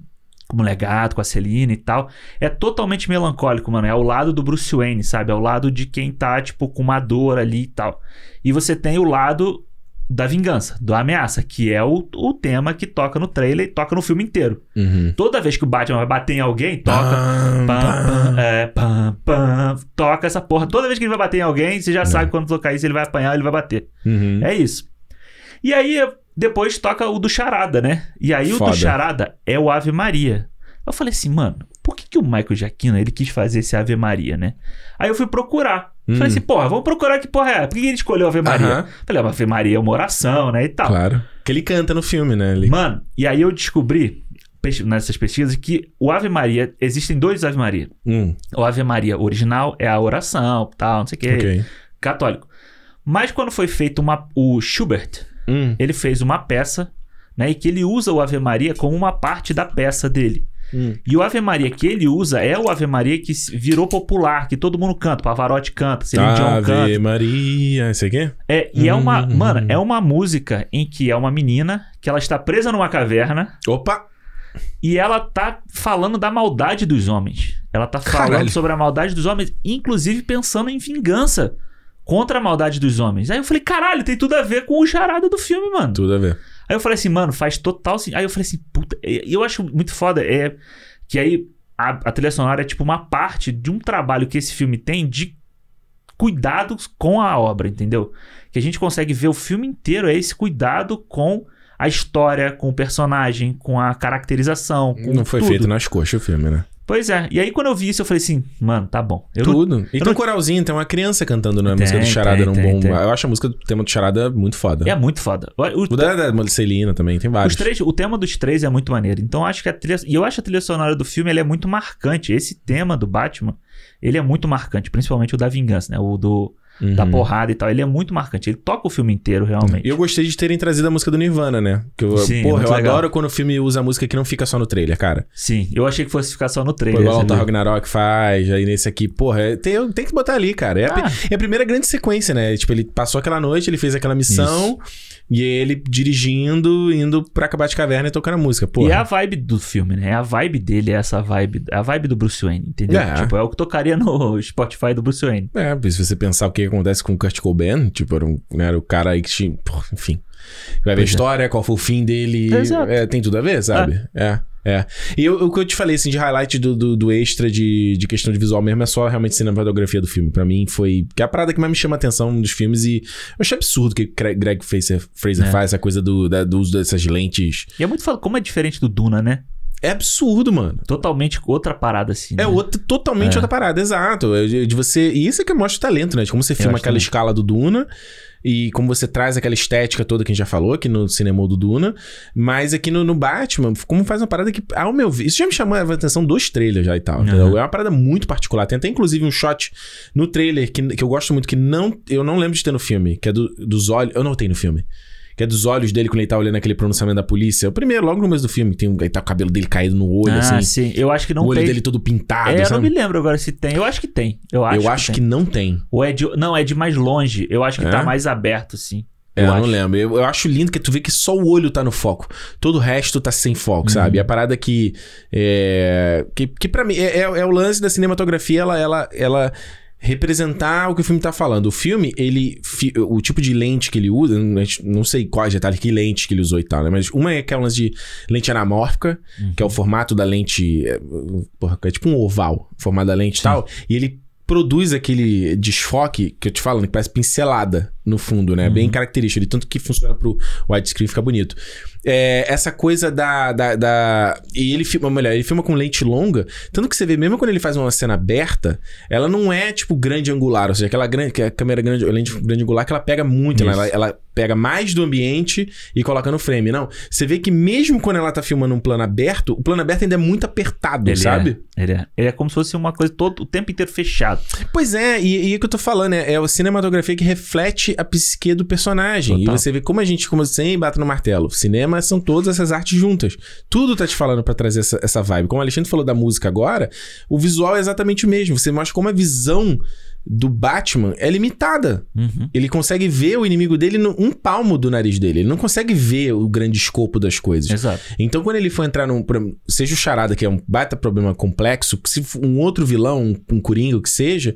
Speaker 2: com o legado, com a Celine e tal. É totalmente melancólico, mano. É o lado do Bruce Wayne, sabe? É o lado de quem tá, tipo, com uma dor ali e tal. E você tem o lado da vingança, da ameaça, que é o, o tema que toca no trailer e toca no filme inteiro.
Speaker 1: Uhum.
Speaker 2: Toda vez que o Batman vai bater em alguém, toca.
Speaker 1: Pam,
Speaker 2: Pam,
Speaker 1: pam.
Speaker 2: pam, é, pam, pam, toca essa porra. Toda vez que ele vai bater em alguém, você já sabe quando tocar isso, ele vai apanhar, ele vai bater.
Speaker 1: Uhum.
Speaker 2: É isso. E aí, depois toca o do Charada, né? E aí o
Speaker 1: Foda.
Speaker 2: do Charada é o Ave Maria. Eu falei assim, mano, por que, que o Michael Jaquina ele quis fazer esse Ave Maria, né? Aí eu fui procurar.
Speaker 1: Hum.
Speaker 2: Falei assim, porra, vamos procurar que porra é. Por que que ele escolheu Ave Maria?
Speaker 1: uhum. Aham,
Speaker 2: Falei, ah, Ave Maria é uma oração, né? E tal.
Speaker 1: Claro. Ah, Que ele canta no filme, né? Ele...
Speaker 2: Mano, e aí eu descobri, pes- nessas pesquisas, que o Ave Maria, existem dois Ave Maria.
Speaker 1: Hum,
Speaker 2: O Ave Maria original é a oração, tal, não sei o quê,
Speaker 1: ok.
Speaker 2: católico. Mas quando foi feito uma, o Schubert,
Speaker 1: Hum,
Speaker 2: ele fez uma peça, né, e que ele usa o Ave Maria como uma parte da peça dele.
Speaker 1: hum.
Speaker 2: E o Ave Maria que ele usa é o Ave Maria que se- virou popular, que todo mundo canta, Pavarotti canta, Celine
Speaker 1: Tá,
Speaker 2: Dion canta.
Speaker 1: Ave Maria, esse aqui?
Speaker 2: É, e é uma,
Speaker 1: Hum.
Speaker 2: mano, é uma música em que é uma menina que ela está presa numa caverna
Speaker 1: Opa!
Speaker 2: e ela tá falando da maldade dos homens. Ela tá falando
Speaker 1: Caralho.
Speaker 2: sobre a maldade dos homens, inclusive pensando em vingança contra a maldade dos homens. Aí eu falei, caralho, tem tudo a ver com o charada do filme, mano.
Speaker 1: Tudo a ver.
Speaker 2: Aí eu falei assim, mano, faz total sentido. Aí eu falei assim, puta, e- e eu acho muito foda é que aí a, a trilha sonora é tipo uma parte de um trabalho que esse filme tem de cuidado com a obra, entendeu? Que a gente consegue ver o filme inteiro é esse cuidado com a história, com o personagem, com a caracterização, com
Speaker 1: Não foi
Speaker 2: tudo.
Speaker 1: feito nas coxas o filme, né?
Speaker 2: Pois é. E aí quando eu vi isso eu falei assim, mano, tá bom. Eu não-
Speaker 1: Tudo. E
Speaker 2: eu
Speaker 1: tem um coralzinho, tem uma criança cantando na
Speaker 2: Tem,
Speaker 1: música do Charada
Speaker 2: tem,
Speaker 1: num
Speaker 2: tem,
Speaker 1: bom.
Speaker 2: tem.
Speaker 1: Eu acho a música do tema do Charada muito foda.
Speaker 2: É muito foda. Olha, o-
Speaker 1: O da, da Marcelina também, tem vários.
Speaker 2: Os três, o tema dos três é muito maneiro. Então acho que a trilha, e eu acho a trilha sonora do filme ela é muito marcante. Esse tema do Batman, ele é muito marcante, principalmente o da vingança, né? O do da porrada e tal. Ele é muito marcante. Ele toca o filme inteiro, realmente.
Speaker 1: Uhum. E eu gostei de terem trazido a música do Nirvana, né? Que eu,
Speaker 2: Sim,
Speaker 1: porra,
Speaker 2: muito
Speaker 1: eu
Speaker 2: legal.
Speaker 1: adoro quando o filme usa a música que não fica só no trailer, cara.
Speaker 2: Sim, eu achei que fosse ficar só no
Speaker 1: Pô,
Speaker 2: trailer.
Speaker 1: igual o Thor
Speaker 2: entendeu?
Speaker 1: Ragnarok faz, aí nesse aqui, porra, é- tem, tem que botar ali, cara. É a,
Speaker 2: Ah.
Speaker 1: pri- é a primeira grande sequência, né? Tipo, ele passou aquela noite, ele fez aquela missão, e ele dirigindo, indo pra acabar de caverna e tocando a música, porra.
Speaker 2: E é a vibe do filme, né? É A vibe dele é essa vibe. É a vibe do Bruce Wayne, entendeu?
Speaker 1: É.
Speaker 2: Tipo, é o que tocaria no Spotify do Bruce Wayne.
Speaker 1: É, porque se você pensar o que acontece com o Kurt Cobain, tipo, era, um, né, era o cara aí que tinha. pô, enfim. Vai ver a
Speaker 2: Pois é.
Speaker 1: história, qual foi o fim dele.
Speaker 2: Exato.
Speaker 1: É, tem tudo a ver, sabe? É. É. E eu- o que eu te falei, assim, de highlight do, do, do extra de, de questão de visual mesmo é só realmente cinematografia do filme. Pra mim foi. Que é a parada que mais me chama a atenção dos filmes e eu achei absurdo o que Cra- Greg Fraser, Fraser
Speaker 2: É.
Speaker 1: faz, essa coisa do, da- do uso dessas lentes.
Speaker 2: E é muito foda, como é diferente do Duna, né?
Speaker 1: É absurdo, mano.
Speaker 2: Totalmente outra parada, assim.
Speaker 1: É
Speaker 2: né?
Speaker 1: outra, totalmente
Speaker 2: É.
Speaker 1: outra parada, exato. É De, de você, e isso é que mostra o talento, né? De como você filma
Speaker 2: acho
Speaker 1: aquela
Speaker 2: também.
Speaker 1: escala do Duna e como você traz aquela estética toda que a gente já falou aqui no cinema do Duna, mas aqui no, no Batman, como faz uma parada que, ao meu ver, isso já me chamou a atenção dos trailers já e tal.
Speaker 2: Aham.
Speaker 1: entendeu? É uma parada muito particular. Tem até inclusive um shot no trailer que, que eu gosto muito, que não eu não lembro de ter no filme, que é do- dos olhos. Eu não tenho no filme. Que é dos olhos dele quando ele tá olhando aquele pronunciamento da polícia. É O primeiro, logo no começo do filme, tem um, ele tá com o cabelo dele caído no olho,
Speaker 2: ah,
Speaker 1: assim.
Speaker 2: sim. Eu acho que não
Speaker 1: o olho
Speaker 2: tem.
Speaker 1: dele todo pintado,
Speaker 2: é, eu não
Speaker 1: sabe?
Speaker 2: me lembro agora se tem. Eu acho que tem. Eu acho,
Speaker 1: eu acho que,
Speaker 2: tem.
Speaker 1: não tem.
Speaker 2: Ou é de. Não, é de mais longe. Eu acho que
Speaker 1: É?
Speaker 2: tá mais aberto, sim.
Speaker 1: É, eu,
Speaker 2: acho.
Speaker 1: não lembro. Eu, eu acho lindo que tu vê que só o olho tá no foco. Todo o resto tá sem foco, sabe? E a parada que. É, que, que para mim é, é- é o lance da cinematografia, ela, ela, ela representar o que o filme tá falando. O filme, ele. fi- O tipo de lente que ele usa, não- a gente não sei quais detalhes, que lente que ele usou e tal, né? Mas uma é aquela lance de lente anamórfica, que é o formato da lente. é, Porra, é tipo um oval, o formato da lente e tal. E ele produz aquele desfoque que eu te falo, que parece pincelada no fundo, né?
Speaker 2: Uhum.
Speaker 1: Bem característico. Ele tanto que funciona pro widescreen ficar bonito. É, essa coisa da, da, da- E ele filma, melhor, ele filma com lente longa, tanto que você vê, mesmo quando ele faz uma cena aberta, ela não é, tipo, grande angular, ou seja, aquela grande, que é a câmera grande, a lente grande angular que ela pega muito, né?
Speaker 2: Isso.
Speaker 1: ela, ela pega mais do ambiente e coloca no frame. Não, você vê que mesmo quando ela tá filmando um plano aberto, o plano aberto ainda é muito apertado,
Speaker 2: Ele
Speaker 1: sabe?
Speaker 2: É, ele, é, ele é como se fosse uma coisa todo o tempo inteiro fechado.
Speaker 1: Pois é, e, e é o que eu tô falando, é, é a cinematografia que reflete a psique do personagem.
Speaker 2: Total.
Speaker 1: E você vê como a gente, como sempre, bate no martelo. Cinema são todas essas artes juntas. Tudo tá te falando pra trazer essa, essa vibe. Como o Alexandre falou da música agora, o visual é exatamente o mesmo. Você mostra como a visão do Batman é limitada.
Speaker 2: Uhum.
Speaker 1: Ele consegue ver o inimigo dele no, um palmo do nariz dele. Ele não consegue ver o grande escopo das coisas.
Speaker 2: Exato.
Speaker 1: Então, quando ele for entrar num. por exemplo, Seja o Charada, que é um baita problema complexo, que se for um outro vilão, um, um coringa, o que seja,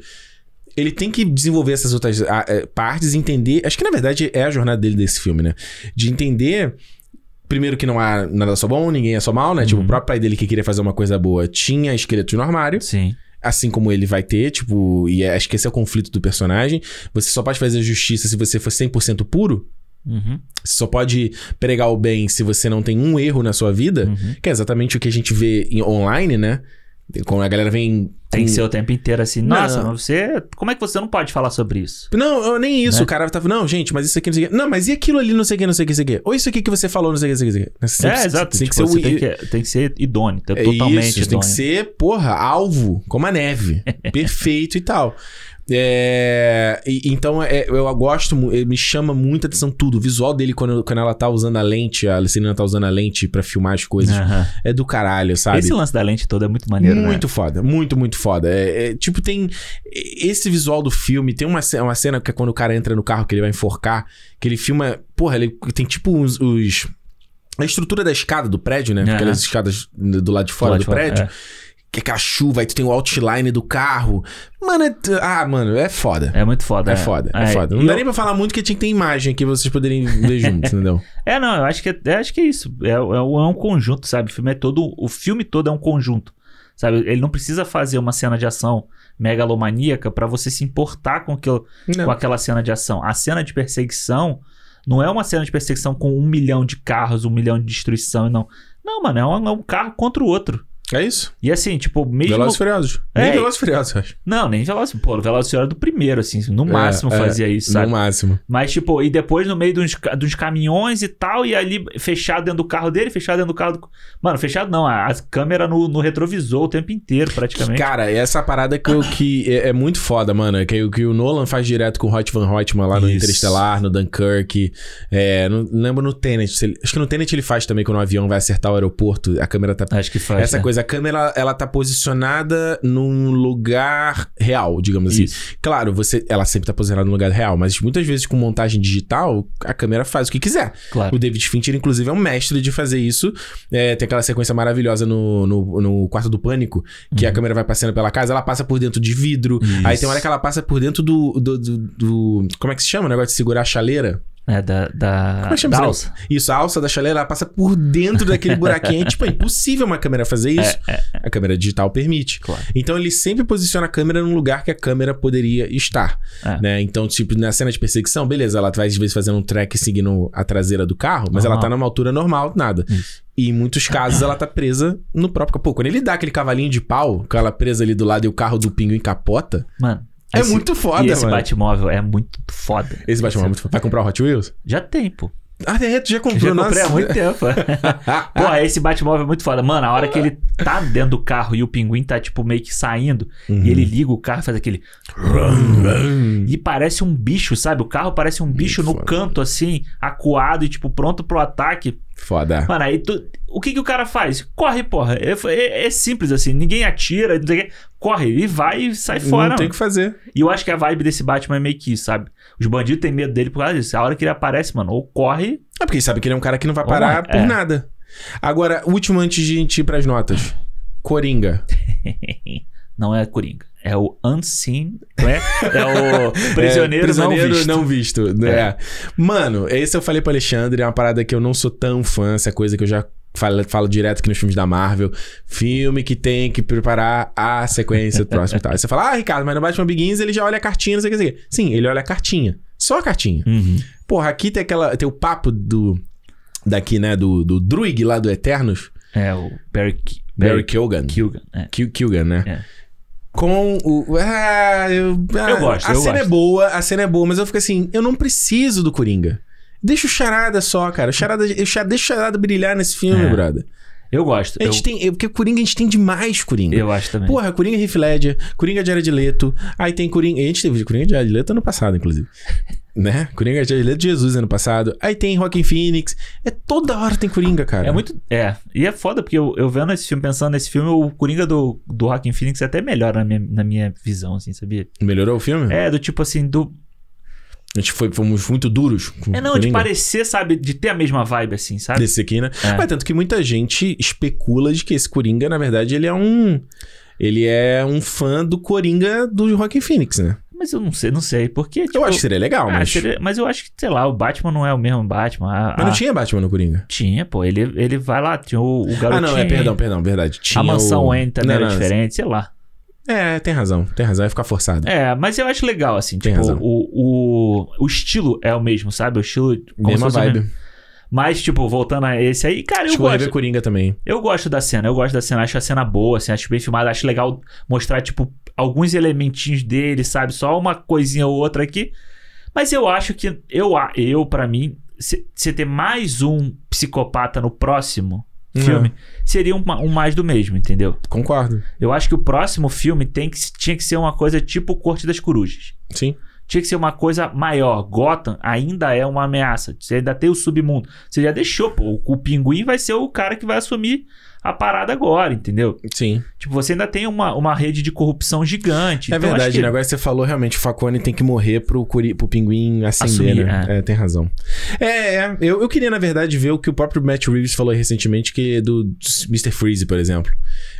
Speaker 1: ele tem que desenvolver essas outras ah, eh, partes e entender. Acho que na verdade é a jornada dele desse filme, né? De entender. Primeiro que não há nada só bom, ninguém é só mal, né? Tipo,
Speaker 2: Uhum.
Speaker 1: o próprio pai dele que queria fazer uma coisa boa tinha esqueleto no armário
Speaker 2: Sim.
Speaker 1: assim como ele vai ter, tipo, e é- acho que esse é o conflito do personagem. Você só pode fazer justiça se você for 100% puro.
Speaker 2: Uhum.
Speaker 1: Você só pode pregar o bem se você não tem um erro na sua vida,
Speaker 2: Uhum.
Speaker 1: que é exatamente o que a gente vê em- online, né? Quando a galera vem.
Speaker 2: Tem que
Speaker 1: com-
Speaker 2: ser o tempo inteiro assim. Nossa,
Speaker 1: Não.
Speaker 2: mas você. Como é que você não pode falar sobre isso?
Speaker 1: Não, eu- nem isso.
Speaker 2: Né?
Speaker 1: O cara tava. Não, gente, mas isso aqui não sei o quê. Não, mas e aquilo ali, não sei o que, não sei o que, não sei o que. Ou isso aqui que você falou, não sei o que, não sei o que. Você tem
Speaker 2: é,
Speaker 1: que-
Speaker 2: exato.
Speaker 1: Tem
Speaker 2: Tipo,
Speaker 1: que ser
Speaker 2: você
Speaker 1: o.
Speaker 2: tem, que, tem que ser idôneo, tem-
Speaker 1: É
Speaker 2: totalmente
Speaker 1: isso, tem
Speaker 2: idôneo.
Speaker 1: que ser, porra, alvo, como a neve. perfeito e tal. É, e- então é, eu gosto, mu- eh, me chama muita atenção tudo. O visual dele quando, quando ela tá usando a lente, a Alicina tá usando a lente pra filmar as coisas,
Speaker 2: Aham.
Speaker 1: é do caralho, sabe?
Speaker 2: Esse lance da lente toda é muito maneiro, né?
Speaker 1: muito foda, muito, muito foda. É, é, tipo, tem esse visual do filme. Tem uma, ce- uma cena que é quando o cara entra no carro que ele vai enforcar, que ele filma. Porra, ele tem tipo uns. os- a estrutura da escada do prédio, né?
Speaker 2: Aham.
Speaker 1: Aquelas escadas do lado de fora
Speaker 2: Lá
Speaker 1: do
Speaker 2: de fora,
Speaker 1: prédio. Que é aquela chuva, aí tu tem o outline do carro. Mano, é, ah, mano, é foda.
Speaker 2: É, É muito foda.
Speaker 1: É, foda, é, foda.
Speaker 2: e
Speaker 1: Não dá
Speaker 2: eu-
Speaker 1: nem pra falar muito que tinha que ter imagem que vocês poderiam ver juntos, entendeu?
Speaker 2: É, não, eu acho que é, eu acho que é isso. É, é um- é um conjunto, sabe? O filme é todo. O filme todo é um conjunto. Sabe? Ele não precisa fazer uma cena de ação megalomaníaca pra você se importar com, aquilo, com
Speaker 1: Não.
Speaker 2: aquela cena de ação. A cena de perseguição não é uma cena de perseguição com um milhão de carros, um milhão de destruição, não. Não, mano, é um, é um carro contra o outro.
Speaker 1: É isso.
Speaker 2: E assim, tipo, mesmo.
Speaker 1: Velozes e Furiosos. Nem
Speaker 2: É.
Speaker 1: Velozes e Furiosos, eu acho.
Speaker 2: Não, nem Velocity. Pô, Velocity era do primeiro, assim. No máximo
Speaker 1: é,
Speaker 2: fazia isso, sabe?
Speaker 1: No máximo.
Speaker 2: Mas, tipo, e depois no meio de uns, ca- de uns caminhões e tal, e ali fechado dentro do carro dele, fechado dentro do carro do... Mano, fechado não, a, a câmera no, no retrovisor o tempo inteiro, praticamente.
Speaker 1: Cara, essa parada que, eu- que é, é muito foda, mano. Que, o- que o Nolan faz direto com o Hot Van Hotman lá no
Speaker 2: Isso.
Speaker 1: Interestelar, no Dunkirk. É, não, não lembro no Tenet. se ele- acho que no Tenet ele faz também quando o avião vai acertar o aeroporto. A câmera tá
Speaker 2: Acho que faz,
Speaker 1: Essa
Speaker 2: né?
Speaker 1: coisa, a câmera, ela tá posicionada num lugar real, digamos assim.
Speaker 2: Isso.
Speaker 1: Claro, você, ela sempre tá posicionada num lugar real, mas muitas vezes com montagem digital, a câmera faz o que quiser.
Speaker 2: Claro.
Speaker 1: O David Fincher, inclusive, é um mestre de fazer isso. É, tem aquela sequência maravilhosa no, no, no Quarto do Pânico, que a câmera vai passando pela casa, ela passa por dentro de vidro. Aí tem uma hora que ela passa por dentro do, do, do- do- Como é que se chama o negócio de segurar a chaleira?
Speaker 2: É, da... da...
Speaker 1: Como é que chama
Speaker 2: da
Speaker 1: esse
Speaker 2: alça.
Speaker 1: Isso, a alça da chaleira, ela passa por dentro daquele buraquinho. É, tipo, é impossível uma câmera fazer isso. A câmera digital permite.
Speaker 2: É, Claro.
Speaker 1: Então ele sempre posiciona a câmera num lugar que a câmera poderia estar.
Speaker 2: É.
Speaker 1: né? Então, tipo, na cena de perseguição, beleza, ela vai às vezes fazendo um track seguindo a traseira do carro, mas ela
Speaker 2: Normal.
Speaker 1: tá numa altura normal, nada. E em muitos casos ela tá presa no próprio capô. Quando ele dá aquele cavalinho de pau, com ela presa ali do lado e o carro do pingo encapota,
Speaker 2: Mano.
Speaker 1: é
Speaker 2: esse-
Speaker 1: muito foda,
Speaker 2: E esse
Speaker 1: mano.
Speaker 2: Batmóvel é muito foda.
Speaker 1: Esse Batman é muito foda. Vai comprar o Hot Wheels?
Speaker 2: Já tem, pô.
Speaker 1: Ah, é, tu já
Speaker 2: Eu
Speaker 1: comprou,
Speaker 2: já
Speaker 1: nossa.
Speaker 2: comprei
Speaker 1: Ah.
Speaker 2: há muito tempo. Pô, esse Batmóvel é muito foda. Mano, a hora que ele tá dentro do carro e o pinguim tá, tipo, meio que saindo, e
Speaker 1: Uhum.
Speaker 2: ele liga o carro e faz aquele. E parece um bicho, sabe? O carro parece um bicho no
Speaker 1: foda.
Speaker 2: canto, assim, acuado e, tipo, pronto pro ataque.
Speaker 1: Foda.
Speaker 2: Mano, aí tu... o que que o cara faz? Corre, porra. É, é- é simples, assim. Ninguém atira, não sei o quê. Corre e vai e sai fora.
Speaker 1: Não tem o
Speaker 2: mano.
Speaker 1: que fazer.
Speaker 2: E eu acho que a vibe desse Batman é meio que isso, sabe? Os bandidos têm medo dele por causa disso. A hora que ele aparece, mano, ou corre.
Speaker 1: É porque sabe que ele é um cara que não vai
Speaker 2: Vamos
Speaker 1: parar
Speaker 2: lá,
Speaker 1: por
Speaker 2: é.
Speaker 1: nada. Agora, último antes de a gente ir pras notas. Coringa.
Speaker 2: não é Coringa. É o Unseen, né? É o prisioneiro,
Speaker 1: É, prisioneiro
Speaker 2: não visto. É.
Speaker 1: não visto. né? Mano, esse eu falei pro Alexandre, é uma parada que eu não sou tão fã, essa coisa que eu já falo, falo direto aqui nos filmes da Marvel. Filme que tem que preparar a sequência do próximo e tal. Aí você fala, ah, Ricardo, mas no Batman Begins ele já olha a cartinha, não sei o que, não sei o que. Sim, ele olha a cartinha. Só a cartinha.
Speaker 2: Uhum.
Speaker 1: Porra, aqui tem aquela. Tem o papo do. Daqui, né? Do, do Druig lá do Eternos.
Speaker 2: É o Barry, Ki-
Speaker 1: Barry
Speaker 2: Barry
Speaker 1: Kilgan.
Speaker 2: Keoghan. É.
Speaker 1: Kil- Kilgan, né?
Speaker 2: É.
Speaker 1: Com o. Ah, eu, ah,
Speaker 2: Eu gosto,
Speaker 1: A
Speaker 2: eu
Speaker 1: cena
Speaker 2: gosto.
Speaker 1: é boa, a cena é boa, mas eu fico assim, eu não preciso do Coringa. Deixa o Charada só, cara. O Charada, eu cha- deixa o Charada brilhar nesse filme,
Speaker 2: É.
Speaker 1: brother.
Speaker 2: Eu gosto.
Speaker 1: A
Speaker 2: Eu,
Speaker 1: gente tem. eu- Porque o Coringa a gente tem demais, Coringa.
Speaker 2: eu acho também.
Speaker 1: Porra, Coringa Heath Ledger, Coringa de Jared Leto, aí tem Coringa... A gente teve Coringa de Jared Leto ano passado, inclusive. né? Coringa de Jared Leto de Jesus ano passado. Aí tem Joaquin Phoenix. É toda hora tem Coringa, cara.
Speaker 2: É muito. É. E é foda, porque eu, eu vendo esse filme, pensando nesse filme, o Coringa do, do Joaquin Phoenix é até melhor na minha, na minha visão, assim, sabia?
Speaker 1: Melhorou o filme?
Speaker 2: É, do tipo assim, do.
Speaker 1: A gente foi, fomos muito duros com
Speaker 2: É não, de
Speaker 1: Coringa.
Speaker 2: parecer, sabe, de ter a mesma vibe, assim, sabe?
Speaker 1: Desse aqui, né?
Speaker 2: É.
Speaker 1: Mas tanto que muita gente especula de que esse Coringa, na verdade, ele é um... Ele é um fã do Coringa do Joaquin Phoenix, né?
Speaker 2: Mas eu não sei, não sei. Porque, tipo,
Speaker 1: Eu acho que seria legal,
Speaker 2: ah,
Speaker 1: mas...
Speaker 2: seria- ah. mas eu acho que, sei lá, o Batman não é o mesmo Batman. a-
Speaker 1: Mas não
Speaker 2: a-
Speaker 1: tinha Batman no Coringa.
Speaker 2: Tinha, pô. Ele, ele vai lá, tinha o, o garotinho.
Speaker 1: Ah, não, é, perdão, perdão, verdade. Tinha
Speaker 2: a mansão né,
Speaker 1: o...
Speaker 2: Wayne também
Speaker 1: Não,
Speaker 2: era
Speaker 1: não,
Speaker 2: diferente, sei lá.
Speaker 1: É, tem razão, tem razão, vai ficar forçado.
Speaker 2: É, mas eu acho legal, assim.
Speaker 1: Tem
Speaker 2: Tipo,
Speaker 1: razão.
Speaker 2: o, o, o estilo é o mesmo, sabe? O estilo. como se
Speaker 1: Mesma
Speaker 2: fosse o
Speaker 1: vibe.
Speaker 2: mesmo. Mas, tipo, voltando a esse aí, cara, eu
Speaker 1: Acho que o
Speaker 2: gosto.
Speaker 1: Rever Coringa também.
Speaker 2: Eu gosto da cena, eu gosto da cena, acho a cena boa, assim, acho bem filmada, acho legal mostrar, tipo, alguns elementinhos dele, sabe? Só uma coisinha ou outra aqui. Mas eu acho que, eu, a- eu para mim, se- você ter mais um psicopata no próximo
Speaker 1: Não.
Speaker 2: filme, seria um, um mais do mesmo, entendeu?
Speaker 1: É, Concordo.
Speaker 2: Eu acho que o próximo filme tem que, tinha que ser uma coisa tipo Corte das Corujas.
Speaker 1: Sim.
Speaker 2: Tinha que ser uma coisa maior. Gotham ainda é uma ameaça. Você ainda tem o submundo. Você já deixou, pô. O, o pinguim vai ser o cara que vai assumir a parada agora, entendeu?
Speaker 1: Sim.
Speaker 2: Tipo, você ainda tem uma, uma rede de corrupção gigante.
Speaker 1: é
Speaker 2: Então, acho
Speaker 1: verdade,
Speaker 2: que-
Speaker 1: né? Agora você falou realmente, o Facone tem que morrer pro, curi... pro pinguim acender,
Speaker 2: Assumir,
Speaker 1: né? É. tem razão. É, é. Eu, eu queria, na verdade, ver o que o próprio Matt Reeves falou recentemente, que é do Mr. Freeze, por exemplo.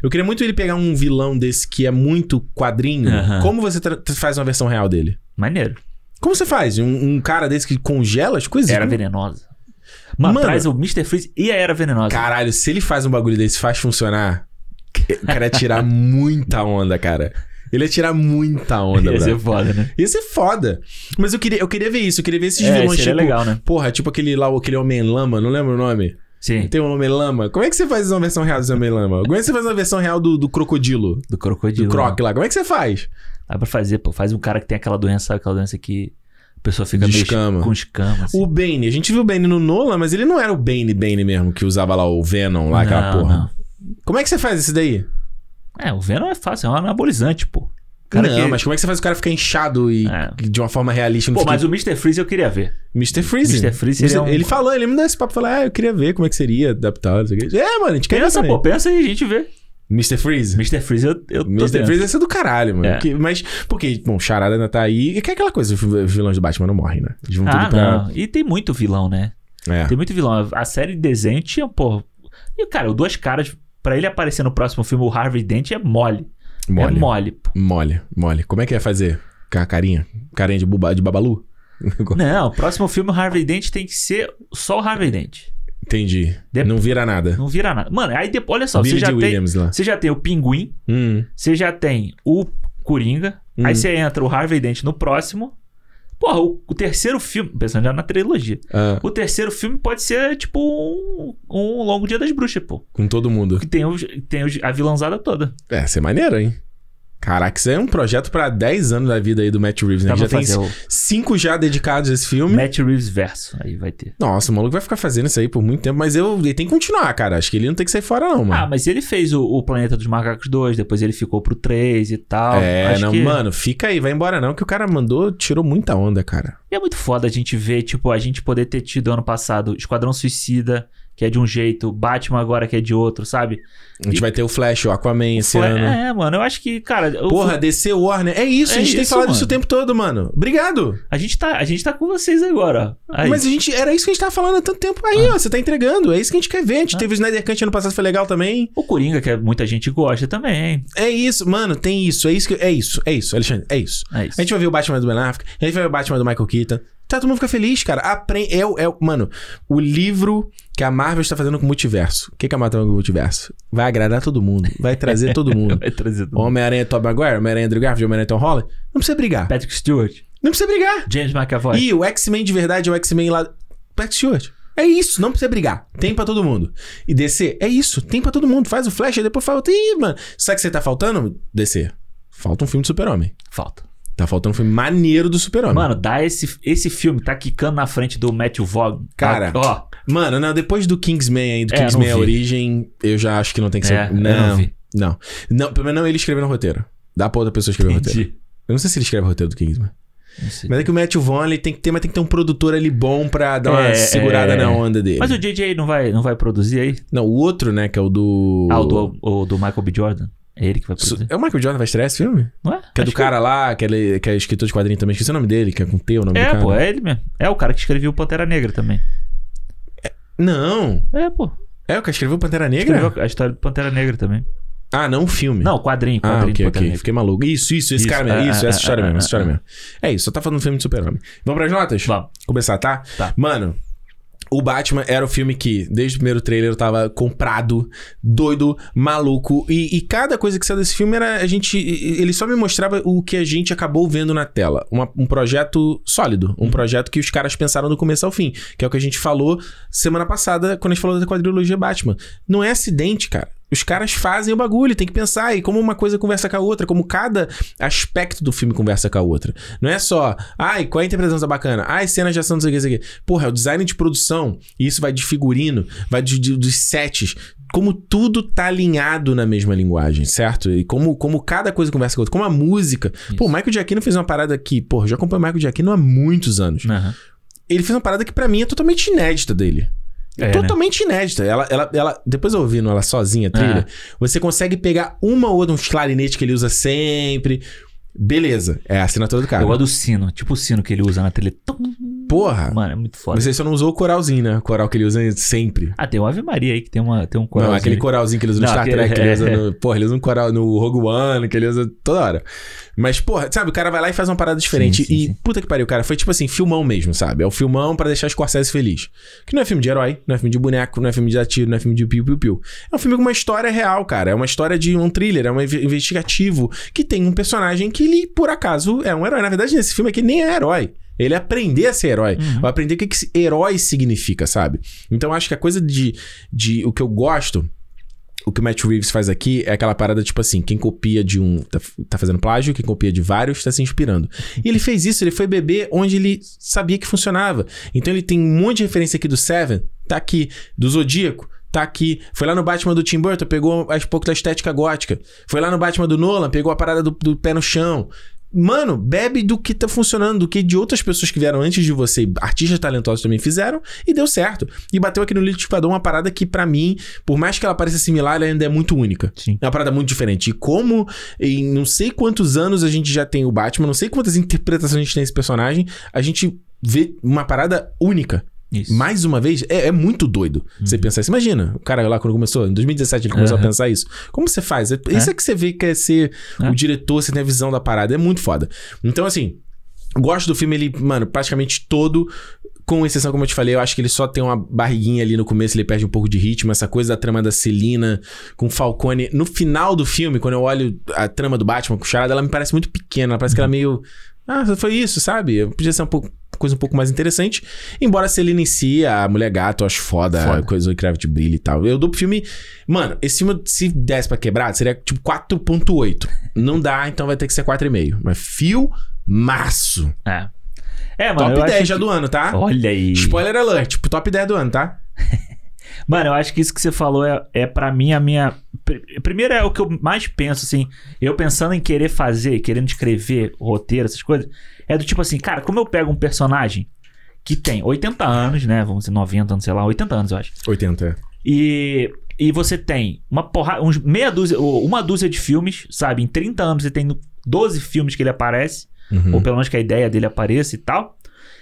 Speaker 1: Eu queria muito ele pegar um vilão desse que é muito quadrinho.
Speaker 2: Aham.
Speaker 1: Como você tra- tra- faz uma versão real dele?
Speaker 2: Maneiro.
Speaker 1: Como você faz? Um, um cara desse que congela as coisas?
Speaker 2: Era venenosa. Mano,
Speaker 1: Mano.
Speaker 2: traz o Mr. Freeze e a Era Venenosa.
Speaker 1: Caralho, se ele faz um bagulho desse, faz funcionar, o cara ia tirar muita onda, cara. Ele ia tirar muita onda,
Speaker 2: Ia
Speaker 1: bro.
Speaker 2: ser foda, né?
Speaker 1: Ia ser foda. Mas eu queria, eu queria ver isso, eu queria ver esses
Speaker 2: é,
Speaker 1: vilões,
Speaker 2: seria
Speaker 1: tipo...
Speaker 2: legal, né?
Speaker 1: Porra, tipo aquele lá, aquele Homem-Lama, não lembro o nome.
Speaker 2: Sim.
Speaker 1: Tem o Homem Lama. Como é que você faz uma versão real do Homem Lama? Como é que você faz uma versão real do, do crocodilo?
Speaker 2: Do
Speaker 1: Do
Speaker 2: crocodilo. né?
Speaker 1: croc lá? Como é que você faz?
Speaker 2: Dá pra fazer, pô. Faz um cara que tem aquela doença, sabe? Aquela doença que a pessoa fica
Speaker 1: De
Speaker 2: meio
Speaker 1: escama.
Speaker 2: com escama. assim.
Speaker 1: O Bane. A gente viu o Bane no Nolan, mas ele não era o Bane Bane mesmo, que usava lá o Venom, lá aquela
Speaker 2: Não,
Speaker 1: porra.
Speaker 2: não.
Speaker 1: Como é que você faz isso daí?
Speaker 2: É, o Venom é fácil, é um anabolizante, pô. Cara
Speaker 1: não,
Speaker 2: que-
Speaker 1: mas como é que você faz o cara ficar inchado e
Speaker 2: É.
Speaker 1: de uma forma realista? não
Speaker 2: Pô,
Speaker 1: fica-
Speaker 2: mas o Mr. Freeze eu queria ver.
Speaker 1: Mr. Freeze.
Speaker 2: Mr. Freeze, ele é um-
Speaker 1: ele falou, ele me deu esse papo, falou, ah, eu queria ver como é que seria adaptado, não sei o quê. É, mano, a gente quer ver
Speaker 2: Pensa,
Speaker 1: também.
Speaker 2: pô, pensa e a gente vê.
Speaker 1: Mr. Freeze.
Speaker 2: Mr. Freeze eu, eu tô
Speaker 1: Mr.
Speaker 2: dentro.
Speaker 1: Freeze é ser do caralho, mano.
Speaker 2: É.
Speaker 1: Que- mas, porque, bom, Charada ainda tá aí. E que é aquela coisa, os vilões do Batman não morrem, né? Eles vão
Speaker 2: Ah,
Speaker 1: tudo pra...
Speaker 2: não. E tem muito vilão, né?
Speaker 1: É.
Speaker 2: Tem muito vilão. A série desenho tinha, pô. E, cara, o Duas Caras, pra ele aparecer no próximo filme, o Harvey Dent é mole.
Speaker 1: Mole.
Speaker 2: É mole, pô.
Speaker 1: Mole, mole. Como é que ia fazer? Com a carinha? Carinha de, buba, de babalu?
Speaker 2: Não, o próximo filme, o Harvey Dent tem que ser só o Harvey Dent.
Speaker 1: Entendi.
Speaker 2: De-
Speaker 1: Não vira nada.
Speaker 2: Não vira nada. Mano, aí depois, olha só,
Speaker 1: Billy
Speaker 2: você já,
Speaker 1: de
Speaker 2: tem,
Speaker 1: Williams lá.
Speaker 2: você já tem o Pinguim,
Speaker 1: Hum.
Speaker 2: você já tem o Coringa,
Speaker 1: Hum.
Speaker 2: aí você entra o Harvey Dent no próximo. Porra, o, o terceiro filme, pensando já na trilogia,
Speaker 1: Ah,
Speaker 2: o terceiro filme pode ser tipo um, um Longo Dia das Bruxas, pô.
Speaker 1: com todo mundo.
Speaker 2: Que tem, os- tem os- a vilãzada toda.
Speaker 1: É, isso é maneiro, hein? Caraca, isso é um projeto pra 10 anos da vida aí do Matt Reeves, né?
Speaker 2: Dá
Speaker 1: Ele
Speaker 2: pra
Speaker 1: já tem
Speaker 2: fazer um- o
Speaker 1: 5 já dedicados a esse filme.
Speaker 2: Matt Reeves verso, aí vai ter.
Speaker 1: Nossa, o maluco vai ficar fazendo isso aí por muito tempo, mas eu, ele tem que continuar, cara. Acho que ele não tem que sair fora, não,
Speaker 2: Ah,
Speaker 1: mano.
Speaker 2: mas ele fez o, o Planeta dos Macacos 2, depois ele ficou pro 3 e tal.
Speaker 1: é,
Speaker 2: Ah, Acho
Speaker 1: não,
Speaker 2: que-
Speaker 1: mano, fica aí, vai embora não, que o cara mandou, tirou muita onda, cara.
Speaker 2: E é muito foda a gente ver, tipo, a gente poder ter tido ano passado Esquadrão Suicida, que é de um jeito, Batman agora que é de outro, sabe?
Speaker 1: A gente
Speaker 2: E-
Speaker 1: vai ter o Flash, o Aquaman esse
Speaker 2: Foi-
Speaker 1: ano.
Speaker 2: É, mano, eu acho que, cara, eu-
Speaker 1: Porra, DC Warner. É isso, a
Speaker 2: É
Speaker 1: gente tem
Speaker 2: isso,
Speaker 1: falado isso o
Speaker 2: mano.
Speaker 1: tempo todo, mano. Obrigado.
Speaker 2: a gente tá, a gente tá com vocês agora. ó. Aí.
Speaker 1: Mas a gente, era isso que a gente tava falando há tanto tempo. Aí, ó, você tá entregando. É isso que a gente quer ver. A gente
Speaker 2: Ah.
Speaker 1: teve o Snyder Cut ano passado, foi legal também.
Speaker 2: O Coringa, que é- muita gente gosta também.
Speaker 1: É isso, mano, tem isso. É isso, que, é isso, é isso, Alexandre, é isso.
Speaker 2: É isso.
Speaker 1: A gente vai ver o Batman do Ben Affleck, a gente vai ver o Batman do Michael Keaton. Tá, todo mundo fica feliz, cara. Apre é, o- é, o- mano, o livro que a Marvel está fazendo com o multiverso. O que, que a Marvel tá fazendo com o multiverso? Vai agradar todo mundo, vai trazer todo mundo.
Speaker 2: vai trazer tudo.
Speaker 1: Homem-Aranha Tobey Maguire, Homem-Aranha Andrew Garfield, Homem-Aranha Tom Holland. Não precisa brigar.
Speaker 2: Patrick Stewart,
Speaker 1: Não precisa brigar.
Speaker 2: James McAvoy.
Speaker 1: E o X-Men de verdade é o X-Men lá. Patrick Stewart. É isso, não precisa brigar. Tem pra todo mundo. E DC, é isso, tem pra todo mundo. Faz o Flash, aí depois falta. Ih, mano. Sabe o que você tá faltando? DC. Falta um filme de super-homem.
Speaker 2: Falta.
Speaker 1: Tá faltando um filme maneiro do super-homem.
Speaker 2: Mano, dá esse, esse filme, tá quicando na frente do Matthew Vaughn.
Speaker 1: Cara,
Speaker 2: Tá- ó,
Speaker 1: Mano, não, depois do Kingsman aí, do
Speaker 2: É,
Speaker 1: Kingsman
Speaker 2: não
Speaker 1: a
Speaker 2: vi.
Speaker 1: origem, eu já acho que não tem que ser.
Speaker 2: É, eu
Speaker 1: não,
Speaker 2: não vi.
Speaker 1: não. Não, pelo menos não ele escreveu no roteiro. Dá pra outra pessoa escrever o roteiro.
Speaker 2: entendi.
Speaker 1: Eu não sei se ele escreve o roteiro do Kingsman.
Speaker 2: Não sei.
Speaker 1: Mas é que o Matthew Vaughn, ele tem que ter, mas tem que ter um produtor ali bom pra dar uma
Speaker 2: É,
Speaker 1: segurada
Speaker 2: é.
Speaker 1: na onda dele.
Speaker 2: Mas o JJ não vai, não vai produzir aí?
Speaker 1: Não, o outro, né, que é o do...
Speaker 2: Ah, o do, o do Michael B. Jordan? É ele que vai
Speaker 1: Su-
Speaker 2: produzir?
Speaker 1: É o Michael Jordan que vai estrear esse filme?
Speaker 2: Não é?
Speaker 1: Que é
Speaker 2: Acho
Speaker 1: do cara lá, que é, que é escritor de quadrinho também. Esqueci o nome dele, que é com T o nome do
Speaker 2: É,
Speaker 1: cara.
Speaker 2: pô, é ele mesmo. É o cara que escreveu o Pantera Negra também.
Speaker 1: Não.
Speaker 2: É, pô.
Speaker 1: É o que escreveu Pantera Negra?
Speaker 2: Escreveu a história do Pantera Negra também.
Speaker 1: Ah, não o filme.
Speaker 2: Não, quadrinho,
Speaker 1: Ah,
Speaker 2: quadrinho
Speaker 1: ok,
Speaker 2: do Pantera
Speaker 1: ok.
Speaker 2: Negra.
Speaker 1: Fiquei maluco. Isso, isso, esse
Speaker 2: Isso,
Speaker 1: cara mesmo.
Speaker 2: ah,
Speaker 1: isso,
Speaker 2: ah,
Speaker 1: essa história
Speaker 2: ah,
Speaker 1: mesmo, essa
Speaker 2: ah,
Speaker 1: história
Speaker 2: ah.
Speaker 1: mesmo. É isso, só tá falando filme de super-homem. Vamos pras notas?
Speaker 2: Vamos.
Speaker 1: Começar, tá?
Speaker 2: Tá.
Speaker 1: Mano, o Batman era o filme que, desde o primeiro trailer, eu tava comprado, doido, maluco. E, e cada coisa que saiu desse filme era a gente. e- e- Ele só me mostrava o que a gente acabou vendo na tela. Uma- um projeto sólido. Um projeto que os caras pensaram do começo ao fim. Que é o que a gente falou semana passada, quando a gente falou da quadrilogia Batman. Não é acidente, cara. Os caras fazem o bagulho, tem que pensar. E como uma coisa conversa com a outra, como cada aspecto do filme conversa com a outra. Não é só, ai, qual é a interpretação tá bacana? Ai, cenas de ação, não sei o que, não sei o que. Porra, é o design de produção, e isso vai de figurino, vai de, de- dos sets. Como tudo tá alinhado na mesma linguagem, certo? E como, como cada coisa conversa com a outra. Como a música. Pô, o Michael Giacchino fez uma parada que, porra, já acompanho o Michael Giacchino há muitos anos.
Speaker 2: Aham.
Speaker 1: Ele fez uma parada que pra mim é totalmente inédita dele.
Speaker 2: É, né?
Speaker 1: totalmente inédita. Ela, ela, ela, depois eu ouvindo ela sozinha, a trilha,
Speaker 2: Ah.
Speaker 1: você consegue pegar uma ou outra, uns clarinetes que ele usa sempre. Beleza, é a assinatura do cara.
Speaker 2: Eu gosto do sino, tipo o sino que ele usa na trilha. Tum.
Speaker 1: Porra,
Speaker 2: Mano, é muito foda.
Speaker 1: Ah. mas você só não usou o coralzinho, né? O coral que ele usa sempre.
Speaker 2: Ah, tem o Ave Maria aí que tem, uma, tem um
Speaker 1: Não,
Speaker 2: coral.
Speaker 1: aquele coralzinho que ele usa no
Speaker 2: Não,
Speaker 1: Star
Speaker 2: aquele-
Speaker 1: Trek, que ele usa
Speaker 2: é.
Speaker 1: no. Porra, ele usa um coral no Rogue One, que ele usa toda hora. Mas, porra, sabe, o cara vai lá e faz uma parada diferente.
Speaker 2: sim,
Speaker 1: e
Speaker 2: sim.
Speaker 1: puta que pariu, cara, foi tipo assim, filmão mesmo, sabe? É o filmão pra deixar Scorsese feliz. Que não é filme de herói, não é filme de boneco, não é filme de atiro, não é filme de piu-piu-piu. É um filme com uma história real, cara. É uma história de um thriller, é um inve- investigativo que tem um personagem que ele, por acaso, é um herói. Na verdade, nesse filme aqui nem é herói. Ele aprender a ser herói.
Speaker 2: Uhum.
Speaker 1: Vai aprender o que, que esse herói significa, sabe? Então acho que a coisa de, de. O que eu gosto. O que o Matt Reeves faz aqui é aquela parada tipo assim: quem copia de um tá, tá fazendo plágio, quem copia de vários tá se inspirando. E ele fez isso, ele foi beber onde ele sabia que funcionava. Então ele tem um monte de referência aqui do Seven, tá aqui, do Zodíaco, tá aqui. Foi lá no Batman do Tim Burton, pegou as pouco da estética gótica. Foi lá no Batman do Nolan, pegou a parada do, do pé no chão. Mano, bebe do que tá funcionando, do que de outras pessoas que vieram antes de você, e artistas talentosos também fizeram, e deu certo. E bateu aqui no liquidificador uma parada que, pra mim, por mais que ela pareça similar, ela ainda é muito única.
Speaker 2: Sim.
Speaker 1: É uma parada muito diferente. E como em não sei quantos anos a gente já tem o Batman, não sei quantas interpretações a gente tem desse personagem, a gente vê uma parada única.
Speaker 2: Isso. Uhum.
Speaker 1: Mais uma vez, é, é muito doido você pensar isso. Imagina, o cara lá quando começou, em 2017 ele começou a
Speaker 2: Aham.
Speaker 1: pensar isso. Como você faz? É- Isso é que você vê que é ser
Speaker 2: É.
Speaker 1: o diretor, você tem a visão da parada. É muito foda. Então, assim, gosto do filme, ele, mano, praticamente todo. Com exceção, como eu te falei, eu acho que ele só tem uma barriguinha ali no começo, ele perde um pouco de ritmo. Essa coisa da trama da Celina com Falcone. No final do filme, quando eu olho a trama do Batman com o Charada, ela me parece muito pequena. Ela parece que ela é meio. Ah, foi isso, sabe? Podia ser um pouco- coisa um pouco mais interessante. Embora a Celina em si, a Mulher Gato, eu acho foda,
Speaker 2: Foda.
Speaker 1: a coisa do Gravity brilha e tal. Eu dou pro filme. Mano, esse filme, se desse pra quebrar, seria tipo 4,8. Não dá, então vai ter que ser 4,5. Mas fio maço.
Speaker 2: É. É, mano.
Speaker 1: Top
Speaker 2: eu
Speaker 1: 10
Speaker 2: acho
Speaker 1: já
Speaker 2: que-
Speaker 1: do ano, tá?
Speaker 2: Olha aí.
Speaker 1: Spoiler alert, tipo, top 10 do ano, tá?
Speaker 2: Mano, eu acho que isso que você falou é, é para mim a minha. pr- Primeiro é o que eu mais penso, assim. Eu pensando em querer fazer, querendo escrever roteiro, essas coisas. É do tipo assim, cara, como eu pego um personagem que tem 80 anos, né? Vamos dizer 90 anos, sei lá, 80 anos, eu acho.
Speaker 1: 80.
Speaker 2: é. E, e você tem uma porra, uns meia dúzia, ou uma dúzia de filmes, sabe? Em 30 anos você tem 12 filmes que ele aparece ou
Speaker 1: Uhum.
Speaker 2: pelo menos que a ideia dele apareça e tal.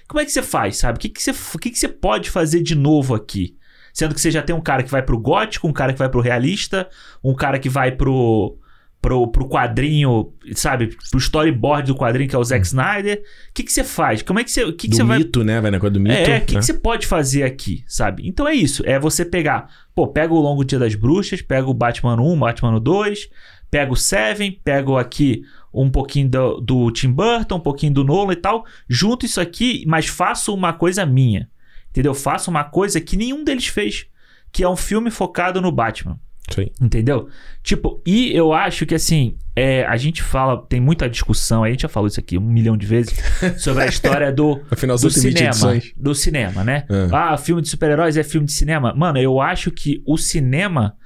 Speaker 2: Como é que você faz, sabe? O que, que, você, o que, que você pode fazer de novo aqui? Sendo que você já tem um cara que vai pro gótico, um cara que vai pro realista, um cara que vai pro, pro, pro quadrinho, sabe? Pro storyboard do quadrinho, que é o Zack Snyder. O que, que você faz? Como é que você, o que, que
Speaker 1: Uhum. do
Speaker 2: você vai
Speaker 1: mito, né? Vai na coisa do mito.
Speaker 2: é, o que,
Speaker 1: né?
Speaker 2: que você pode fazer aqui, sabe? Então é isso. É você pegar. Pô, pega o Longo Dia das Bruxas, pega o Batman 1, Batman 2, pega o Seven, pega o aqui um pouquinho do, do Tim Burton, um pouquinho do Nolan e tal. Junto isso aqui, mas faço uma coisa minha. Entendeu? Faço uma coisa que nenhum deles fez. Que é um filme focado no Batman.
Speaker 1: Isso aí.
Speaker 2: Entendeu? Tipo, e eu acho que assim, é, a gente fala, tem muita discussão, a gente já falou isso aqui um milhão de vezes, sobre a história do,
Speaker 1: Afinal, as
Speaker 2: do
Speaker 1: últimas
Speaker 2: cinema.
Speaker 1: edições.
Speaker 2: Do cinema, né?
Speaker 1: É.
Speaker 2: Ah, filme de super-heróis é filme de cinema. Mano, eu acho que o cinema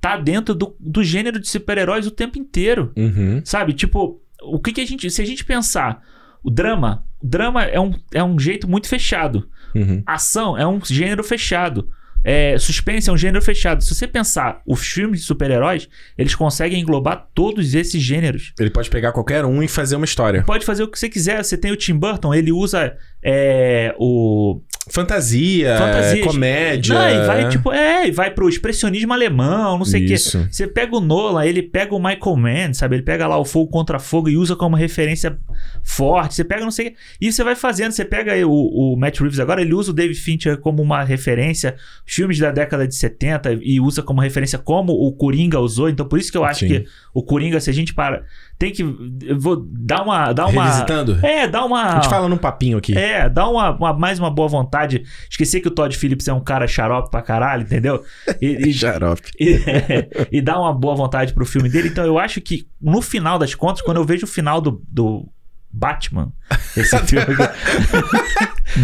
Speaker 2: tá dentro do, do gênero de super-heróis o tempo inteiro.
Speaker 1: Uhum.
Speaker 2: Sabe? Tipo, o que, que a gente. Se a gente pensar, o drama, o drama é um, é um jeito muito fechado.
Speaker 1: Uhum.
Speaker 2: Ação é um gênero fechado. É, suspense é um gênero fechado. Se você pensar, os filmes de super-heróis, eles conseguem englobar todos esses gêneros.
Speaker 1: Ele pode pegar qualquer um e fazer uma história.
Speaker 2: Pode fazer o que você quiser. Você tem o Tim Burton, ele usa é, o.
Speaker 1: Fantasia,
Speaker 2: Fantasias.
Speaker 1: É, comédia.
Speaker 2: Não, e vai, tipo, é, e vai pro expressionismo alemão, não sei o quê.
Speaker 1: Isso.
Speaker 2: Você pega o Nolan, ele pega o Michael Mann, sabe? Ele pega lá o Fogo contra Fogo e usa como referência forte. Você pega não sei o que. E você vai fazendo. Você pega aí o, o Matt Reeves agora, ele usa o David Fincher como uma referência. Filmes da década de 70 e usa como referência como o Coringa usou. Então, por isso que eu acho
Speaker 1: Sim.
Speaker 2: que o Coringa, se a gente para... Tem que... Eu vou dar uma... Dar uma
Speaker 1: Revisitando.
Speaker 2: é, dá uma...
Speaker 1: A gente fala num papinho aqui.
Speaker 2: É, dá uma, uma- mais uma boa vontade. Esquecer que o Todd Phillips é um cara xarope pra caralho, entendeu? E, e-
Speaker 1: Xarope.
Speaker 2: e, e dá uma boa vontade pro filme dele. Então eu acho que, no final das contas, quando eu vejo o final do, do Batman, esse filme,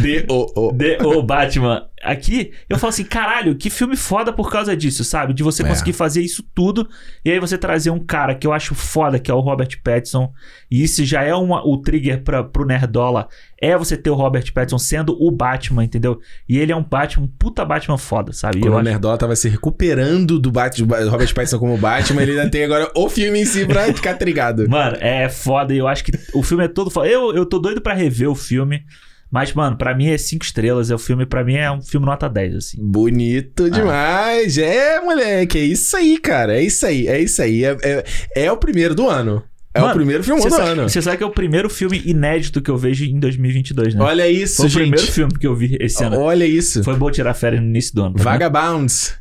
Speaker 1: D, O, O.
Speaker 2: The, o Batman aqui, eu falo assim: caralho, que filme foda por causa disso, sabe? De você
Speaker 1: É.
Speaker 2: conseguir fazer isso tudo e aí você trazer um cara que eu acho foda, que é o Robert Pattinson, e isso já é uma, o trigger pra, pro Nerdola: é você ter o Robert Pattinson sendo o Batman, entendeu? E ele é um Batman, um puta Batman foda, sabe? E
Speaker 1: Quando
Speaker 2: eu
Speaker 1: o
Speaker 2: acho-
Speaker 1: Nerdola tava se recuperando do Batman, Robert Pattinson como Batman, ele ainda tem agora o filme em si pra ficar trigado.
Speaker 2: Mano, é foda. e Eu acho que o filme é todo foda. Eu, eu tô doido pra rever o filme. Mas, mano, pra mim é cinco estrelas. É o filme, pra mim é um filme nota 10, assim.
Speaker 1: Bonito demais. É, moleque. É isso aí, cara. É isso aí. É isso aí. É, é- é o primeiro do ano. É o
Speaker 2: Mano,
Speaker 1: primeiro filme
Speaker 2: Você
Speaker 1: do
Speaker 2: sabe,
Speaker 1: ano.
Speaker 2: você sabe que é o primeiro filme inédito que eu vejo em 2022, né?
Speaker 1: Olha isso,
Speaker 2: Foi o primeiro
Speaker 1: gente.
Speaker 2: filme que eu vi esse ano.
Speaker 1: Olha isso.
Speaker 2: Foi bom tirar férias no início do ano. tá vendo?
Speaker 1: Vagabunds.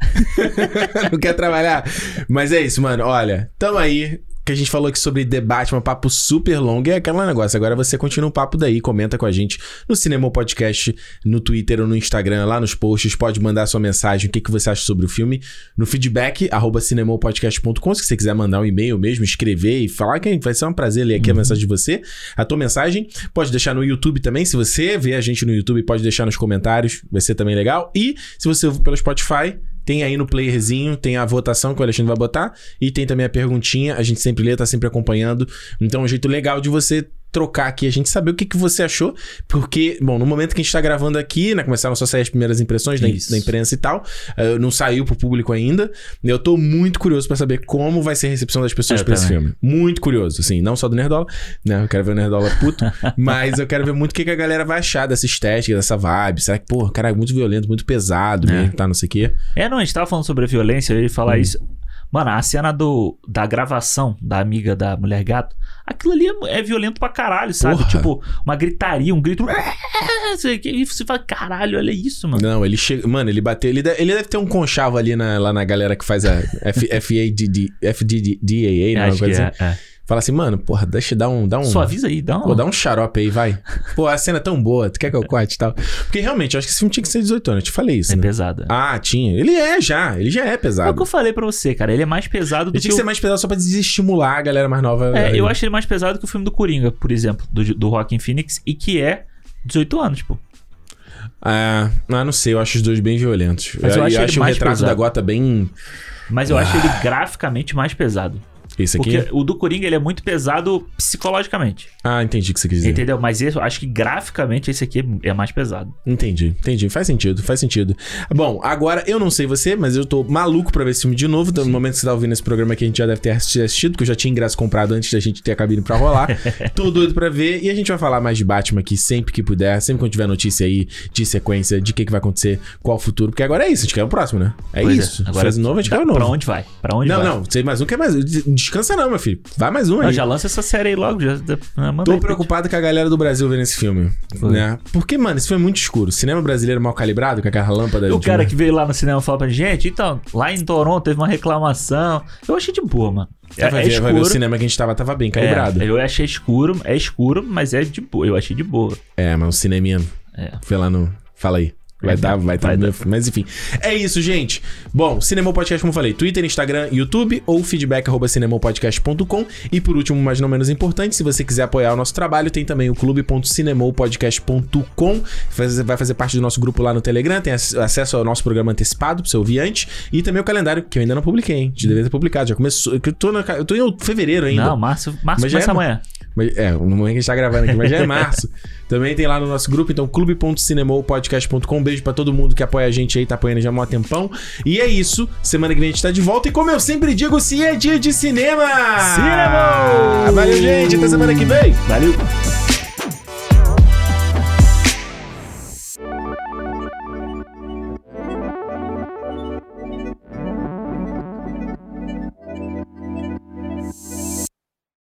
Speaker 1: Não quer trabalhar. Mas é isso, mano. Olha, tamo aí. que a gente falou aqui sobre debate, um papo super longo, é aquele negócio. Agora você continua o papo daí, comenta com a gente no Cinema Podcast, no Twitter ou no Instagram, lá nos posts, pode mandar sua mensagem, o que, que você acha sobre o filme, no feedback, arroba cinemopodcast.com, se você quiser mandar um e-mail mesmo, escrever e falar, que vai ser um prazer ler aqui a mensagem de você, a tua mensagem, pode deixar no YouTube também, se você vê a gente no YouTube, pode deixar nos comentários, vai ser também legal, e se você ouvir pelo Spotify, tem aí no playerzinho, tem a votação que o Alexandre vai botar e tem também a perguntinha. A gente sempre lê, tá sempre acompanhando. Então é um jeito legal de você trocar aqui, a gente saber o que, que você achou. Porque, bom, no momento que a gente tá gravando aqui, né? Começaram só a sair as primeiras impressões da,
Speaker 2: Isso.
Speaker 1: da imprensa e tal. eh, não saiu pro público ainda. Né, Eu tô muito curioso pra saber como vai ser a recepção das pessoas
Speaker 2: Eu
Speaker 1: pra esse
Speaker 2: também.
Speaker 1: filme. Muito curioso, assim. Não só do Nerdola, né? Eu quero ver o Nerdola puto. mas eu quero ver muito o que, que a galera vai achar dessa estética, dessa vibe. Será que, pô, cara, é muito violento, muito pesado mesmo, tá? Não sei o quê.
Speaker 2: É, não, a gente tava falando sobre a violência, eu ia falar
Speaker 1: Hum.
Speaker 2: isso. Mano, a cena do, da gravação da amiga da mulher gato, aquilo ali é, é violento pra caralho, sabe?
Speaker 1: Porra.
Speaker 2: Tipo, uma gritaria, um grito. sei que, E você fala, caralho, olha isso, mano.
Speaker 1: Não, ele chega. Mano, ele bateu. Ele, de- ele deve ter um conchavo ali na, lá na galera que faz a F- FADD FDDAA, né? Uma
Speaker 2: Acho que
Speaker 1: coisa
Speaker 2: é,
Speaker 1: assim.
Speaker 2: é.
Speaker 1: Fala assim, mano, porra, deixa eu dar um. Dá um
Speaker 2: Suaviza aí, dá
Speaker 1: Pô,
Speaker 2: uma.
Speaker 1: dá um xarope aí, vai. Pô, a cena é tão boa, tu quer que eu corte e tal? Porque realmente, eu acho que esse filme tinha que ser 18 anos, eu te falei isso,
Speaker 2: É
Speaker 1: né?
Speaker 2: pesada.
Speaker 1: Ah, tinha. Ele é já, ele já é
Speaker 2: É o que
Speaker 1: pesado.
Speaker 2: eu falei pra você, cara. Ele é mais pesado do
Speaker 1: Ele
Speaker 2: que.
Speaker 1: tinha que
Speaker 2: o-
Speaker 1: ser mais pesado só pra desestimular a galera mais nova.
Speaker 2: É, eu
Speaker 1: acho.
Speaker 2: acho ele mais pesado que o filme do Coringa, por exemplo, do, do Rockin' Phoenix, e que é 18 anos, tipo. pô.
Speaker 1: Ah, ah, não sei, eu acho os dois bem violentos.
Speaker 2: Mas eu acho ele
Speaker 1: o
Speaker 2: mais
Speaker 1: retrato
Speaker 2: pesado.
Speaker 1: da gota bem.
Speaker 2: Mas eu acho ele graficamente mais pesado.
Speaker 1: Esse Ah. aqui?
Speaker 2: Porque o do Coringa ele é muito pesado psicologicamente.
Speaker 1: Ah, entendi o que você quis dizer.
Speaker 2: Entendeu? Mas esse, eu acho que graficamente esse aqui é mais pesado.
Speaker 1: Entendi, entendi. Faz sentido, faz sentido. Bom, agora eu não sei você, mas eu tô maluco pra ver esse filme de novo. No momento que você tá ouvindo esse programa aqui, a gente já deve ter assisti- assistido, porque eu já tinha ingresso comprado antes da gente ter a cabine pra rolar. tô doido pra ver. E a gente vai falar mais de Batman aqui sempre que puder, sempre quando tiver notícia aí de sequência, de o que, que vai acontecer, qual o futuro. Porque agora é isso, a gente quer o próximo, né? É
Speaker 2: Pois
Speaker 1: isso.
Speaker 2: Agora,
Speaker 1: Faz o novo, a gente
Speaker 2: dá-
Speaker 1: quer o novo.
Speaker 2: Pra onde vai? Pra onde
Speaker 1: não,
Speaker 2: vai?
Speaker 1: não, sei mais um, quer mais um. Des- Descansa não, meu filho. Vai mais um
Speaker 2: Não,
Speaker 1: aí.
Speaker 2: já lança essa série aí logo. Já, já- manda
Speaker 1: Tô
Speaker 2: aí,
Speaker 1: preocupado com a galera do Brasil vendo esse filme,
Speaker 2: Foi.
Speaker 1: né? Porque, mano, esse filme é muito escuro. Cinema brasileiro mal calibrado, com aquela lâmpada...
Speaker 2: O
Speaker 1: de-
Speaker 2: cara que veio lá no cinema e falou pra gente, então, lá em Toronto teve uma reclamação. Eu achei de boa, mano. É,
Speaker 1: É, vai,
Speaker 2: é
Speaker 1: ver, vai ver,
Speaker 2: escuro.
Speaker 1: o cinema que a gente tava, tava bem calibrado.
Speaker 2: É,
Speaker 1: É,
Speaker 2: eu achei escuro, é escuro, mas é de boa. Eu achei de boa.
Speaker 1: mas o cineminha
Speaker 2: É.
Speaker 1: foi lá no... Fala aí. Vai
Speaker 2: É,
Speaker 1: dar, vai,
Speaker 2: vai
Speaker 1: dar. Mas enfim. É isso, gente. Bom, Cinemol Podcast, como eu falei, Twitter, Instagram, YouTube ou feedback arroba cinemopodcast.com. E por último, mas não menos importante, se você quiser apoiar o nosso trabalho, tem também o clube.cinemopodcast.com. Faz- Vai fazer parte do nosso grupo lá no Telegram, tem ac- acesso ao nosso programa antecipado pra você ouvir antes. E também o calendário, que eu ainda não publiquei, hein? Já deveria ter publicado, já começou. Eu tô, na, ca- eu tô em fevereiro ainda.
Speaker 2: Não, março, março
Speaker 1: Mas já
Speaker 2: começa
Speaker 1: é-
Speaker 2: amanhã.
Speaker 1: Mas, é, no momento que a gente tá gravando aqui, mas já é março. Também tem lá no nosso grupo, então clube.cinemopodcast.com. Beijo pra todo mundo que apoia a gente aí, tá apoiando já há mó tempão. E é isso, semana que vem a gente tá de volta. E como eu sempre digo, se é dia de cinema!
Speaker 2: Cinema!
Speaker 1: Valeu, gente, até semana que vem!
Speaker 2: Valeu!